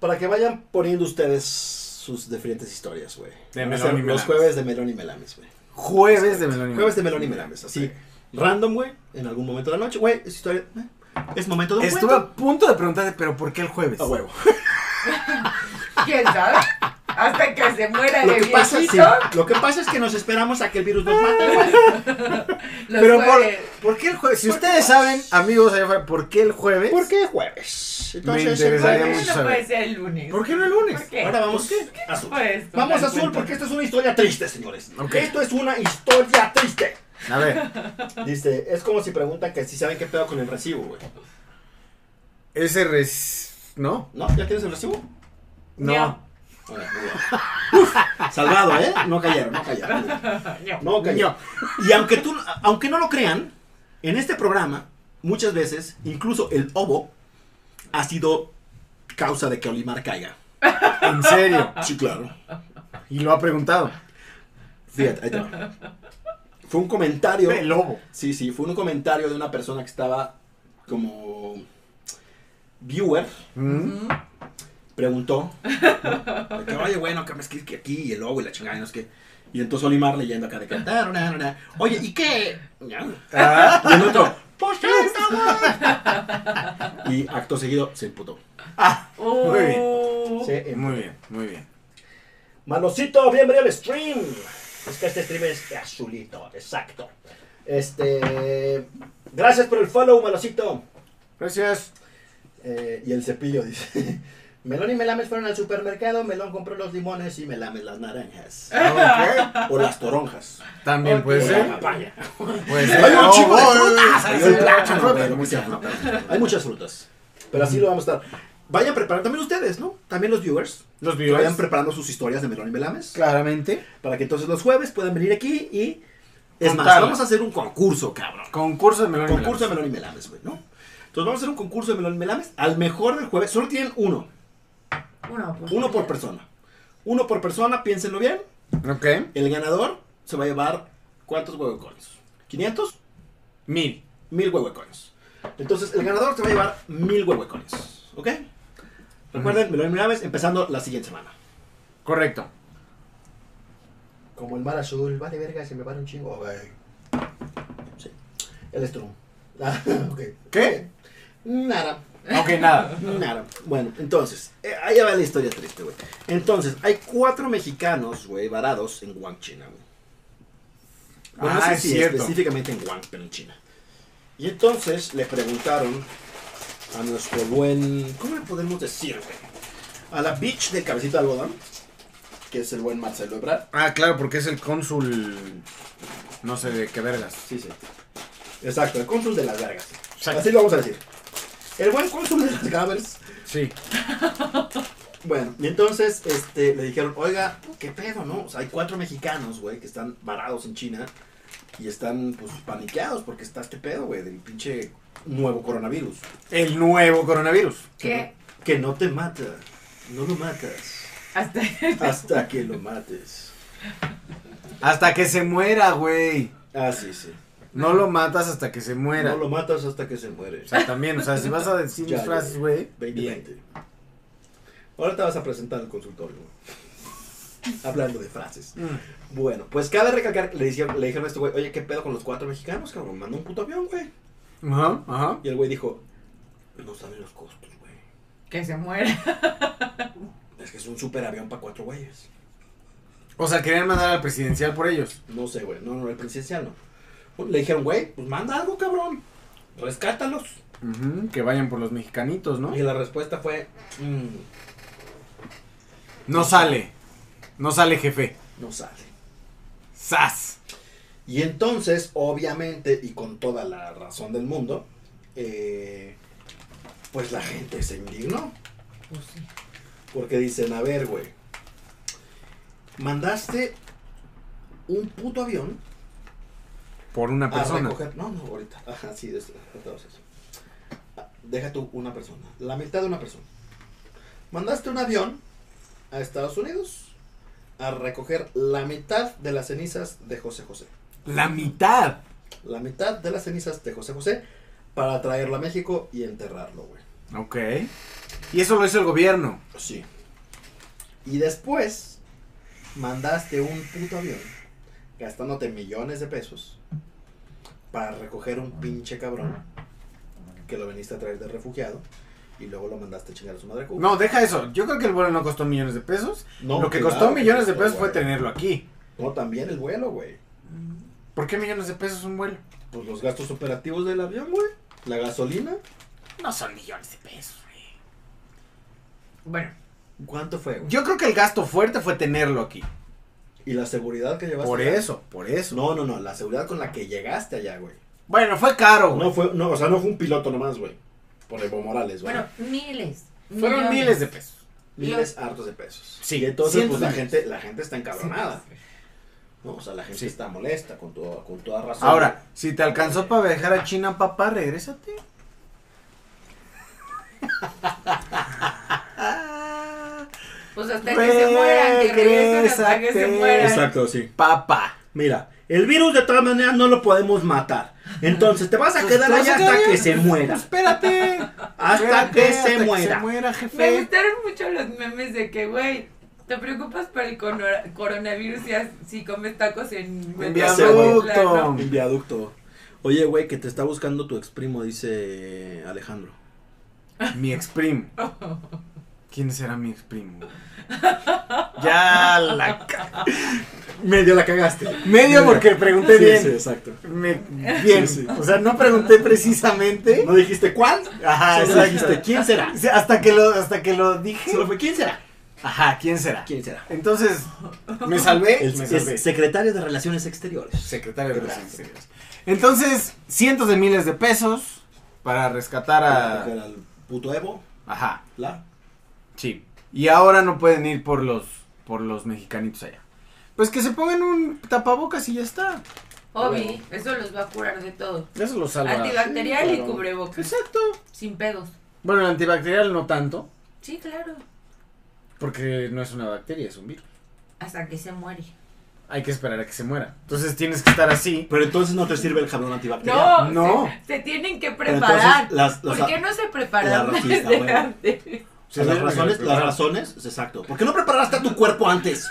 Speaker 2: Para que vayan poniendo ustedes sus diferentes historias, güey.
Speaker 1: De
Speaker 2: Vamos
Speaker 1: Melón
Speaker 2: a hacer
Speaker 1: y
Speaker 2: Los
Speaker 1: Melames. Mm.
Speaker 2: jueves de Melón y Melames, güey.
Speaker 1: Jueves de Melón y
Speaker 2: Jueves de Melón y Melames. Así, random, güey. En algún momento de la noche, güey. Es historia. eh, Es momento de un
Speaker 1: Estuve
Speaker 2: cuento.
Speaker 1: a punto de preguntarte, pero ¿por qué el jueves?
Speaker 2: A huevo.
Speaker 5: ¿Quién sabe? Hasta que se muera
Speaker 2: Lo
Speaker 5: de
Speaker 2: que, pasa, sí,
Speaker 5: viejito.
Speaker 2: lo que pasa es que nos esperamos a que el virus nos mate,
Speaker 5: Ah.
Speaker 2: güey.
Speaker 5: los
Speaker 1: Pero por,
Speaker 5: jueves.
Speaker 1: ¿por qué el jueves? Si
Speaker 2: ¿Por qué
Speaker 1: ustedes
Speaker 2: jueves?
Speaker 1: saben, amigos allá afuera, ¿por qué el jueves?
Speaker 2: ¿Por qué jueves?
Speaker 1: Me
Speaker 2: Entonces, el
Speaker 1: interesaría
Speaker 2: jueves-
Speaker 1: mucho.
Speaker 5: no puede
Speaker 1: saber.
Speaker 5: ser el lunes.
Speaker 1: ¿Por qué no el lunes?
Speaker 5: ¿Por qué?
Speaker 2: Ahora vamos azul.
Speaker 5: Pues,
Speaker 2: Vamos
Speaker 5: total
Speaker 2: azul
Speaker 5: cuenta.
Speaker 2: porque esta es una historia triste, señores.
Speaker 1: Ok.
Speaker 2: Esto es una historia triste.
Speaker 1: A ver,
Speaker 2: Dice, es como si preguntan que si saben qué pedo con el recibo, güey.
Speaker 1: ese res... ¿No?
Speaker 2: ¿No? ¿Ya tienes el recibo?
Speaker 1: No.
Speaker 2: Ahora, muy bien. Uf, salvado, ¿eh? No cayeron, no cayeron. No cayeron. Y aunque, tú, aunque no lo crean, en este programa, muchas veces, incluso el ovo ha sido causa de que Olimar caiga.
Speaker 1: En serio.
Speaker 2: Sí, claro.
Speaker 1: Y lo ha preguntado.
Speaker 2: Fíjate, ahí te va. Fue un comentario.
Speaker 1: El lobo.
Speaker 2: Sí, sí, fue un comentario de una persona que estaba como viewer,
Speaker 1: ¿Mm?
Speaker 5: Ujú.
Speaker 2: preguntó, de que, oye, bueno, que es que- que aquí y el lobo y la chingada, y no es que... Y entonces Olimar leyendo acá de que, "Tarara, tarara". oye, ¿y qué? Ya.
Speaker 1: Ah,
Speaker 2: Y el otro, pues (laughs) esto, güey". Y acto seguido se emputó.
Speaker 1: Muy bien.
Speaker 5: Uh,
Speaker 2: Se emputó.
Speaker 1: muy bien, muy bien.
Speaker 2: Manocito, bienvenido al stream. Es que este stream es azulito, exacto. Este. Gracias por el follow, Manocito.
Speaker 1: Gracias.
Speaker 2: Eh, y el cepillo (laughs) dice: Melón y Melames fueron al supermercado, Melón compró los limones y Melames las naranjas.
Speaker 1: Ah, Ok.
Speaker 2: O las toronjas.
Speaker 1: También puede
Speaker 2: o la
Speaker 1: ser.
Speaker 2: papaya.
Speaker 1: Puede ser.
Speaker 2: Hay un chico de
Speaker 1: Oh,
Speaker 2: frutas.
Speaker 1: oh,
Speaker 2: Hay
Speaker 1: oh,
Speaker 2: el
Speaker 1: oh,
Speaker 2: plátano,
Speaker 1: oh,
Speaker 2: güey,
Speaker 1: oh,
Speaker 2: lo que sea,
Speaker 1: oh,
Speaker 2: fruta. Hay muchas frutas. Pero así lo vamos a estar. Vayan preparando también ustedes, ¿no? También los viewers.
Speaker 1: Los
Speaker 2: Que vayan
Speaker 1: viewers.
Speaker 2: preparando sus historias de Melón y Melames.
Speaker 1: Claramente.
Speaker 2: Para que entonces los jueves puedan venir aquí y. Es más,
Speaker 1: Contarlas.
Speaker 2: vamos a hacer un concurso, cabrón.
Speaker 1: Concurso de melón. y
Speaker 2: Concurso de
Speaker 1: melames.
Speaker 2: melón y melames, güey, ¿no? Entonces vamos a hacer un concurso de melón y melames al mejor del jueves. Solo tienen uno.
Speaker 5: uno por,
Speaker 2: Uno por persona. Uno por persona, piénsenlo bien.
Speaker 1: Ok.
Speaker 2: El ganador se va a llevar ¿cuántos huevecones? ¿500?
Speaker 1: Mil.
Speaker 2: Mil huevecones. Entonces el ganador se va a llevar mil huevecones. ¿Ok? Recuerden, melón y melames empezando la siguiente semana.
Speaker 1: Correcto.
Speaker 2: Como el mar azul, vale verga, se me van un chingo. güey. Sí. El strum. Ah, (laughs) ok.
Speaker 1: ¿Qué?
Speaker 2: Nada.
Speaker 1: Ok, nada.
Speaker 2: Claro. Bueno, entonces, eh, ahí va la historia triste, güey. Entonces, hay cuatro mexicanos, güey, varados en Guang, China, güey. Bueno,
Speaker 1: Ah,
Speaker 2: no sé
Speaker 1: es
Speaker 2: si
Speaker 1: cierto.
Speaker 2: específicamente en Guang, pero en China. Y entonces le preguntaron a nuestro buen, ¿cómo le podemos decir, güey? A la bitch del cabecito de algodón, que es el buen Marcelo Ebrard.
Speaker 1: Ah, claro, porque es el cónsul. No sé de qué vergas.
Speaker 2: Sí, sí. Exacto, el cónsul de las vergas. Así lo vamos a decir. El buen cónsul de las (laughs) gavers
Speaker 1: Sí.
Speaker 2: Bueno, y entonces este, le dijeron, oiga, ¿qué pedo, no? O sea, hay cuatro mexicanos, güey, que están varados en China y están, pues, paniqueados porque está este pedo, güey, del pinche nuevo coronavirus.
Speaker 1: El nuevo coronavirus.
Speaker 5: ¿Qué?
Speaker 2: Que no te mata, no lo matas
Speaker 5: Hasta (laughs)
Speaker 2: hasta que lo mates.
Speaker 1: Hasta que se muera, güey.
Speaker 2: Ah, sí, sí.
Speaker 1: No lo matas hasta que se muera.
Speaker 2: No lo matas hasta que se muere.
Speaker 1: O sea, también, o sea, si vas a decir
Speaker 2: (laughs) Ya,
Speaker 1: mis
Speaker 2: ya,
Speaker 1: frases,
Speaker 2: ya.
Speaker 1: güey.
Speaker 2: 2020. Ahora te vas a presentar al consultorio, (laughs) güey. Hablando de frases.
Speaker 1: Mm.
Speaker 2: Bueno, pues cabe recalcar, le dijeron, le dijeron a este güey, oye, ¿qué pedo con los cuatro mexicanos, cabrón? Manda un puto avión, güey.
Speaker 1: Ajá, ajá.
Speaker 2: Y el güey dijo, no saben los costos, güey.
Speaker 5: que se muera.
Speaker 2: Es que es un super avión para cuatro güeyes.
Speaker 1: O sea, querían mandar al presidencial por ellos.
Speaker 2: No sé, güey. No, no, el presidencial no. Bueno, Le dijeron, güey, pues manda algo, cabrón. Rescátalos.
Speaker 1: Ujú, que vayan por los mexicanitos, ¿no?
Speaker 2: Y la respuesta fue, "Mm,
Speaker 1: No sale. No sale, jefe.
Speaker 2: no sale.
Speaker 1: ¡Sas!
Speaker 2: Y entonces, obviamente, y con toda la razón del mundo, eh, pues la gente se indignó.
Speaker 5: Pues sí.
Speaker 2: Porque dicen, a ver, güey, mandaste un puto avión
Speaker 1: Por una
Speaker 2: a
Speaker 1: persona.
Speaker 2: Ah, recoger- No, no, ahorita. Ajá, sí, des- entonces. Ah, Deja tú una persona. La mitad de una persona. Mandaste un avión a Estados Unidos a recoger la mitad de las cenizas de José José.
Speaker 1: La mitad.
Speaker 2: La mitad de las cenizas de José José para traerlo a México y enterrarlo, güey.
Speaker 1: Ok. Y eso lo hizo el gobierno.
Speaker 2: Sí. Y después mandaste un puto avión gastándote millones de pesos para recoger un pinche cabrón que lo veniste a traer de refugiado y luego lo mandaste a chingar a su madre a Cuba.
Speaker 1: No, deja eso. Yo creo que el vuelo no costó millones de pesos.
Speaker 2: No,
Speaker 1: lo que
Speaker 2: claro
Speaker 1: costó
Speaker 2: que
Speaker 1: millones de
Speaker 2: costó,
Speaker 1: pesos fue
Speaker 2: güey.
Speaker 1: tenerlo aquí.
Speaker 2: No, también el vuelo, güey.
Speaker 1: ¿Por qué millones de pesos un vuelo?
Speaker 2: Pues los gastos operativos del avión, güey. La gasolina.
Speaker 1: No son millones de pesos, güey.
Speaker 5: Bueno,
Speaker 2: ¿Cuánto fue, güey?
Speaker 1: Yo creo que el gasto fuerte fue tenerlo aquí.
Speaker 2: Y la seguridad que llevaste.
Speaker 1: Por
Speaker 2: allá.
Speaker 1: eso, por eso.
Speaker 2: No, no, no. La seguridad con la que llegaste allá, güey.
Speaker 1: Bueno, fue caro, güey.
Speaker 2: No fue, no, o sea, no fue un piloto nomás, güey. Por Evo Morales, güey.
Speaker 5: bueno, miles.
Speaker 1: Fueron
Speaker 5: millones.
Speaker 1: miles de pesos.
Speaker 2: miles hartos de pesos.
Speaker 1: Sí,
Speaker 2: y entonces
Speaker 1: cientos
Speaker 2: pues la
Speaker 1: de
Speaker 2: gente, la gente está encabronada. No, o sea, la gente
Speaker 1: Sí.
Speaker 2: está molesta con toda, con toda razón.
Speaker 1: Ahora, si te alcanzó para viajar a China, papá, regrésate.
Speaker 5: Pues hasta que se mueran, que regresen hasta que se
Speaker 1: Regrésate.
Speaker 5: mueran.
Speaker 2: Exacto, sí.
Speaker 1: Papá.
Speaker 2: Mira, el virus de todas maneras no lo podemos matar. Entonces te vas a quedar
Speaker 1: Pues,
Speaker 2: allá
Speaker 1: ¿te vas a
Speaker 2: hasta
Speaker 1: quedar? (laughs)
Speaker 2: que se muera.
Speaker 1: Espérate.
Speaker 2: Hasta
Speaker 1: Espérate,
Speaker 2: que se
Speaker 1: se
Speaker 2: muera.
Speaker 1: muera,
Speaker 5: Me
Speaker 1: jefe.
Speaker 5: gustaron mucho los memes de que, güey, te preocupas por el conor- coronavirus y as- si comes tacos en
Speaker 1: En
Speaker 2: Ya sé,
Speaker 5: Metro
Speaker 2: güey.
Speaker 5: Plan,
Speaker 1: viaducto.
Speaker 5: ¿no?
Speaker 2: Un viaducto. Oye, güey, que te está buscando tu ex primo, dice Alejandro.
Speaker 1: Mi ex primo. ¿Quién será mi ex primo? Ya la. ca-
Speaker 2: Medio la cagaste.
Speaker 1: Medio porque pregunté
Speaker 2: Sí,
Speaker 1: bien.
Speaker 2: sí, exacto.
Speaker 1: Me- bien.
Speaker 2: Sí, sí.
Speaker 1: O sea, no pregunté precisamente.
Speaker 2: ¿Eh? ¿No dijiste cuál?
Speaker 1: Ajá,
Speaker 2: Solo
Speaker 1: exacto.
Speaker 2: dijiste quién será.
Speaker 1: O sea, Hasta que lo, hasta que lo dije.
Speaker 2: Solo fue quién será.
Speaker 1: Ajá, ¿quién será?
Speaker 2: ¿Quién será?
Speaker 1: Entonces, me salvé.
Speaker 2: El
Speaker 1: me salvé.
Speaker 2: es secretario de Relaciones Exteriores.
Speaker 1: secretario de
Speaker 2: Gracias.
Speaker 1: Relaciones Exteriores. Entonces, cientos de miles de pesos para rescatar
Speaker 2: Que
Speaker 1: a.
Speaker 2: era el puto Evo,
Speaker 1: Ajá,
Speaker 2: la.
Speaker 1: sí. Y ahora no pueden ir por los por los mexicanitos allá. Pues que se pongan un tapabocas y ya está.
Speaker 5: Obi, eso los va a curar de todo.
Speaker 1: Eso lo salva.
Speaker 5: Antibacterial
Speaker 2: Sí,
Speaker 5: y
Speaker 2: claro.
Speaker 5: cubrebocas.
Speaker 1: Exacto.
Speaker 5: Sin pedos.
Speaker 1: Bueno, el antibacterial no tanto,
Speaker 5: Sí, claro.
Speaker 1: porque no es una bacteria, es un virus.
Speaker 5: Hasta que se muere.
Speaker 1: Hay que esperar a que se muera. Entonces tienes que estar así.
Speaker 2: Pero entonces no te sirve el jabón antibacterial.
Speaker 5: No,
Speaker 1: No.
Speaker 5: Se, se tienen que
Speaker 2: Pero
Speaker 5: preparar.
Speaker 2: entonces las, las,
Speaker 5: ¿Por qué no se
Speaker 2: la
Speaker 5: prepararon
Speaker 2: racista,
Speaker 5: desde
Speaker 2: güey.
Speaker 5: antes?
Speaker 2: o sea, las
Speaker 1: Sí,
Speaker 2: razones,
Speaker 1: sí,
Speaker 2: las
Speaker 1: claro.
Speaker 2: razones, es exacto. ¿Por qué no preparaste a tu cuerpo antes?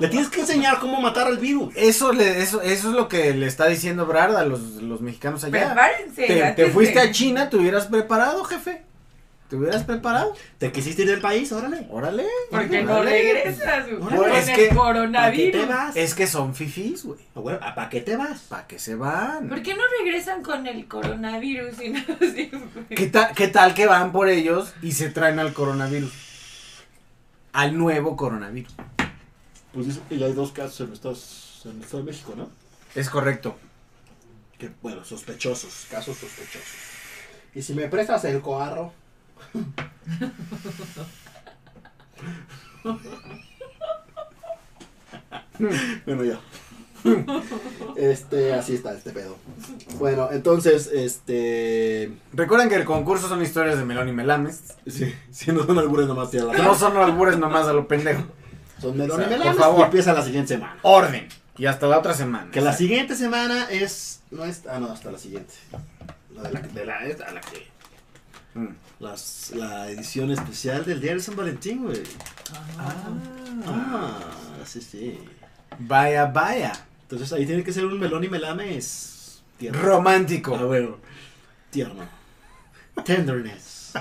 Speaker 2: Le tienes que enseñar cómo matar al virus.
Speaker 1: Eso, le, eso, eso es lo que le está diciendo Brad a los, los mexicanos allá.
Speaker 5: Prepárense.
Speaker 1: Te,
Speaker 5: antes
Speaker 1: te
Speaker 5: de-
Speaker 1: fuiste a China, te hubieras preparado, jefe. Te hubieras preparado.
Speaker 2: Te quisiste ir del país, órale.
Speaker 1: Órale.
Speaker 5: Porque no
Speaker 1: órale.
Speaker 5: regresas, güey.
Speaker 2: Órale.
Speaker 5: Con
Speaker 1: Es
Speaker 5: el
Speaker 1: que-
Speaker 2: ¿Para qué
Speaker 5: coronavirus.
Speaker 2: te vas?
Speaker 1: Es que son fifís, güey.
Speaker 2: Ah, bueno, ¿a- ¿Para qué te vas?
Speaker 1: ¿Para qué se van?
Speaker 5: ¿Por qué no regresan con el coronavirus y no (laughs) así, güey?
Speaker 1: ¿Qué, ta- ¿Qué tal que van por ellos y se traen al coronavirus? Al nuevo coronavirus.
Speaker 2: Pues dicen que ya hay dos casos en, Estados, en el Estado de México, ¿no?
Speaker 1: Es correcto.
Speaker 2: Que, bueno, sospechosos, casos sospechosos. Y si me prestas el coarro, Bueno, ya. este, así está este pedo. Bueno, entonces, este.
Speaker 1: Recuerden que el concurso son historias de Melón y Melames.
Speaker 2: Sí, sí, no son algunas nomás, tía.
Speaker 1: No son albures nomás a lo pendejo.
Speaker 2: Son melón
Speaker 1: O
Speaker 2: y
Speaker 1: sea,
Speaker 2: melames.
Speaker 1: por favor.
Speaker 2: Y empieza la siguiente semana.
Speaker 1: Orden. Y hasta la otra semana.
Speaker 2: Que la siguiente semana es. No es. Ah, no, hasta la siguiente. La de la, de la, es a la que.
Speaker 1: Mm.
Speaker 2: Las, la edición especial del Día de San Valentín, güey. Ah, sí, sí.
Speaker 1: Vaya, vaya.
Speaker 2: Entonces ahí tiene que ser un melón y melames. tierno. A
Speaker 1: Romántico.
Speaker 2: ver, (laughs) tierno. Tenderness.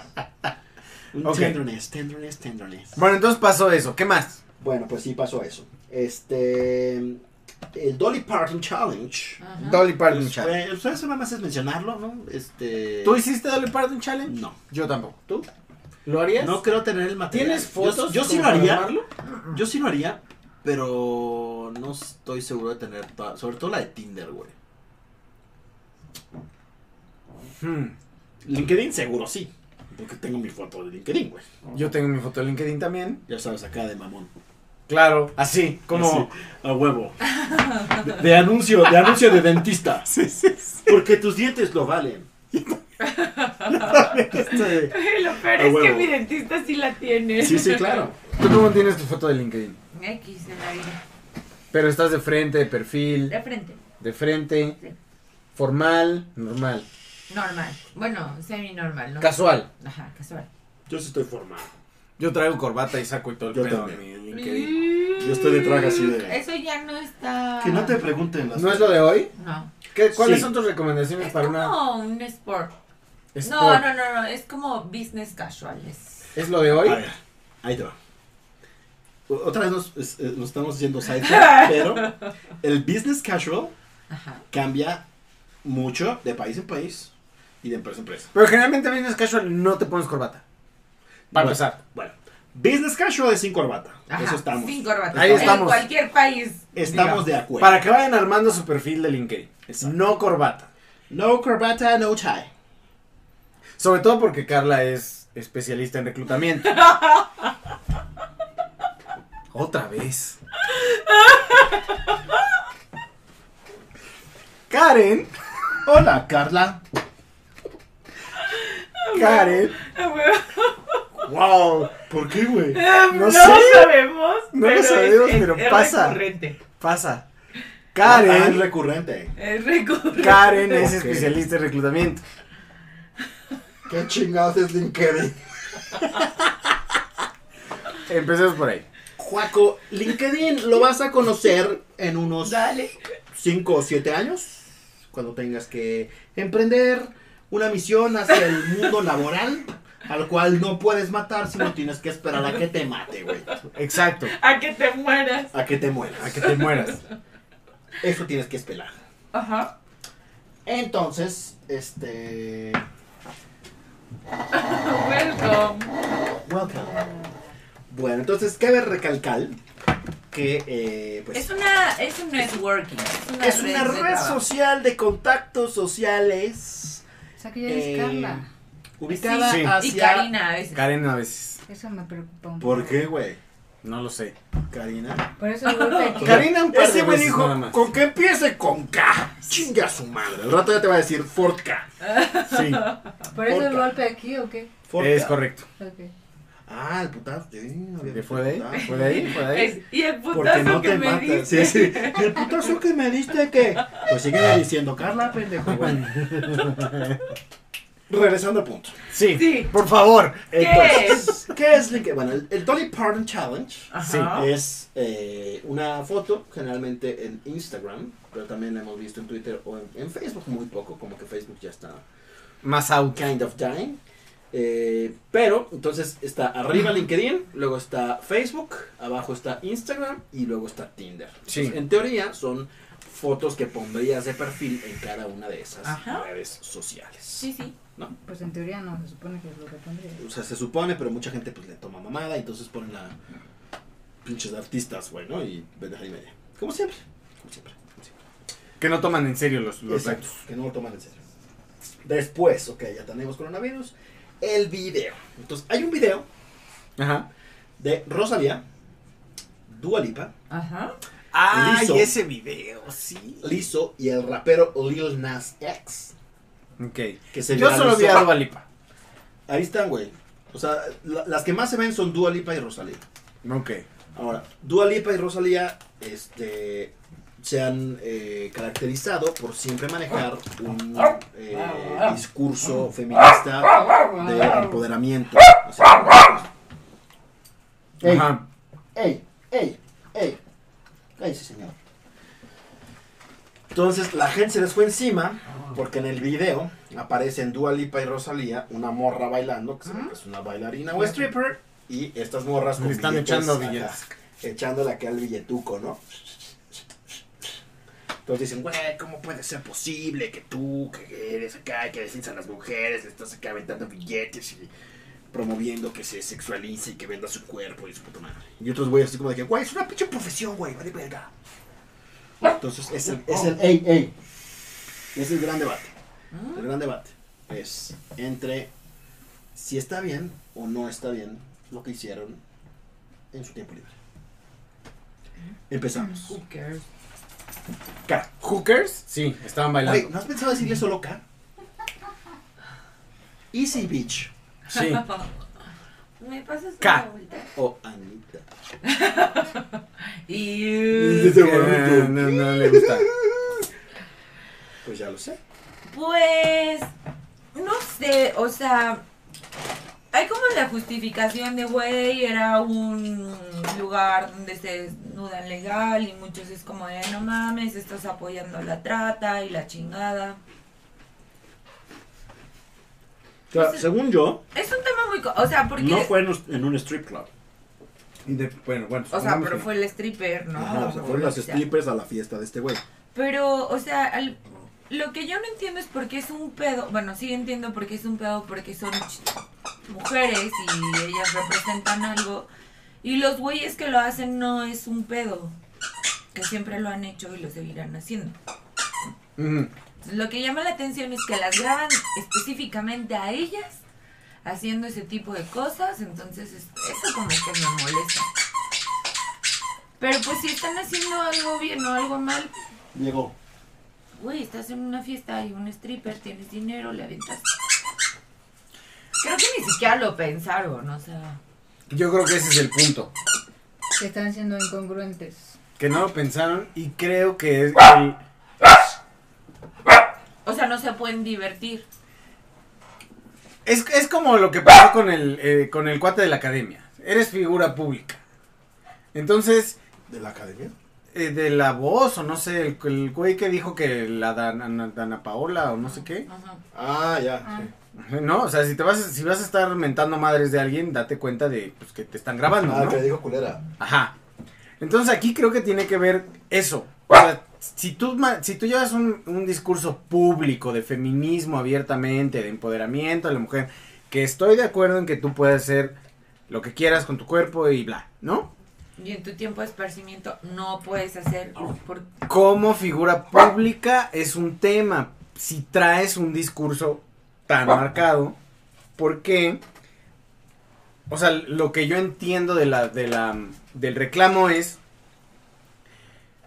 Speaker 2: Un
Speaker 1: Ok.
Speaker 2: Tenderness, tenderness, tenderness.
Speaker 1: Bueno, entonces pasó eso. ¿Qué más?
Speaker 2: Bueno, pues sí pasó eso. Este. El Dolly Parton Challenge.
Speaker 5: Ajá.
Speaker 1: Dolly Parton
Speaker 2: Pues,
Speaker 1: Challenge.
Speaker 2: fue- pues, eso nada más es mencionarlo, ¿no? Este.
Speaker 1: ¿Tú hiciste Dolly Parton Challenge?
Speaker 2: No.
Speaker 1: Yo tampoco. ¿Tú? ¿Lo harías?
Speaker 2: No creo tener el material.
Speaker 1: ¿Tienes fotos?
Speaker 2: Yo, yo sí
Speaker 1: como
Speaker 2: lo
Speaker 1: para
Speaker 2: haría.
Speaker 1: armarlo?
Speaker 2: Yo sí lo haría, pero no estoy seguro de tener. pa- Sobre todo la de Tinder, güey.
Speaker 1: Hmm.
Speaker 2: LinkedIn seguro sí. Porque tengo mi foto de LinkedIn, güey.
Speaker 1: Yo tengo mi foto de LinkedIn también.
Speaker 2: Ya sabes, acá de mamón.
Speaker 1: Claro, así, como
Speaker 2: Así, a huevo. De, de anuncio, de anuncio de dentista. (laughs)
Speaker 1: Sí, sí, sí.
Speaker 2: Porque tus dientes lo (laughs) valen.
Speaker 1: Este-
Speaker 5: Lo peor
Speaker 2: A
Speaker 5: es que
Speaker 2: huevo.
Speaker 5: mi dentista sí la tiene.
Speaker 2: Sí, sí, claro.
Speaker 1: Tú no tienes tu foto de LinkedIn.
Speaker 5: (laughs) X en la vida.
Speaker 1: Pero estás de frente, de perfil,
Speaker 5: De frente.
Speaker 1: de frente,
Speaker 5: Sí.
Speaker 1: formal, normal,
Speaker 5: Normal. Bueno, semi-normal, ¿no?
Speaker 1: casual.
Speaker 5: Ajá, casual.
Speaker 2: Yo sí estoy formal.
Speaker 1: Yo traigo corbata y saco y todo el
Speaker 2: Yo
Speaker 1: pedo
Speaker 2: también.
Speaker 1: en mi LinkedIn.
Speaker 5: Yo
Speaker 2: estoy de traje así de-
Speaker 5: Eso ya no está.
Speaker 2: Que no te pregunten las
Speaker 1: ¿No es lo de hoy?
Speaker 5: No.
Speaker 1: ¿Qué- ¿Cuáles
Speaker 2: Sí.
Speaker 1: son tus recomendaciones
Speaker 5: Es
Speaker 1: para una
Speaker 5: como un sport. No,
Speaker 1: sport?
Speaker 5: no, no, no. Es como business casual. es-
Speaker 1: ¿Es lo de hoy?
Speaker 2: A ver, ahí te va. O- Otra vez nos, es- eh, nos estamos yendo side (laughs) track, pero el business casual
Speaker 5: Ajá.
Speaker 2: cambia mucho de país en país y de empresa en empresa.
Speaker 1: Pero generalmente business casual no te pones corbata. Para
Speaker 2: Bueno,
Speaker 1: empezar.
Speaker 2: Bueno, business casual es sin corbata.
Speaker 5: Ajá.
Speaker 2: Eso estamos.
Speaker 5: Sin corbata.
Speaker 1: Ahí
Speaker 5: En
Speaker 1: estamos.
Speaker 5: cualquier país.
Speaker 2: Estamos
Speaker 5: digamos.
Speaker 2: de acuerdo.
Speaker 1: Para que vayan armando su perfil de LinkedIn.
Speaker 2: Exacto.
Speaker 1: No corbata.
Speaker 2: No corbata, no tie.
Speaker 1: Sobre todo porque Carla es especialista en reclutamiento. Otra vez. Karen,
Speaker 2: Hola, Carla.
Speaker 1: Karen. Wow,
Speaker 2: ¿Por qué, güey?
Speaker 1: no
Speaker 5: No
Speaker 1: sé.
Speaker 5: sabemos.
Speaker 1: No lo
Speaker 5: pero es-
Speaker 1: sabemos,
Speaker 5: es-
Speaker 1: pero
Speaker 5: es
Speaker 1: pasa.
Speaker 5: recurrente.
Speaker 1: pasa.
Speaker 2: Ah, es
Speaker 1: Karen,
Speaker 2: recurrente.
Speaker 5: Es recurrente.
Speaker 1: Karen es
Speaker 2: Ok.
Speaker 1: especialista en reclutamiento.
Speaker 4: ¿Qué chingados es LinkedIn?
Speaker 1: Empecemos por ahí.
Speaker 2: Juaco, LinkedIn lo vas a conocer en unos 5 o 7 años, cuando tengas que emprender una misión hacia el (laughs) mundo laboral, al cual no puedes matar, sino tienes que esperar a que te mate, güey.
Speaker 1: Exacto.
Speaker 5: A que te mueras.
Speaker 2: A que te mueras.
Speaker 1: A que te mueras.
Speaker 2: Eso tienes que esperar.
Speaker 5: Ajá.
Speaker 2: Entonces, este...
Speaker 5: Welcome.
Speaker 2: Welcome. Bueno, entonces cabe recalcar que, eh, pues...
Speaker 5: Es una. Es un networking. Es una
Speaker 2: Es una
Speaker 5: red, de
Speaker 2: red
Speaker 5: trabajo.
Speaker 2: social de contactos sociales
Speaker 9: O sea que ya eres
Speaker 2: Eh,
Speaker 9: Carla.
Speaker 2: ubicada
Speaker 1: Sí.
Speaker 2: hacia...
Speaker 5: Y Karina a veces.
Speaker 1: Karen a veces.
Speaker 9: Eso me preocupa un poco.
Speaker 2: ¿Por qué, güey?
Speaker 1: No lo sé.
Speaker 2: Karina.
Speaker 9: Por eso digo
Speaker 1: (laughs)
Speaker 9: que-
Speaker 2: Karina, un par
Speaker 1: Ese
Speaker 2: de
Speaker 1: güey
Speaker 2: veces
Speaker 1: dijo,
Speaker 2: nada más. con que empiece con K. Chinga su madre. El rato ya te va a decir Ford K.
Speaker 1: Sí,
Speaker 9: ¿Por eso el
Speaker 2: Porca.
Speaker 9: golpe aquí o qué?
Speaker 2: Ford
Speaker 1: es
Speaker 2: K.
Speaker 1: correcto.
Speaker 9: Ok.
Speaker 2: Ah, el putazo. Sí, no había
Speaker 1: ¿Que ¿Fue de
Speaker 2: putazo.
Speaker 1: ahí? ¿Fue de ahí? ¿Fue de ahí?
Speaker 5: Es- y el
Speaker 2: Porque
Speaker 5: putazo
Speaker 2: no
Speaker 5: que
Speaker 2: te
Speaker 5: me
Speaker 2: matas.
Speaker 5: dice.
Speaker 2: Sí, sí. Y el putazo que me diste que. Pues sigue diciendo, Carla, pendejo. Bueno. (laughs) Regresando al punto.
Speaker 1: Sí.
Speaker 5: Sí.
Speaker 1: Por favor.
Speaker 5: ¿Qué
Speaker 2: Entonces, ¿Qué es LinkedIn? Bueno, el, el Dolly Parton Challenge
Speaker 5: Ajá.
Speaker 2: es eh, una foto, generalmente en Instagram, pero también la hemos visto en Twitter o en, en Facebook muy poco, como que Facebook ya está
Speaker 1: Más out.
Speaker 2: kind of dying. Eh, pero entonces está arriba LinkedIn, luego está Facebook, abajo está Instagram y luego está Tinder.
Speaker 1: Sí.
Speaker 2: Entonces, en teoría son fotos que pondrías de perfil en cada una de esas
Speaker 5: Ajá.
Speaker 2: redes sociales.
Speaker 5: Sí, sí.
Speaker 9: Pues en teoría no, se supone que es lo que pondría.
Speaker 2: O sea, se supone, pero mucha gente pues le toma mamada y entonces ponen la pinches artistas, güey, ¿no? Y pendeja y media. Como siempre. Como siempre. Como siempre.
Speaker 1: Que no toman en serio los, los
Speaker 2: Exacto,
Speaker 1: datos.
Speaker 2: que no lo toman en serio. Después, ok, ya tenemos coronavirus, el video. Entonces, hay un video
Speaker 1: Ajá.
Speaker 2: de Rosalía, Dua Lipa,
Speaker 5: Ajá.
Speaker 1: Ah,
Speaker 2: Liso.
Speaker 1: y ese video, sí.
Speaker 2: Lizzo y el rapero Lil Nas X.
Speaker 1: Ok.
Speaker 2: Que se
Speaker 1: Yo solo
Speaker 2: viralizó.
Speaker 1: vi a Dua Lipa.
Speaker 2: Ahí están, güey. O sea, la- las que más se ven son Dua Lipa y Rosalía.
Speaker 1: Ok.
Speaker 2: Ahora, Dua Lipa y Rosalía este, se han eh, caracterizado por siempre manejar un eh, discurso feminista de empoderamiento. O sea, Ey.
Speaker 1: Ajá.
Speaker 2: ¡Ey! ¡Ey! ¡Ey! ¡Cállese, señor! Entonces la gente se les fue encima porque en el video aparecen Dua Lipa y Rosalía, una morra bailando, que se ve que es una bailarina o stripper, y estas morras
Speaker 1: Le están
Speaker 2: billetes
Speaker 1: echando
Speaker 2: acá,
Speaker 1: billetes.
Speaker 2: echándole acá el billetuco, ¿no? Entonces dicen, güey, ¿cómo puede ser posible que tú, que eres acá, y que defiendes a las mujeres, le estás acá aventando billetes y promoviendo que se sexualice y que venda su cuerpo y su puta madre? Y otros güeyes así como de que, güey, es una pinche profesión, güey, vale verga. Entonces es el, es el, ey, ey. Es el gran debate. El gran debate es entre si está bien o no está bien lo que hicieron en su tiempo libre. Empezamos.
Speaker 5: Who cares?
Speaker 2: K.
Speaker 1: ¿Hookers? Sí, estaban bailando.
Speaker 2: Güey, ¿no has pensado decirle solo K? Easy Beach
Speaker 1: (laughs) Sí.
Speaker 5: ¿Me pasas una
Speaker 1: K.
Speaker 5: vuelta?
Speaker 2: o Anita.
Speaker 1: (laughs)
Speaker 5: Iu.
Speaker 1: Eh, no, no le gusta.
Speaker 2: Pues ya lo sé.
Speaker 5: Pues, no sé, o sea, hay como la justificación de, güey, era un lugar donde se desnudan legal y muchos es como de, no mames, estás apoyando la trata y la chingada.
Speaker 2: Claro, según yo,
Speaker 5: Es un tema muy... co- O sea, porque...
Speaker 2: no fue en un- en un strip club.
Speaker 1: Y de- bueno, bueno.
Speaker 5: o sea,
Speaker 1: supongamos
Speaker 5: pero
Speaker 1: que-
Speaker 5: fue el stripper, ¿no?
Speaker 2: Ajá, o sea,
Speaker 5: O
Speaker 2: fueron
Speaker 5: lo
Speaker 2: las
Speaker 5: que sea.
Speaker 2: strippers a la fiesta de este güey.
Speaker 5: Pero, o sea, al- lo que yo no entiendo es por qué es un pedo. Bueno, sí entiendo por qué es un pedo, porque son ch- mujeres y ellas representan algo. Y los güeyes que lo hacen no es un pedo. Que siempre lo han hecho y lo seguirán haciendo.
Speaker 1: Ujú.
Speaker 5: Lo que llama la atención es que las graban específicamente a ellas haciendo ese tipo de cosas, entonces es- eso como que me molesta. Pero pues si están haciendo algo bien o algo mal,
Speaker 2: Llegó.
Speaker 5: Güey, estás en una fiesta y un stripper, tienes dinero, le aventas. Creo que ni siquiera lo pensaron, o sea.
Speaker 1: Yo creo que ese es el punto.
Speaker 9: Se están siendo incongruentes.
Speaker 1: Que no lo pensaron y creo que es el-
Speaker 5: O sea, no se pueden divertir.
Speaker 1: Es, es como lo que pasó con el, eh, con el cuate de la academia. Eres figura pública. Entonces,
Speaker 2: ¿De la academia?
Speaker 1: eh, de la voz, o no sé, el, el güey que dijo que la Dan- Ana- Dana Paola o no sé qué.
Speaker 5: Ajá.
Speaker 2: Ah, ya.
Speaker 9: Ah.
Speaker 2: sí.
Speaker 1: No, o sea, si te vas, si vas a estar mentando madres de alguien, date cuenta de pues, que te están grabando,
Speaker 2: Ah,
Speaker 1: ¿no?
Speaker 2: que le dijo culera.
Speaker 1: Ajá. Entonces aquí creo que tiene que ver eso. O sea, si tú, ma- si tú llevas un, un discurso público de feminismo abiertamente, de empoderamiento a la mujer, que estoy de acuerdo en que tú puedes hacer lo que quieras con tu cuerpo y bla, ¿no?
Speaker 5: Y en tu tiempo de esparcimiento no puedes hacer. Por...
Speaker 1: Como figura pública es un tema. Si traes un discurso tan marcado, porque, o sea, lo que yo entiendo de la, de la, del reclamo es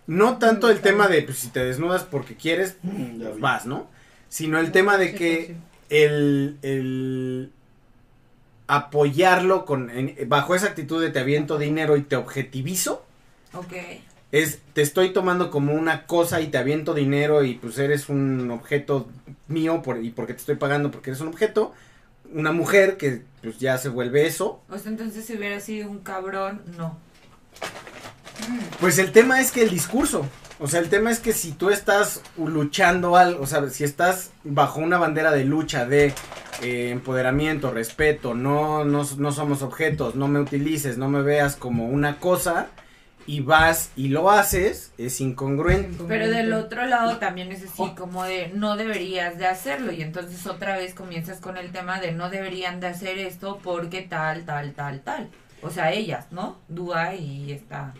Speaker 1: no tanto el tema de pues, si te desnudas porque quieres,
Speaker 2: Mm,
Speaker 1: pues,
Speaker 2: Ya vi.
Speaker 1: vas, ¿no? Sino el tema de que el, el apoyarlo con en- bajo esa actitud de te aviento dinero y te objetivizo
Speaker 5: Ok.
Speaker 1: es te estoy tomando como una cosa y te aviento dinero y pues eres un objeto mío por, y porque te estoy pagando porque eres un objeto. Una mujer que pues ya se vuelve eso.
Speaker 5: O sea, entonces si hubiera sido un cabrón, no.
Speaker 1: Pues el tema es que el discurso. O sea, el tema es que si tú estás luchando al, o sea, si estás bajo una bandera de lucha de eh, empoderamiento, respeto, no, no, no somos objetos, no me utilices, no me veas como una cosa y vas y lo haces, es incongruente.
Speaker 5: Pero del otro lado también es así, como de no deberías de hacerlo. Y entonces otra vez comienzas con el tema de no deberían de hacer esto porque tal, tal, tal, tal. O sea, ellas, ¿no? Dúa y está.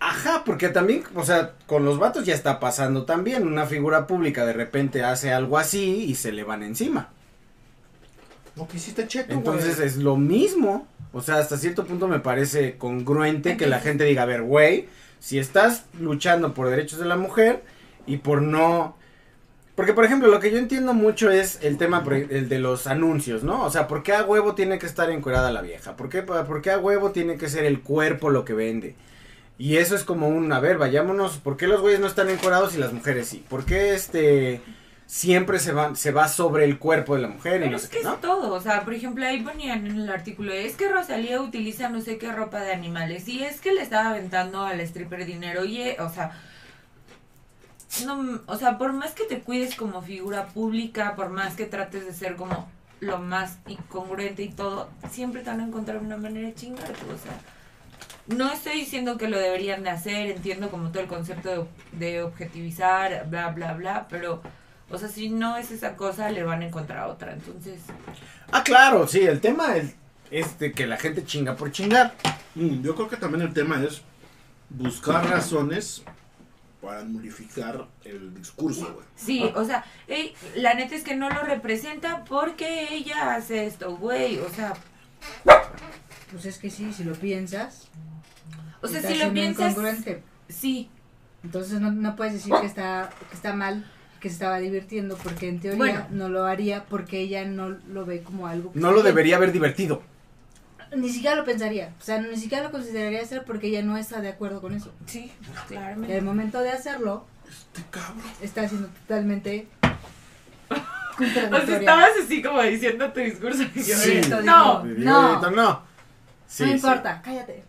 Speaker 1: Ajá, porque también, o sea, con los vatos ya está pasando también. Una figura pública de repente hace algo así y se le van encima.
Speaker 2: No quisiste checo,
Speaker 1: Entonces eh,
Speaker 2: güey.
Speaker 1: es lo mismo. O sea, hasta cierto punto me parece congruente que la gente diga, a ver, güey, si estás luchando por derechos de la mujer y por no... Porque, por ejemplo, lo que yo entiendo mucho es el tema, por- el de los anuncios, ¿no? O sea, ¿por qué a huevo tiene que estar encuerada la vieja? ¿Por qué, por qué a huevo tiene que ser el cuerpo lo que vende? Y eso es como un, a ver, vayámonos, ¿por qué los güeyes no están encuerados y las mujeres sí? ¿Por qué este siempre se va, se va sobre el cuerpo de la mujer y
Speaker 5: Pero
Speaker 1: no
Speaker 5: es
Speaker 1: sé
Speaker 5: que
Speaker 1: qué,
Speaker 5: es
Speaker 1: no?
Speaker 5: todo, o sea, por ejemplo, ahí ponían en el artículo, es que Rosalía utiliza no sé qué ropa de animales, y es que le estaba aventando al stripper dinero, y, eh, o sea, no, m- o sea, por más que te cuides como figura pública, por más que trates de ser como lo más incongruente y todo, siempre te van a encontrar una manera de chingarte, o sea. No estoy diciendo que lo deberían de hacer, entiendo como todo el concepto de, de objetivizar, bla, bla, bla, pero... O sea, si no es esa cosa, le van a encontrar otra. Entonces,
Speaker 1: Ah, claro, sí, el tema es, es de que la gente chinga por chingar.
Speaker 2: Mm, Yo creo que también el tema es buscar razones para nulificar el discurso, güey.
Speaker 5: sí, o sea, ey, la neta es que no lo representa porque ella hace esto, güey. O sea,
Speaker 9: Pues es que sí, si lo piensas.
Speaker 5: o sea
Speaker 9: está
Speaker 5: si lo
Speaker 9: siendo
Speaker 5: piensas,
Speaker 9: incongruente.
Speaker 5: Sí.
Speaker 9: Entonces no, no puedes decir que está, que está mal, que se estaba divirtiendo, porque en teoría
Speaker 5: Bueno.
Speaker 9: no lo haría, porque ella no lo ve como algo. que
Speaker 1: No
Speaker 9: está
Speaker 1: lo
Speaker 9: bien.
Speaker 1: debería haber divertido.
Speaker 9: Ni siquiera lo pensaría, o sea, ni siquiera lo consideraría hacer porque ella no está de acuerdo con eso.
Speaker 5: Sí,
Speaker 9: En el
Speaker 5: claramente.
Speaker 9: momento de hacerlo,
Speaker 1: Este
Speaker 9: está siendo totalmente
Speaker 5: O sea,
Speaker 9: contradictoria.
Speaker 5: estabas así como diciendo tu discurso. y yo,
Speaker 1: Sí.
Speaker 5: No,
Speaker 9: No.
Speaker 1: No, no. Sí,
Speaker 9: no
Speaker 1: sí.
Speaker 9: importa, cállate.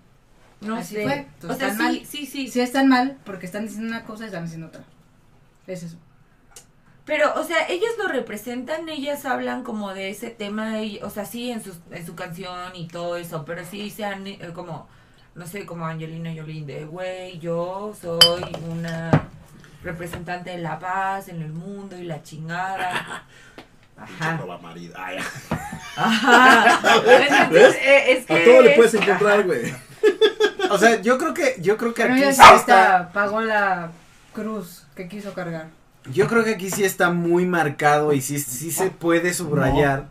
Speaker 5: no
Speaker 9: Así
Speaker 5: sé.
Speaker 9: fue.
Speaker 5: O
Speaker 9: Entonces,
Speaker 5: sea,
Speaker 9: tan
Speaker 5: sí,
Speaker 9: mal.
Speaker 5: sí,
Speaker 9: Y
Speaker 5: sí,
Speaker 9: si están mal, porque están diciendo una cosa y están diciendo otra. Es eso.
Speaker 5: Pero, o sea, ellos lo representan, ellas hablan como de ese tema, y- o sea, sí, en, sus, en su canción y todo eso, pero sí sean eh, como, no sé, como Angelina Jolie de, güey, yo soy una representante de la paz en el mundo y
Speaker 2: (laughs)
Speaker 5: la chingada. Ajá.
Speaker 2: Chorro marido. Ay, (laughs)
Speaker 5: Ajá. Entonces, eh, es que
Speaker 2: A todo le
Speaker 5: es-
Speaker 2: puedes encontrar, güey.
Speaker 1: O sea, yo creo que, yo creo que
Speaker 9: Pero
Speaker 1: aquí
Speaker 9: ella
Speaker 1: sí
Speaker 9: sí
Speaker 1: está.
Speaker 9: está, pagó la cruz que quiso cargar.
Speaker 1: Yo creo que aquí sí está muy marcado y sí, sí se puede subrayar.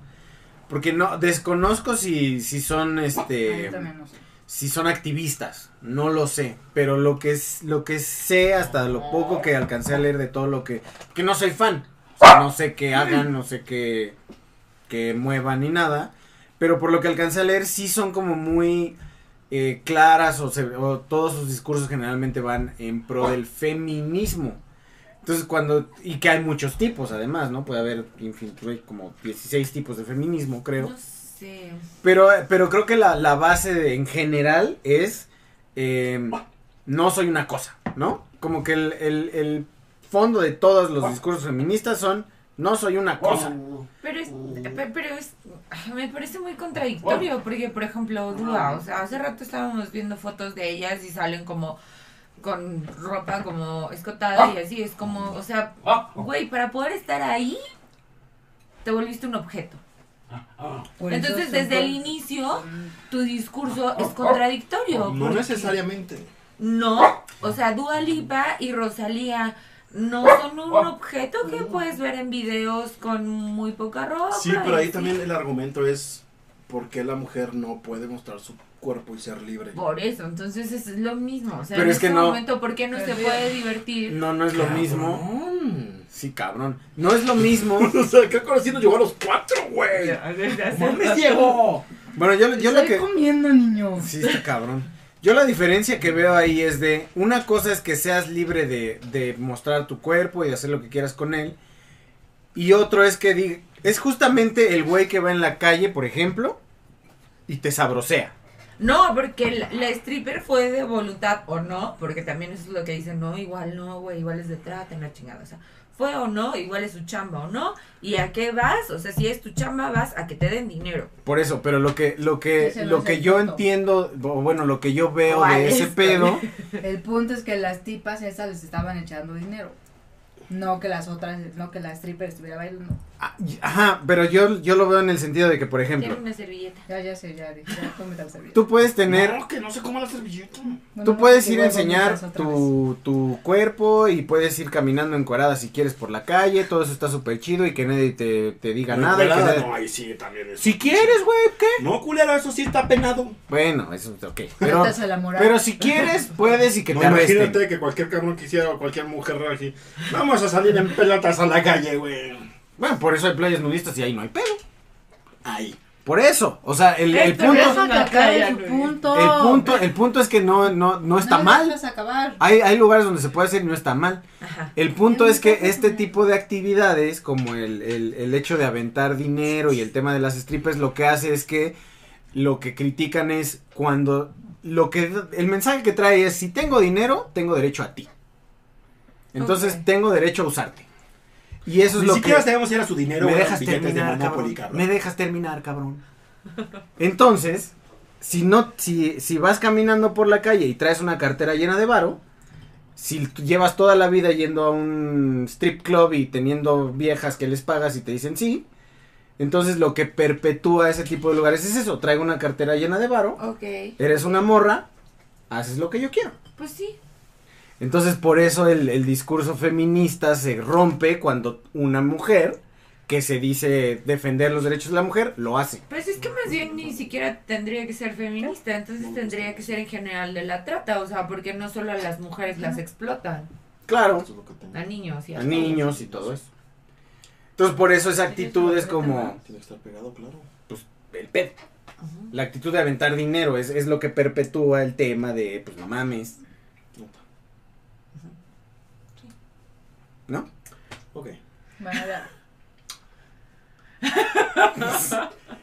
Speaker 1: Porque no, desconozco si, si son este.
Speaker 9: Ahí también no sé.
Speaker 1: si son activistas, no lo sé, pero lo que es lo que sé hasta lo poco que alcancé a leer de todo lo que que no soy fan, o sea, no sé qué hagan, no sé qué que muevan ni nada, pero por lo que alcancé a leer sí son como muy eh, claras o, se- o todos sus discursos generalmente van en pro del feminismo. Entonces cuando y que hay muchos tipos además, ¿no? Puede haber en fin, hay como 16 tipos de feminismo, creo.
Speaker 5: No sé.
Speaker 1: Pero, pero creo que la, la base de- en general es eh, no soy una cosa, ¿no? Como que el, el- el fondo de todos los discursos feministas son no soy una cosa.
Speaker 2: Oh,
Speaker 5: Pero es,
Speaker 2: Mm.
Speaker 5: pe- pero es, me parece muy contradictorio, porque por ejemplo, Dua, o sea, hace rato estábamos viendo fotos de ellas y salen como con ropa como escotada y
Speaker 2: Ah.
Speaker 5: así, es como, o sea, güey, para poder estar ahí, te volviste un objeto.
Speaker 9: Por eso
Speaker 5: Entonces,
Speaker 9: son
Speaker 5: desde
Speaker 9: con-
Speaker 5: el inicio, tu discurso es contradictorio.
Speaker 2: Ah, No
Speaker 5: porque-
Speaker 2: necesariamente.
Speaker 5: No, o sea, Dua Lipa y Rosalía no
Speaker 2: Ah,
Speaker 5: son un objeto que puedes ver en videos con muy poca ropa.
Speaker 2: Sí, pero
Speaker 5: y
Speaker 2: ahí
Speaker 5: así.
Speaker 2: también el argumento es por qué la mujer no puede mostrar su cuerpo y ser libre.
Speaker 5: Por eso, entonces es lo mismo. O sea,
Speaker 1: Pero
Speaker 5: en
Speaker 1: es que
Speaker 5: este
Speaker 1: no.
Speaker 5: momento, ¿por qué no se puede divertir?
Speaker 1: No, no es lo mismo.
Speaker 2: Cabrón.
Speaker 1: Sí, cabrón. No es lo mismo.
Speaker 2: (laughs) O sea, ¿qué conocido llegó a los cuatro, güey? ¡No me ciego!
Speaker 1: Bueno, yo, yo lo
Speaker 9: Estoy
Speaker 1: que...
Speaker 9: comiendo, niño.
Speaker 1: Sí, está cabrón. Yo la diferencia que veo ahí es de, una cosa es que seas libre de, de mostrar tu cuerpo y hacer lo que quieras con él. Y otro es que diga, es justamente el güey que va en la calle, por ejemplo, y te sabrosea.
Speaker 5: No, porque la, la stripper fue de voluntad o no, porque también eso es lo que dicen, no, igual no, güey, igual es de trata, en la chingada. O sea, fue o no, igual es su chamba o no. ¿Y a qué vas? O sea, si es tu chamba, vas a que te den dinero.
Speaker 1: Por eso, pero lo que, lo que,
Speaker 9: Ese no
Speaker 1: lo
Speaker 9: es
Speaker 1: que
Speaker 9: el
Speaker 1: yo
Speaker 9: punto.
Speaker 1: entiendo, o bueno, lo que yo veo
Speaker 5: ¿Cuál
Speaker 1: de ese
Speaker 9: (laughs)
Speaker 5: es?
Speaker 1: pedo,
Speaker 9: El punto es que las tipas esas les estaban echando dinero. No que las otras, no que la stripper estuviera bailando.
Speaker 1: ah, ajá, pero yo, yo lo veo en el sentido de que, por ejemplo,
Speaker 5: Tiene una servilleta.
Speaker 9: Ya, ya sé, ya dije, ya cómete la servilleta.
Speaker 1: tú puedes tener
Speaker 2: No, que no se coma la servilleta.
Speaker 9: Bueno,
Speaker 1: Tú
Speaker 9: no,
Speaker 1: puedes
Speaker 9: porque
Speaker 1: ir a
Speaker 9: voy
Speaker 1: enseñar
Speaker 9: vomitas otra vez.
Speaker 1: tu, tu cuerpo y puedes ir caminando encuerada si quieres por la calle, todo eso está súper chido y que nadie te, te diga
Speaker 2: No,
Speaker 1: nada. y que
Speaker 2: culera,
Speaker 1: nadie-
Speaker 2: No, ahí sí, también es.
Speaker 1: Si quieres, güey, ¿qué?
Speaker 2: No, culera, eso sí está penado.
Speaker 1: Bueno, eso es ok.
Speaker 9: (laughs)
Speaker 1: Pero,
Speaker 9: Estás a la moral.
Speaker 1: pero si
Speaker 9: (laughs)
Speaker 1: quieres, puedes y que
Speaker 2: No,
Speaker 1: te
Speaker 2: imagínate
Speaker 1: arresten.
Speaker 2: que cualquier cabrón quisiera o cualquier mujer así. Vamos a salir en pelotas a la calle, güey.
Speaker 1: Bueno, por eso hay playas nudistas y ahí no hay pedo.
Speaker 2: Ay.
Speaker 1: Por eso, o sea, el, el
Speaker 5: Esto no
Speaker 9: Pero
Speaker 1: punto,
Speaker 9: eso que
Speaker 5: No,
Speaker 9: acabe
Speaker 5: ya,
Speaker 9: su
Speaker 5: Luis.
Speaker 9: punto.
Speaker 1: el punto, el punto es que no, no, no está
Speaker 9: no
Speaker 1: mal. Ah.
Speaker 9: Vas a acabar.
Speaker 1: Hay, hay lugares donde se puede hacer y no está mal.
Speaker 5: Ajá.
Speaker 1: El punto
Speaker 9: Pero
Speaker 1: es que
Speaker 9: no pasa
Speaker 1: este
Speaker 9: nada.
Speaker 1: tipo de actividades, como el, el- el hecho de aventar dinero y el tema de las strippers, lo que hace es que lo que critican es cuando lo que el mensaje que trae es si tengo dinero, tengo derecho a ti. Entonces
Speaker 5: Ok.
Speaker 1: tengo derecho a usarte. Y eso es
Speaker 2: Ni
Speaker 1: lo
Speaker 2: siquiera
Speaker 1: que
Speaker 2: sabemos si era su dinero
Speaker 1: me
Speaker 2: o
Speaker 1: dejas
Speaker 2: eran billetes de
Speaker 1: terminar,
Speaker 2: Monopoly,
Speaker 1: cabrón.
Speaker 2: cabrón.
Speaker 1: Me dejas terminar, cabrón. Entonces, si no si si vas caminando por la calle y traes una cartera llena de varo, si tú llevas toda la vida yendo a un strip club y teniendo viejas que les pagas y te dicen sí, entonces lo que perpetúa ese tipo de lugares es eso, traigo una cartera llena de varo,
Speaker 5: Ok.
Speaker 1: eres una morra, haces lo que yo quiero.
Speaker 5: Pues sí.
Speaker 1: Entonces por eso el, el discurso feminista se rompe cuando una mujer que se dice defender los derechos de la mujer, lo hace.
Speaker 5: Pues es que más bien ni siquiera tendría que ser feminista, entonces tendría que ser en general de la trata, o sea, porque no solo a las mujeres las explotan,
Speaker 1: Claro,
Speaker 2: Eso es lo que tengo.
Speaker 5: a niños y a
Speaker 1: a
Speaker 5: todos.
Speaker 1: niños y todo eso. Entonces, por eso esa actitud es como pues,
Speaker 2: Tiene que estar pegado, claro.
Speaker 1: el pedo.
Speaker 5: Ujú.
Speaker 1: La actitud de aventar dinero es, es lo que perpetúa el tema de, pues no mames, ¿no?
Speaker 2: Ok.
Speaker 9: Van a dar.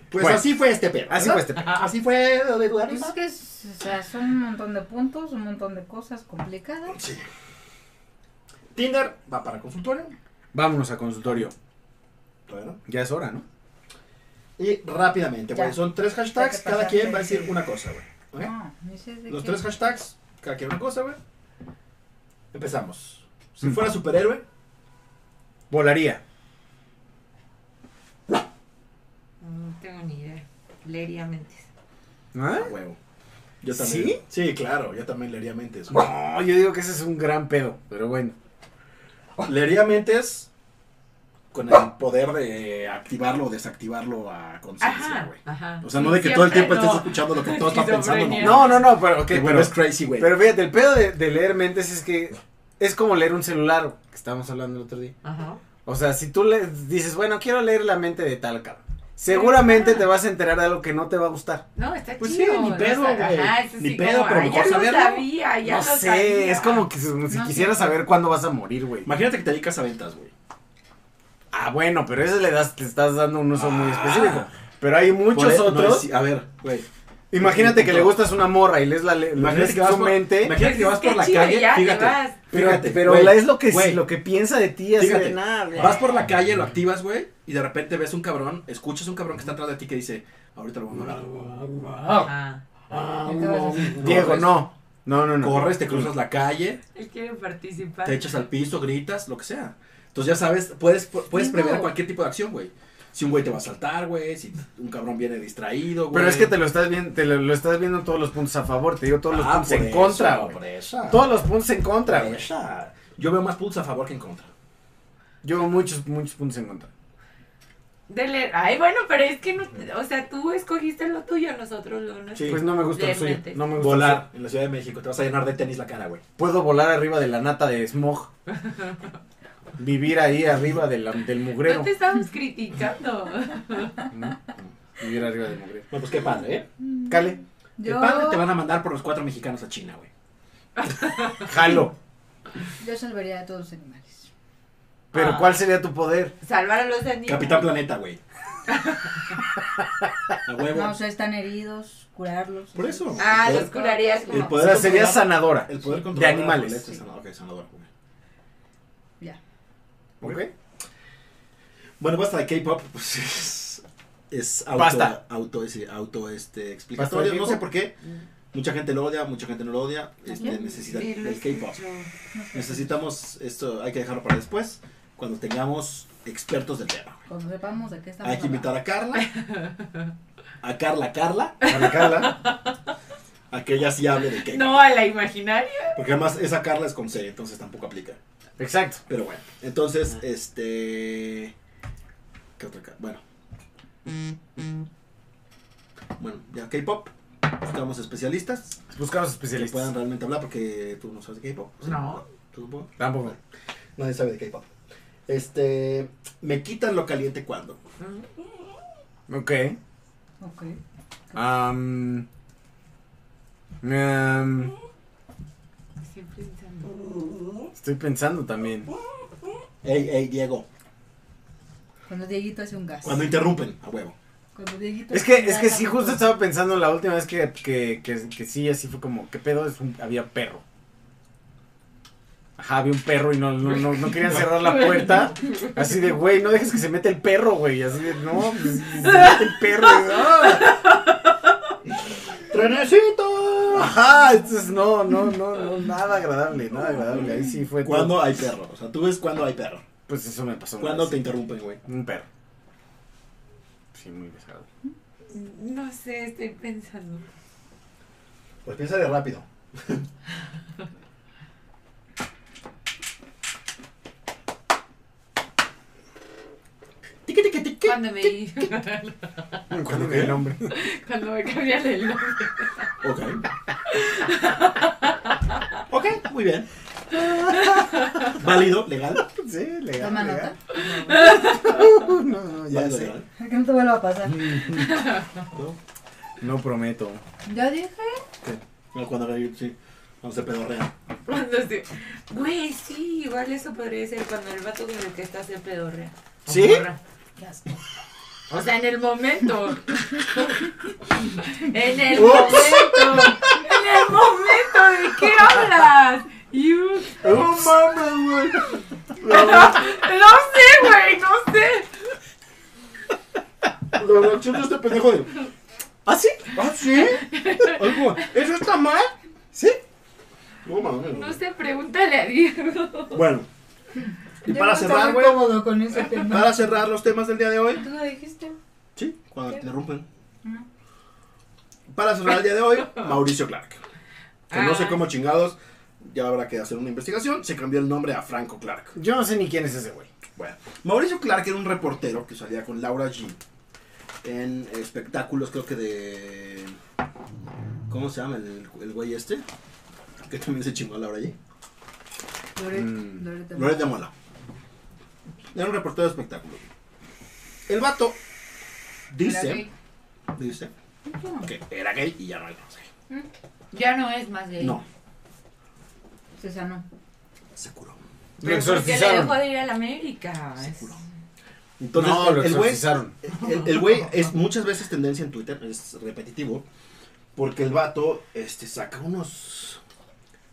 Speaker 2: Pues
Speaker 1: Bueno.
Speaker 2: así fue este perro.
Speaker 1: Así fue este pedo.
Speaker 2: Así fue lo de Eduardo.
Speaker 9: Pues es que es- o sea, son un montón de puntos, un montón de cosas complicadas.
Speaker 2: Tinder va para consultorio.
Speaker 1: Vámonos a consultorio.
Speaker 2: Bueno.
Speaker 1: Ya es hora, ¿no?
Speaker 2: Y rápidamente,
Speaker 9: Ya.
Speaker 2: güey. Son tres
Speaker 9: Ya
Speaker 2: hashtags,
Speaker 9: te
Speaker 2: cada
Speaker 9: pasaste.
Speaker 2: quien va a decir una cosa, güey. ¿ok?
Speaker 9: No, ni sé Ah, de
Speaker 2: Los
Speaker 9: qué.
Speaker 2: tres hashtags, cada quien una cosa, güey. Empezamos. Si
Speaker 1: Mm.
Speaker 2: fuera superhéroe,
Speaker 1: Volaría.
Speaker 5: No tengo ni idea. Leería mentes.
Speaker 1: ¿Ah?
Speaker 2: a huevo. Yo también.
Speaker 1: ¿Sí?
Speaker 2: Sí, claro, yo también leería mentes. güey.
Speaker 1: No, yo digo que ese es un gran pedo, pero bueno.
Speaker 2: Leería mentes con el poder de activarlo o desactivarlo a conciencia,
Speaker 5: Ajá,
Speaker 2: güey.
Speaker 5: ajá.
Speaker 2: O sea, no de que todo el tiempo estés escuchando lo que todos están pensando, no.
Speaker 5: Esquizofrenia.
Speaker 1: No, no, no, pero ok,
Speaker 2: Te
Speaker 1: pero,
Speaker 2: vuelves crazy, güey.
Speaker 1: pero fíjate, el pedo de, de leer mentes es que es como leer un celular, que estábamos hablando el otro día.
Speaker 5: Ajá.
Speaker 1: O sea, si tú le dices, bueno, quiero leer la mente de tal cabrón,
Speaker 5: Ah.
Speaker 1: seguramente te vas a enterar de algo que no te va a gustar.
Speaker 5: No, está
Speaker 2: Pues sí,
Speaker 5: chido.
Speaker 2: ni
Speaker 5: no
Speaker 2: pedo,
Speaker 5: está-
Speaker 2: güey.
Speaker 5: Ajá, eso
Speaker 2: Ni
Speaker 5: sí
Speaker 2: pedo,
Speaker 5: como,
Speaker 2: pero
Speaker 5: "Ah,
Speaker 2: mejor
Speaker 5: ya
Speaker 2: saberlo".
Speaker 5: Lo sabía, ya
Speaker 1: no
Speaker 5: lo
Speaker 1: sé,
Speaker 5: sabía.
Speaker 1: es como que si, si
Speaker 9: No
Speaker 1: quisieras
Speaker 9: sé.
Speaker 1: saber cuándo vas a morir, güey.
Speaker 2: Imagínate que te dedicas a ventas, güey.
Speaker 1: Ah, bueno, pero ese le das, te estás dando un uso
Speaker 5: Ah.
Speaker 1: muy específico. Pero hay
Speaker 2: Por
Speaker 1: muchos
Speaker 2: eso, no
Speaker 1: otros.
Speaker 2: es- a ver, güey.
Speaker 1: Imagínate que le gustas una morra y lees la le-
Speaker 2: Imagínate
Speaker 1: lees
Speaker 2: que vas
Speaker 1: su
Speaker 2: por-
Speaker 1: mente.
Speaker 2: Imagínate que vas
Speaker 5: Qué
Speaker 2: por la
Speaker 5: chido,
Speaker 2: calle,
Speaker 5: ya te
Speaker 2: fíjate.
Speaker 5: vas.
Speaker 1: Pero,
Speaker 2: Fíjate,
Speaker 1: pero
Speaker 2: güey,
Speaker 1: la- es lo que,
Speaker 2: güey.
Speaker 1: lo que piensa de ti, así
Speaker 2: Fíjate,
Speaker 1: de, "Nah, güey".
Speaker 2: Vas por la calle, lo activas, güey, y de repente ves un cabrón, escuchas un cabrón que está atrás de ti que dice, ahorita lo voy a matar.
Speaker 5: Ajá.
Speaker 9: Acabas de-
Speaker 1: Diego,
Speaker 2: Corres.
Speaker 1: no. No, no, no.
Speaker 2: Corres, te cruzas la calle,
Speaker 5: Él quiere participar.
Speaker 2: te echas al piso, gritas, lo que sea. Entonces ya sabes, puedes, puedes
Speaker 9: Sí,
Speaker 2: prever
Speaker 9: no.
Speaker 2: cualquier tipo de acción, güey. Si un güey te va a saltar, güey, si un cabrón viene distraído, güey.
Speaker 1: Pero es que te lo estás viendo, te lo, lo estás viendo todos los puntos a favor, te digo todos los
Speaker 2: Ah,
Speaker 1: puntos
Speaker 2: por
Speaker 1: en
Speaker 2: eso,
Speaker 1: contra, güey.
Speaker 2: por esa.
Speaker 1: Todos los puntos en contra,
Speaker 2: Por
Speaker 1: güey.
Speaker 2: esa. Yo veo más puntos a favor que en contra.
Speaker 1: Yo veo muchos, muchos puntos en contra.
Speaker 5: De leer. Ay, bueno, pero es que no. O sea, tú escogiste lo tuyo, nosotros lo nuestro.
Speaker 2: Sí.
Speaker 1: Pues no me gusta el
Speaker 5: Leer
Speaker 1: suyo.
Speaker 5: mentes.
Speaker 1: No me gusta el
Speaker 2: Volar en la Ciudad de México, te vas a llenar de tenis la cara, güey.
Speaker 1: suyo. Puedo volar arriba de la nata de
Speaker 5: (laughs)
Speaker 1: smog. Vivir ahí arriba de la- del mugrero.
Speaker 5: No te estamos criticando.
Speaker 1: ¿no? Vivir arriba del mugrero.
Speaker 2: Bueno, pues qué padre, ¿eh?
Speaker 1: Cale,
Speaker 2: Qué
Speaker 9: Yo,
Speaker 2: padre te van a mandar por los cuatro mexicanos a China, güey.
Speaker 1: jalo.
Speaker 9: yo salvaría a todos los animales.
Speaker 1: Pero
Speaker 5: Ah.
Speaker 1: ¿cuál sería tu poder?
Speaker 5: (laughs) Salvar a los niños.
Speaker 2: Capitán Planeta, güey. A huevo.
Speaker 9: No, o sea, están heridos, curarlos.
Speaker 2: Por eso.
Speaker 5: Ah,
Speaker 2: El
Speaker 5: los
Speaker 2: poder-
Speaker 5: curarías
Speaker 2: el
Speaker 5: como.
Speaker 1: O
Speaker 2: poder-
Speaker 1: sea, sería
Speaker 2: controlar-
Speaker 1: sanadora.
Speaker 2: El poder
Speaker 1: De
Speaker 2: controlar las
Speaker 1: animales.
Speaker 2: boletas es
Speaker 1: Sí.
Speaker 2: sanador, ok, sanador, güey.
Speaker 9: Ya.
Speaker 1: ¿Ok?
Speaker 2: Bueno, basta de K-pop, pues es, es auto,
Speaker 1: Basta.
Speaker 2: auto, ese- auto este,
Speaker 1: Basta
Speaker 2: explicatorio.
Speaker 1: de
Speaker 2: No
Speaker 1: K-pop.
Speaker 2: sé por qué. Mucha gente lo odia, mucha gente no lo odia. Este, necesita
Speaker 5: Mm. Sí, lo
Speaker 2: el K-pop.
Speaker 5: escucho.
Speaker 2: Necesitamos esto, hay que dejarlo para después, cuando tengamos expertos del tema. güey.
Speaker 9: Cuando sepamos de qué estamos
Speaker 2: Hay que invitar a Carla,
Speaker 5: (laughs)
Speaker 2: a Carla Carla,
Speaker 1: Para Carla.
Speaker 2: a que ella sí hable de K-pop.
Speaker 5: No, a la imaginaria.
Speaker 2: Porque además esa Carla es con C, entonces tampoco aplica.
Speaker 1: Exacto.
Speaker 2: Pero bueno, entonces, este. ¿Qué otra ca- Bueno. Bueno, ya K-pop. Buscamos especialistas
Speaker 1: Buscamos
Speaker 2: que
Speaker 1: especialistas.
Speaker 2: puedan realmente hablar porque tú no sabes de K-pop. O sea,
Speaker 5: No.
Speaker 2: ¿Tú tampoco?
Speaker 1: Tampoco.
Speaker 2: Nadie sabe de K-pop. Este. Me quitan lo caliente cuando.
Speaker 1: Ok.
Speaker 9: Ok.
Speaker 1: Am, am,
Speaker 5: Estoy pensando.
Speaker 1: estoy pensando también.
Speaker 2: Ey, ey, Diego.
Speaker 9: Cuando Dieguito hace un gas.
Speaker 2: Cuando interrumpen, a huevo.
Speaker 9: Cuando Dieguito
Speaker 1: Es que,
Speaker 9: hace un
Speaker 1: es
Speaker 9: gas,
Speaker 1: que sí, justo
Speaker 9: tampoco.
Speaker 1: estaba pensando la última vez que, que, que, que sí, así fue como, ¿qué pedo? Es un- había perro. Ajá, había un perro y no, no, no, no querían cerrar la puerta. Así de, güey, no dejes que se meta el perro, güey. Así de, no, pues, se mete el perro. y, ¡ah!
Speaker 2: ¡Trenecito!
Speaker 1: Ajá, entonces no, no, no, no, nada agradable, nada agradable. Ahí sí fue. todo.
Speaker 2: Cuando hay perro. O sea, tú ves cuando hay perro.
Speaker 1: Pues eso me pasó. una
Speaker 2: Cuando
Speaker 1: vez.
Speaker 2: te interrumpen, güey.
Speaker 1: Un perro. Sí, muy desagradable.
Speaker 5: No sé, estoy pensando.
Speaker 2: Pues piensa de rápido. Tiki
Speaker 5: cuando me
Speaker 1: ¿Cuándo me el nombre? (laughs)
Speaker 5: (laughs) cuando me cambian el nombre.
Speaker 2: Ok. ok, muy bien. Válido, legal.
Speaker 1: Sí, legal.
Speaker 9: Toma
Speaker 1: legal.
Speaker 9: nota. (laughs)
Speaker 1: No, no, ya
Speaker 2: válido,
Speaker 1: sé.
Speaker 2: legal.
Speaker 9: Que no te vuelva a pasar.
Speaker 1: Mm. No prometo.
Speaker 9: Yo dije.
Speaker 2: No, Cuando ve- sí, no se pedorrea.
Speaker 5: Cuando se- Güey, sí, igual eso podría ser cuando el vato con el que estás se pedorrea. O
Speaker 1: ¿Sí?
Speaker 5: morra.
Speaker 9: Qué asco.
Speaker 5: O sea, en el
Speaker 2: (laughs)
Speaker 5: momento. en el
Speaker 1: Ups.
Speaker 5: momento. En el momento. ¿De qué hablas? You-
Speaker 1: No mames, güey.
Speaker 5: No sé, güey, no sé.
Speaker 2: La reacción de este pendejo de. ¿Ah, sí? ¿Ah, sí? Algo, ¿Eso está mal?
Speaker 1: ¿Sí?
Speaker 2: No mames.
Speaker 5: No
Speaker 2: güey.
Speaker 5: sé, pregúntale a Diego.
Speaker 2: Bueno. Y
Speaker 9: Yo
Speaker 2: para
Speaker 9: no
Speaker 2: cerrar,
Speaker 9: estaba
Speaker 2: güey.
Speaker 9: cómodo con ese tema.
Speaker 2: Para cerrar los temas del día de hoy.
Speaker 9: ¿Tú lo dijiste?
Speaker 2: Sí, cuando te interrumpen. Para cerrar el día de
Speaker 9: (laughs)
Speaker 2: hoy, Mauricio Clark. Que no sé
Speaker 5: Ah.
Speaker 2: cómo chingados, ya habrá que hacer una investigación. Se cambió el nombre a Franco Clark.
Speaker 1: Yo no sé ni quién es ese güey.
Speaker 2: Bueno, Mauricio Clark era un reportero que salía con Laura G. En espectáculos, creo que de. ¿Cómo se llama el, el güey este? Que también se chingó a Laura G.
Speaker 9: Loret,
Speaker 1: Mm.
Speaker 9: Loret de Mola.
Speaker 2: Loret de Mola. Era un reportero de espectáculos. El vato
Speaker 9: Era
Speaker 2: dice,
Speaker 9: gay.
Speaker 2: dice que era gay y ya no era gay.
Speaker 5: Ya no es más gay.
Speaker 2: No,
Speaker 9: Se sanó.
Speaker 2: se curó.
Speaker 1: Lo
Speaker 5: Porque le
Speaker 1: exorcizaron.
Speaker 5: dejó de ir a la América. Es-
Speaker 2: Seguro. Entonces,
Speaker 1: no, lo
Speaker 2: el, el güey,
Speaker 1: exorcizaron.
Speaker 2: el- el güey es muchas veces tendencia en Twitter, es repetitivo, porque el vato este, saca unos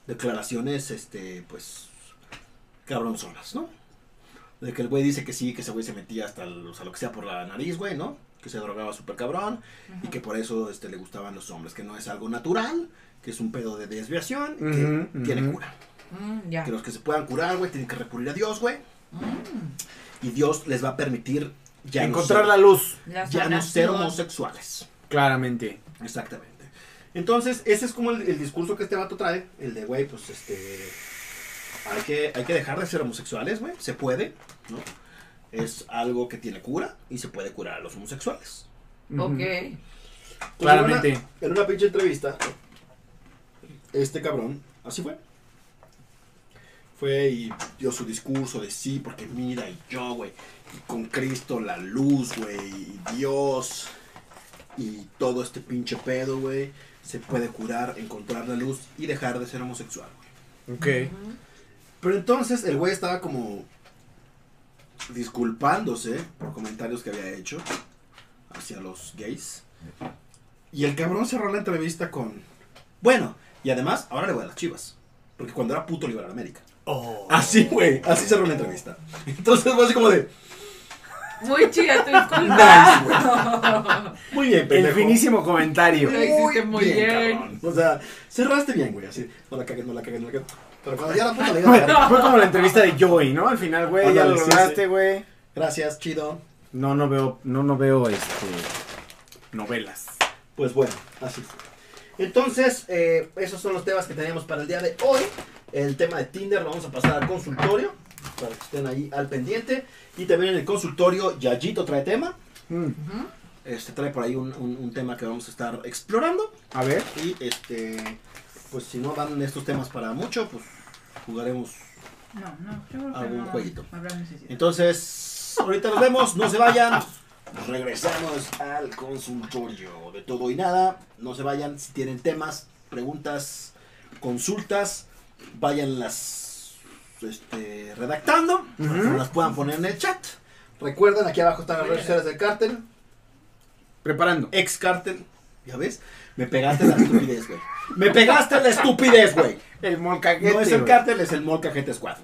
Speaker 2: declaraciones, este, pues, cabronzonas, ¿no? De que el güey dice que sí, que ese güey se metía hasta el- o sea, lo que sea por la nariz, güey, ¿no? Que se drogaba súper cabrón y que por eso este, le gustaban los hombres, que no es algo natural, que es un pedo de desviación, y que
Speaker 1: Ujú,
Speaker 2: tiene
Speaker 1: ujú.
Speaker 2: cura.
Speaker 5: Mm, ya.
Speaker 2: Que los que se puedan curar, güey, tienen que recurrir a Dios, güey. Y Dios les va a permitir ya no
Speaker 1: Encontrar
Speaker 2: ser-
Speaker 1: la luz.
Speaker 5: La
Speaker 2: ya no ser
Speaker 5: sanación.
Speaker 2: homosexuales.
Speaker 1: Claramente.
Speaker 2: Exactamente. Entonces, ese es como el, el discurso que este vato trae, el de, güey, pues, este, hay que, hay que dejar de ser homosexuales, güey, se puede, ¿no? Es algo que tiene cura y se puede curar a los homosexuales.
Speaker 5: Ok.
Speaker 2: Entonces,
Speaker 1: Claramente.
Speaker 2: Pues En una, en una pinche entrevista, este cabrón, así fue. Fue y dio su discurso de sí, porque mira, y yo, güey, y con Cristo la luz, güey, y Dios, y todo este pinche pedo, güey, se puede curar, encontrar la luz y dejar de ser homosexual, güey.
Speaker 1: Ok.
Speaker 2: Pero entonces el güey estaba como disculpándose por comentarios que había hecho hacia los gays. Y el cabrón cerró la entrevista con, bueno, y además ahora le voy a las chivas. Porque cuando era puto le iba a la América. Así, güey, así cerró la entrevista. Entonces fue así como de,
Speaker 5: Muy chida
Speaker 2: (laughs)
Speaker 5: tu disculpa. (laughs)
Speaker 2: muy bien,
Speaker 1: El
Speaker 2: pendejo.
Speaker 1: finísimo comentario.
Speaker 5: Lo hiciste muy bien.
Speaker 2: cabrón. O sea, cerraste bien, güey, así. No la cagues, no la cagues, no la cagues. Pero cuando ya la puta le iba a la
Speaker 1: Bueno,
Speaker 2: verga,
Speaker 1: Fue como la entrevista de Joey, ¿no? Al final, güey, ya
Speaker 2: Ándale,
Speaker 1: lo
Speaker 2: sí, sí.
Speaker 1: lograste, güey.
Speaker 2: Gracias, chido.
Speaker 1: No, no veo, no, no veo, este, novelas.
Speaker 2: Pues bueno, así fue. Entonces, eh, esos son los temas que teníamos para el día de hoy. El tema de Tinder lo vamos a pasar al consultorio, para que estén ahí al pendiente. Y también en el consultorio, Yayito trae tema.
Speaker 1: Mm.
Speaker 2: Este trae por ahí un, un- un tema que vamos a estar explorando.
Speaker 1: A ver.
Speaker 2: Y este, pues si no dan estos temas para mucho, pues jugaremos.
Speaker 9: No, no, yo creo que
Speaker 2: Algún
Speaker 9: no
Speaker 2: jueguito.
Speaker 9: habrá necesidad.
Speaker 2: Entonces, ahorita nos vemos, no se vayan. Regresamos al consultorio de todo y nada. No se vayan. Si tienen temas, preguntas, consultas, váyanlas este, redactando. para que nos las puedan poner en el chat. Recuerden, aquí abajo están las redes sociales del cártel.
Speaker 1: Preparando.
Speaker 2: Ex cártel. ¿Ya ves? Me pegaste la estupidez, güey. Me pegaste la estupidez, güey.
Speaker 1: El molcajete.
Speaker 2: No es el
Speaker 1: güey.
Speaker 2: cártel, es el Molcajete Squad.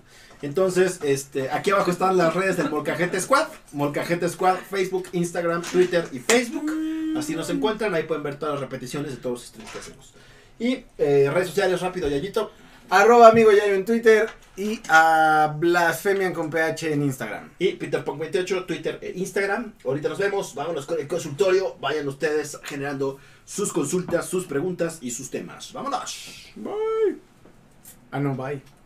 Speaker 2: Entonces, este, aquí abajo están las redes del Molcajete Squad. Molcajete Squad, Facebook, Instagram, Twitter y Facebook. Así
Speaker 1: Mm.
Speaker 2: nos encuentran, ahí pueden ver todas las repeticiones de todos los streams que hacemos. Y eh, redes sociales, rápido, Yayito.
Speaker 1: Arroba amigo Yayo en Twitter y a Blasfemian con PH en Instagram.
Speaker 2: Y PeterPunk28, Twitter e Instagram. Ahorita nos vemos, vámonos con el consultorio. Vayan ustedes generando sus consultas, sus preguntas y sus temas. ¡Vámonos!
Speaker 1: Ah, no, bye.